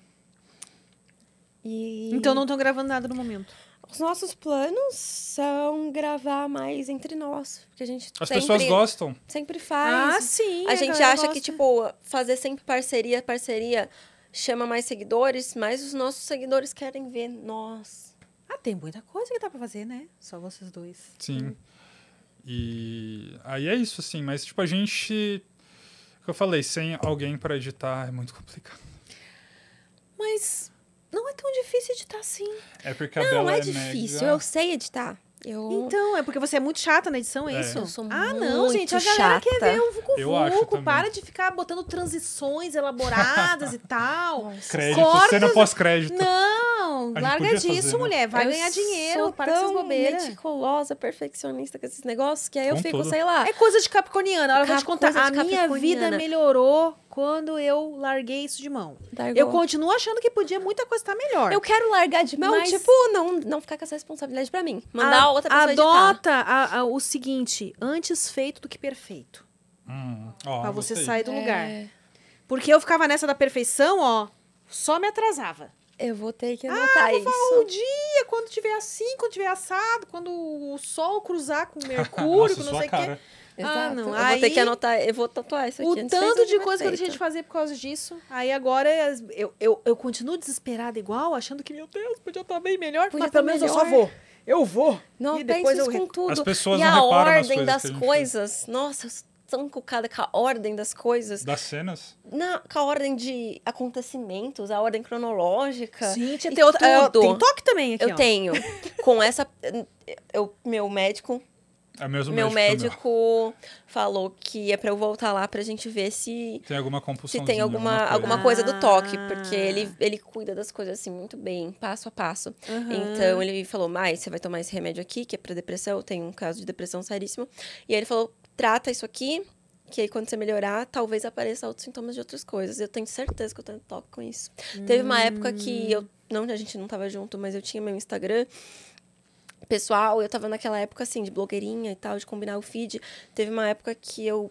E Então não estão gravando nada no momento. os nossos planos são gravar mais entre nós, porque a gente As sempre, pessoas gostam. sempre faz. Ah, sim. Ah, é, A gente galera acha gosta. que, tipo, fazer sempre parceria, parceria chama mais seguidores, mas os nossos seguidores querem ver nós. Ah, Tem muita coisa que dá pra fazer, né? Só vocês dois. Sim. E aí é isso, assim. Mas, tipo, a gente... o que Eu falei, sem alguém pra editar é muito complicado. Mas não é tão difícil editar assim. É porque a Não, Bela é é difícil. mega- Eu sei editar. Eu, Então, é porque você é muito chata na edição, é, É. isso? Eu sou ah, não, muito gente. A galera quer chata. ver o Vucu Eu acho Vucu. também. Para de ficar botando transições (laughs) elaboradas e tal. Crédito, Corta cena as- pós-crédito. Não, A gente larga podia disso, fazer, né? mulher. Vai eu ganhar dinheiro, sou para com essas tão bobeiras. meticulosa, perfeccionista com esses negócios, que aí eu Com fico, tudo. sei lá. É coisa de capricorniana. Olha, eu vou te Cap- contar. coisa A de minha vida capricorniana. melhorou quando eu larguei isso de mão. Dargo, Eu continuo achando que podia muita coisa estar melhor. eu quero largar de mão, Mas- tipo, não, não ficar com essa responsabilidade pra mim. Mandar A- outra pessoa editar. Adota a- a- o seguinte: antes feito do que perfeito. Hum, ó, pra você gostei. sair do lugar. É, Porque eu ficava nessa da perfeição, ó, só me atrasava. eu vou ter que anotar Um É isso. dia, quando tiver assim, quando tiver assado, quando o sol cruzar (laughs) com o Nossa, Mercúrio, com não sua sei o cara. quê. Ah, Exato. não, Eu aí- vou ter que anotar, eu vou tatuar isso aqui. O antes tanto feito de do coisa que eu deixei de perfeito. fazer por causa disso. Aí agora as- eu, eu, eu continuo desesperada igual, achando que, meu Deus, podia estar bem melhor. Podia mas tá pelo menos eu só melhor. vou. Eu vou. Não, e penso depois eu isso com recuo. tudo. As pessoas e não a reparam nas ordem coisas que das a gente coisas. Nossa, eu sou tão cucada com a ordem das coisas. Das cenas? Na, com a ordem de acontecimentos, a ordem cronológica. Gente, E tem, outra, eu- tudo. tem toque também aqui, Eu ó. tenho. Com essa. Eu, meu médico. É o mesmo meu médico. meu. médico falou que é pra eu voltar lá pra gente ver se. Tem alguma compulsão? Se tem alguma, alguma coisa. coisa do toque, Ah. porque ele, ele cuida das coisas assim muito bem, passo a passo. Aham. Então ele falou: Mai, você vai tomar esse remédio aqui, que é pra depressão. Eu tenho um caso de depressão seríssimo. E aí ele falou: trata isso aqui, que aí quando você melhorar, talvez apareça outros sintomas de outras coisas. Eu tenho certeza que eu tenho toque com isso. Teve uma época que eu. Não, a gente não tava junto, mas eu tinha meu Instagram. Pessoal, eu tava naquela época assim, de blogueirinha e tal, de combinar o feed. Teve uma época que eu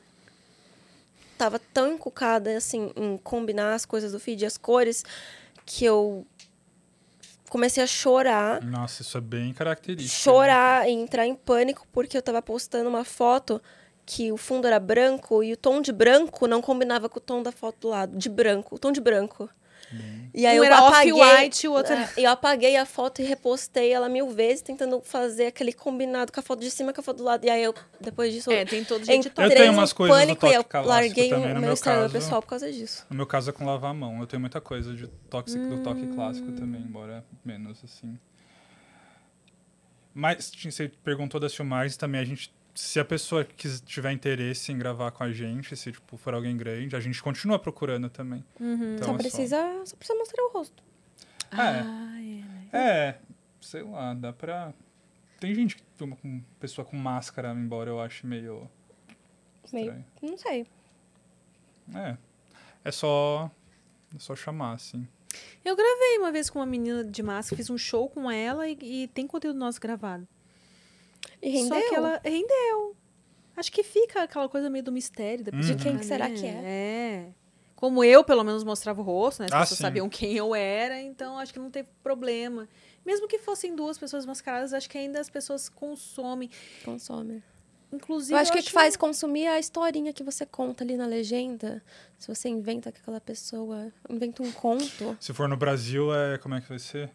tava tão encucada, assim, em combinar as coisas do feed e as cores, que eu comecei a chorar Nossa, isso é bem característico. chorar e entrar em pânico porque eu tava postando uma foto que o fundo era branco e o tom de branco não combinava com o tom da foto do lado, de branco, o tom de branco. E aí Um eu era apaguei, off-white, o outro era- É, eu apaguei a foto e repostei ela mil vezes tentando fazer aquele combinado com a foto de cima com a foto do lado. E aí eu depois disso É, tem todo jeito de Eu entrei tenho em umas coisas do pânico e eu toque calástico larguei também, no o meu meu Instagram caso. pessoal por causa disso. No meu caso é com lavar a mão. Eu tenho muita coisa de tóxico, do toque Hum. clássico também, embora menos, assim. Mas ti- você perguntou das filmagens também, a gente. Se a pessoa quis, tiver interesse em gravar com a gente, se tipo, for alguém grande, a gente continua procurando também. Uhum. Então, é só precisa, só precisa mostrar o rosto. Ah, é. É, sei lá, dá pra. Tem gente que filma com pessoa com máscara, embora eu ache meio. Meio, estranho. não sei. É. É só. É só chamar, assim. Eu gravei uma vez com uma menina de máscara, fiz um show com ela e, e tem conteúdo nosso gravado. E rendeu. Só que ela rendeu. Acho que fica aquela coisa meio do mistério. Depois Uhum. de De quem ficar, que será né? que é? É. Como eu, pelo menos, mostrava o rosto, né? As Ah, pessoas sim. sabiam quem eu era, então acho que não teve problema. Mesmo que fossem duas pessoas mascaradas, acho que ainda as pessoas consomem. Consome. né? Inclusive, Eu acho que o que faz consumir é a historinha que você conta ali na legenda. Se você inventa que aquela pessoa inventa um conto. Se for no Brasil, é como é que vai ser?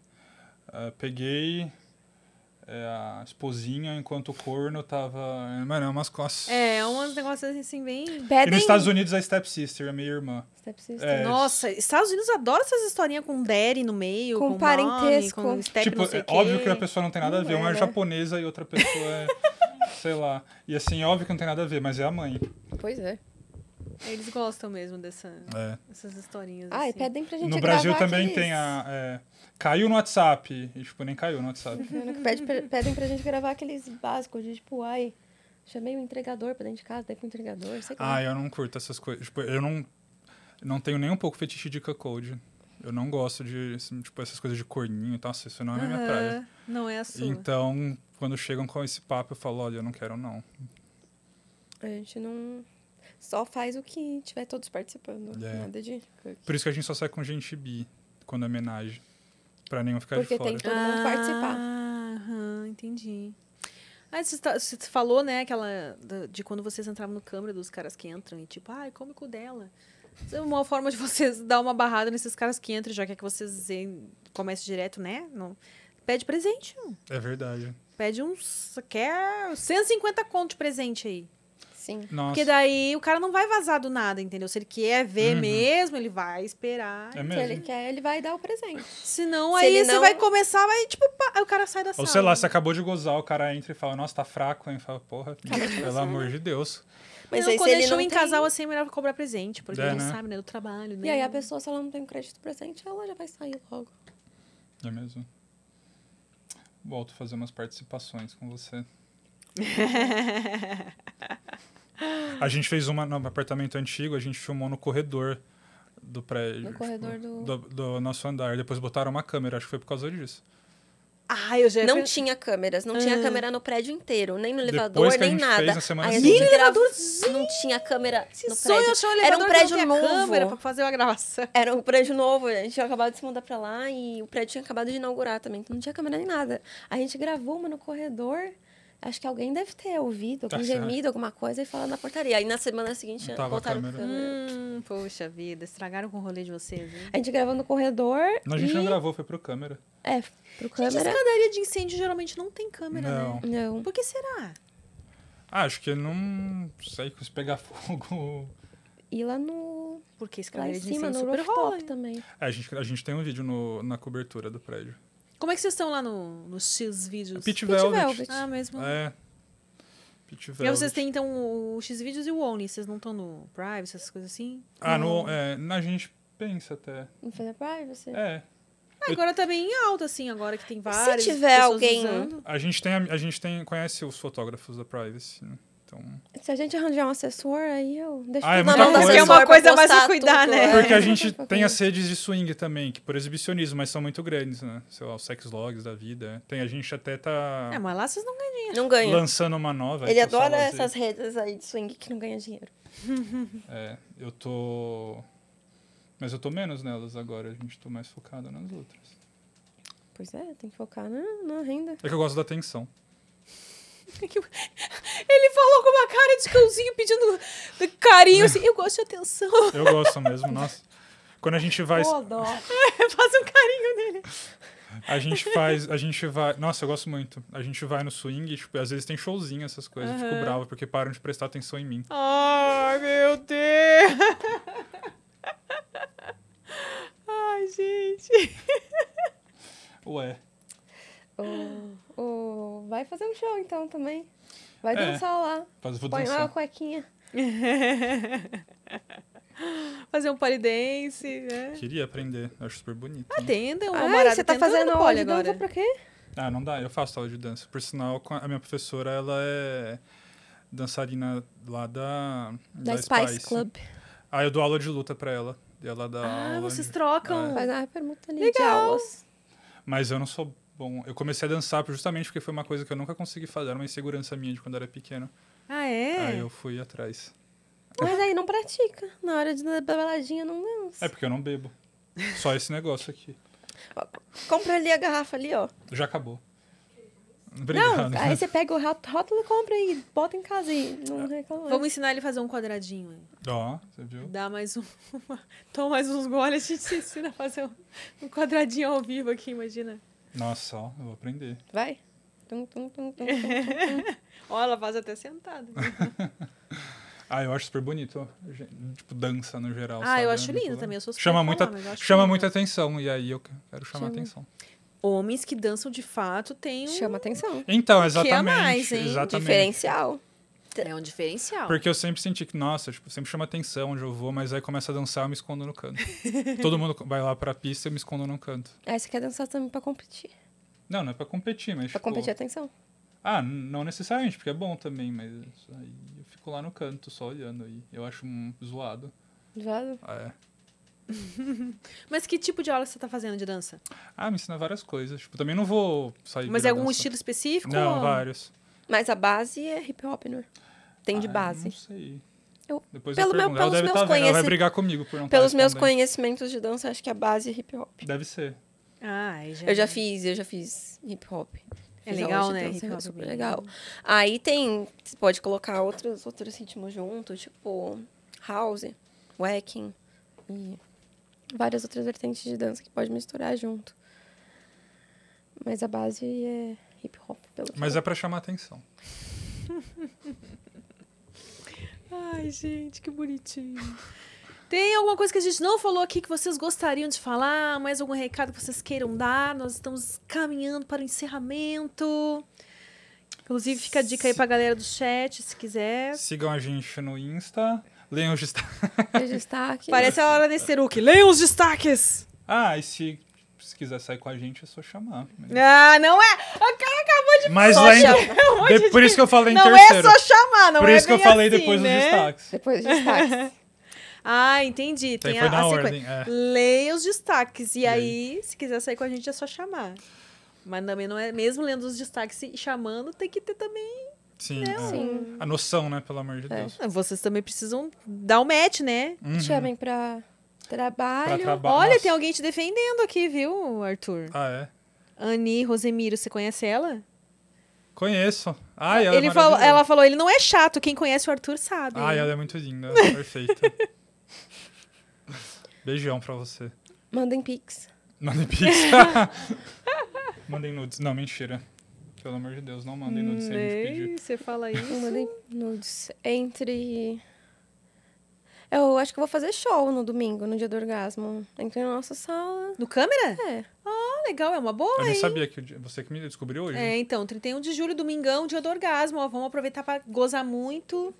É, peguei é, a esposinha enquanto o corno tava. é, Mano, é umas coisas. É, uns negócios assim, bem. E Pedem. nos Estados Unidos é Step Sister, é minha irmã. Step sister. É, Nossa, Estados Unidos adora essas historinhas com Derry no meio, Com com, nome, parentesco. com step, tipo, não sei é o quê. óbvio que a pessoa não tem nada a Não ver. é, Uma é né? japonesa e outra pessoa é. (laughs) sei lá. E assim, é óbvio que não tem nada a ver, mas é a mãe. Pois é. Eles gostam mesmo dessa, É. dessas historinhas. Ah, e assim. pedem pra gente No gravar Brasil também aqueles- tem a. é, caiu no WhatsApp. E, tipo, nem caiu no WhatsApp. (laughs) Pede pra- pedem pra gente gravar aqueles básicos de tipo, ai, chamei o entregador pra dentro de casa, dei pro entregador, sei lá. ah, eu não curto essas coisas. Tipo, eu não. Não tenho nem um pouco fetiche de cuckold. Eu não gosto de, assim, tipo, essas coisas de corninho e tal. assim, Isso não é a minha Aham, praia. Não é a sua. Então, quando chegam com esse papo, eu falo, olha, eu não quero, não. A gente não. Só faz o que tiver todos participando. É. Nada de. Por isso que a gente só sai com gente bi, quando é homenagem. Pra nenhum ficar Porque de fora. tem todo mundo participar. Ah, Aham, entendi. Aí você, tá- você falou, né, aquela da- de quando vocês entravam no câmera dos caras que entram e tipo, ai, come com dela. Isso é uma forma de (laughs) vocês dar uma barrada nesses caras que entram, já que é que vocês em- começam direto, né? Não, Pede presente. É verdade. Pede uns. Quer 150 conto de presente aí. Sim. Nossa. Porque daí o cara não vai vazar do nada, entendeu? Se ele quer ver Uhum. mesmo, ele vai esperar. É Se ele mesmo. quer, ele vai dar o presente. Senão Se aí ele você não- vai começar, vai tipo. pá, aí o cara sai da sala. Ou sei lá, você acabou de gozar, o cara entra e fala, nossa, tá fraco, hein? Fala, porra, pelo amor de Deus. Mas não, aí, quando se ele deixou não em tem- casal assim é melhor cobrar presente, porque É, a gente né? sabe, né? Do trabalho, né? E aí a pessoa, se ela não tem um crédito presente, ela já vai sair logo. É mesmo. Volto a fazer umas participações com você. (laughs) a gente fez uma no apartamento antigo, a gente filmou no corredor do prédio. tipo, No corredor do- do nosso andar. Depois botaram uma câmera, acho que foi por causa disso. Ah, eu já. Não tinha câmeras, não É. tinha câmera no prédio inteiro, nem no elevador, Depois que a nem gente nada. fez na semana Aí a seguinte. gente Nem gravou- elevador, não tinha câmera Que no sonho prédio. achar um Era elevador um que não prédio tem a novo. câmera pra fazer uma gravação. Era um prédio novo, a gente tinha acabado de se mudar pra lá e o prédio tinha acabado de inaugurar também, então não tinha câmera nem nada. A gente gravou uma no corredor. Acho que alguém deve ter ouvido, Tá algum certo. gemido, alguma coisa, e falando na portaria. Aí na semana seguinte Não tava a botaram câmera. câmera. Hum, (laughs) poxa vida, estragaram com o rolê de vocês, hein? A gente gravou no corredor. Não, a gente e... não gravou, foi pro câmera. É, pro Gente, câmera. escadaria de incêndio geralmente não tem câmera, Não. né? Não. Por que será? Ah, acho que não sei que se pegar fogo. (laughs) E lá no. Porque Lá em escadaria de cima, incêndio no super rooftop rola. hein? tá? também. É, a gente, a gente tem um vídeo no- na cobertura do prédio. Como é que vocês estão lá no, nos X-Vídeos? Pit Pit Velvet. Velvet. Ah, mesmo. É. Pit E aí vocês Velvet. têm, então, o X-Vídeos e o Only. Vocês não estão no Privacy, essas coisas assim? Ah, um- no, é, na gente pensa até. Não foi da privacy? É. Ah, Eu- agora tá bem em alta, assim, agora que tem várias tiver pessoas alguém- usando. A gente tem, a gente tem, conhece os fotógrafos da Privacy, né? Então, Se a gente arranjar um assessor, aí eu deixo Ah, é tudo na mão da muita coisa. assessora Porque é uma pra coisa mais postar a cuidar, tudo, né? é. porque a gente Qualquer tem as coisa. redes de swing também, que por exibicionismo, mas são muito grandes, né? Sei lá, os sex logs da vida. é. Tem a gente até tá É, mas lá vocês não ganham. (laughs) Não ganha. lançando uma nova. Ele que eu só adora lazer. essas redes aí de swing que não ganha dinheiro. É, eu tô mas eu tô menos nelas agora, a gente tô mais focado nas outras. Pois é, tem que focar na, na renda. É que eu gosto da atenção. Ele falou com uma cara de cãozinho pedindo carinho, assim, eu gosto de atenção. Eu gosto mesmo, (laughs) nossa. Quando a gente (laughs) vai dó. Faz um carinho nele. A gente faz, a gente vai. Nossa, eu gosto muito. A gente vai no swing, tipo, às vezes tem showzinho, essas coisas. Eu Aham. fico bravo porque param de prestar atenção em mim. Ai, meu Deus. (laughs) Ai, gente. (laughs) Ué. O, o- vai fazer um show então também. Vai É. dançar lá. Mas vou Põe lá a dançar. cuequinha. Fazer um polidense, né? Queria aprender. Eu acho super bonito. Ah, né? Atenda, um Ai, namorado você tá tentando fazendo no pole aula de dança agora. pra quê? Ah, não dá. Eu faço aula de dança. Por sinal, com a a minha professora, ela é dançarina lá da. Da, Spice, Club. Ah, eu dou aula de luta pra ela. E ela dá Ah, aula. vocês de- é. trocam. Faz uma permuta ali de Legal. aulas. tá- Mas eu não sou bom. Eu comecei a dançar justamente porque foi uma coisa que eu nunca consegui fazer. Era uma insegurança minha de quando eu era pequeno. Ah, é? Aí eu fui atrás. Mas aí não pratica. Na hora de da baladinha não dança. É porque eu não bebo. Só esse negócio aqui. Compra ali a garrafa ali, ó. Já acabou. Não, Obrigado. aí você pega o ró- rótulo e compra aí, bota em casa e não Ah, reclama. Vamos ensinar ele a fazer um quadradinho. hein? (laughs) Ó, você viu? Dá mais um. Uma... Toma mais uns goles, a gente se ensina a fazer um, um quadradinho ao vivo aqui, imagina. Nossa, ó, eu vou aprender. Vai. Tum, tum, tum, tum. Olha, ela faz até sentada. Ah, eu acho super bonito. ó, gen- Tipo, dança no geral. Ah, sabe? eu acho Muito lindo legal. também. Eu sou Chama, muito muita, chama muita atenção, e aí eu que- quero chamar Chama. atenção. Homens que dançam de fato têm um. Chama atenção. Então, que é exatamente. mais, hein? Exatamente. Diferencial. É um diferencial. Porque eu sempre senti que, nossa, tipo, sempre chama atenção onde eu vou, mas aí começa a dançar, eu me escondo (laughs) no canto. Todo mundo vai lá pra pista e eu me escondo no canto. Aí Ah, você quer dançar também pra competir. Não, não é pra competir, mas. Pra tipo, competir atenção. Ah, n- não necessariamente, porque é bom também, mas aí eu fico lá no canto, só olhando e eu acho um zoado. Já- Ah, é. Mas que tipo de aula você tá fazendo de dança? Ah, me ensina várias coisas. Tipo, também não vou sair Mas é virar algum dançar. estilo específico? Não, ou- vários. Mas a base é hip hop, né? Tem de Ah, base. Não sei. Eu- Depois pelo eu meu- pergunto. Ela pelos deve meus tá vendo, ela vai conheci- brigar comigo por não tá Pelos meus respondendo. conhecimentos de dança, acho que a base é hip hop. Deve ser. Ah, aí já... Eu já É. fiz, eu já fiz hip hop. É Fiz legal, aula de né? dança, Hip hop é super bem- legal. Aí tem, você pode colocar outros, outros ritmos junto, tipo house, whacking e Várias outras vertentes de dança que pode misturar junto. Mas a base é hip hop, pelo que Mas eu- é pra chamar atenção. Ai, gente, que bonitinho. Tem alguma coisa que a gente não falou aqui que vocês gostariam de falar? Mais algum recado que vocês queiram dar? Nós estamos caminhando para o encerramento. Inclusive, fica a dica aí pra galera do chat, se quiser. Sigam a gente no Insta. (laughs) Leiam os destaques. Os destaques. Parece a hora desse Seruki. Leiam os destaques! Ah, e se, se quiser sair com a gente, é só chamar. Ah, não é! A cara acabou de Mas só lá em- chamar um monte De- por de- isso que eu falei em Não é terceiro. só chamar, não por é isso que eu bem falei assim, depois né? dos destaques. Depois os (laughs) destaques. Ah, entendi. Então, Tem foi a, na a ordem, sequência. é. Leia os destaques. E, E aí, se quiser sair com a gente, é só chamar. Mas também não é. Mesmo lendo os destaques e chamando, tem que ter também. Sim, é. Sim. A noção, né? Pelo amor de Deus. Ah, Vocês também precisam dar o match, né? Uhum. Chamem pra Pra trabalho. traba- Olha, Nossa. tem alguém te defendendo aqui, viu, Arthur? Ah, é? Ani Rosemiro, você conhece ela? Conheço. Ai, ela Ele é falou, maravilhosa. ela falou, ele não é chato, quem conhece o Arthur sabe. Ai, ela é muito linda. Perfeita. (laughs) Beijão pra você. Mandem pix. Mandem pix. (laughs) mandem nudes. Não, mentira. Pelo amor é de Deus, não mandem nudes sem a gente pedir. Né? Você fala Não isso. Mandem nudes. Entre. Eu acho que eu vou fazer show no domingo, no dia do orgasmo. Entre na nossa sala. No câmera? É. Ah, legal, é uma boa, Eu hein? nem sabia que o dia- você que me descobriu hoje. É, então, 31 de julho, domingão, dia do orgasmo. Ó, vamos aproveitar pra gozar muito.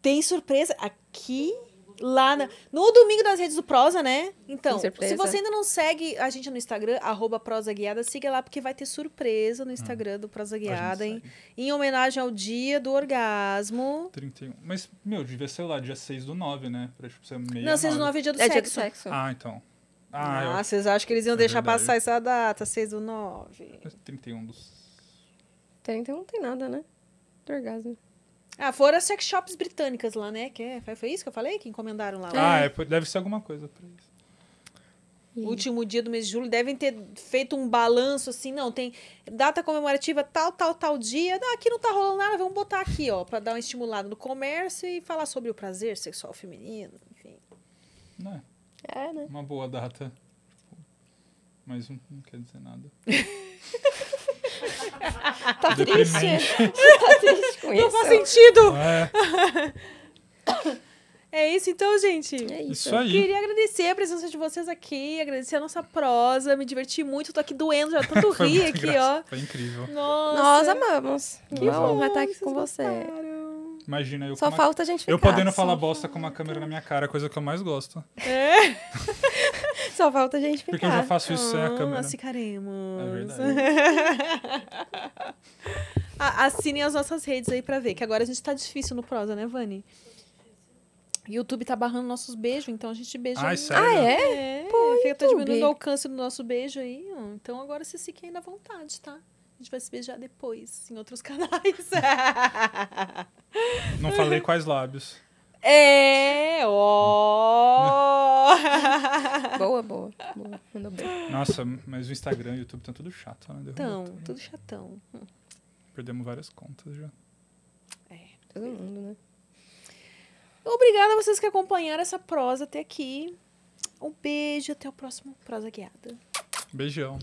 Tem surpresa aqui, lá na- no domingo das redes do Prosa, né? Então, Tem surpresa. se você ainda não segue a gente no Instagram, arroba Prosa Guiada, siga lá, porque vai ter surpresa no Instagram do Prosa Hum. A gente Guiada, hein? segue. Em homenagem ao dia do orgasmo. 31. Mas, meu, devia ser lá, dia 6 do 9, né? Pra tipo, ser meio. Não, 6 do 9 é dia do é dia do sexo. sexo. Ah, então. Ah, Ah, eu... vocês acham que eles iam É deixar verdade. passar essa data, 6 do 9. 31 dos. 31 não tem nada, né? Do orgasmo. Ah, foram as sex shops britânicas lá, né? Que é- foi- foi isso que eu falei? Que encomendaram lá. Ah, é, pô- deve ser alguma coisa pra isso. E- último dia do mês de julho, devem ter feito um balanço assim, não, tem data comemorativa tal, tal, tal dia, não, aqui não tá rolando nada, vamos botar aqui, ó, pra dar uma estimulada no comércio e falar sobre o prazer sexual feminino, enfim. Não é? É, né? Uma boa data. Tipo, Mas não, não quer (laughs) dizer nada. Tá triste. Deprimente. (laughs) tá triste com isso. Não faz sentido! É, É isso então, gente. É isso. isso aí. Queria agradecer a presença de vocês aqui, agradecer a nossa prosa, me diverti muito, tô aqui doendo, (laughs) já tanto Foi rir muito aqui, engraçado, Foi incrível. ó. Nossa, Nós amamos. Que Uma bom honra estar tá aqui vocês com você. gostaram. Imagina eu Só com uma- falta a gente ficar. Eu podendo só- falar bosta com uma câmera na minha cara, coisa que eu mais gosto. É, Só falta a gente ficar. Porque eu já faço isso sem a Ah, câmera. nós ficaremos. É verdade. A- Assinem as nossas redes aí pra ver, que agora a gente tá difícil no prosa, né, Vani? YouTube tá barrando nossos beijos, então a gente beija. Ai, aí. sério. Ah, é? É, Pô, fica tá YouTube. diminuindo o alcance do nosso beijo aí. ó. Então agora vocês fiquem ainda à vontade, tá? A gente vai se beijar depois, em outros (laughs) canais. Não falei quais lábios. é, (laughs) ó. Boa, boa. boa. Mandou bem. Nossa, mas o Instagram e o YouTube tá tudo chato, né? Derrubou então, tudo. tudo chatão. Perdemos várias contas já. Todo mundo, né? Obrigada a vocês que acompanharam essa prosa até aqui. Um beijo, até o próximo Prosa Guiada. Beijão.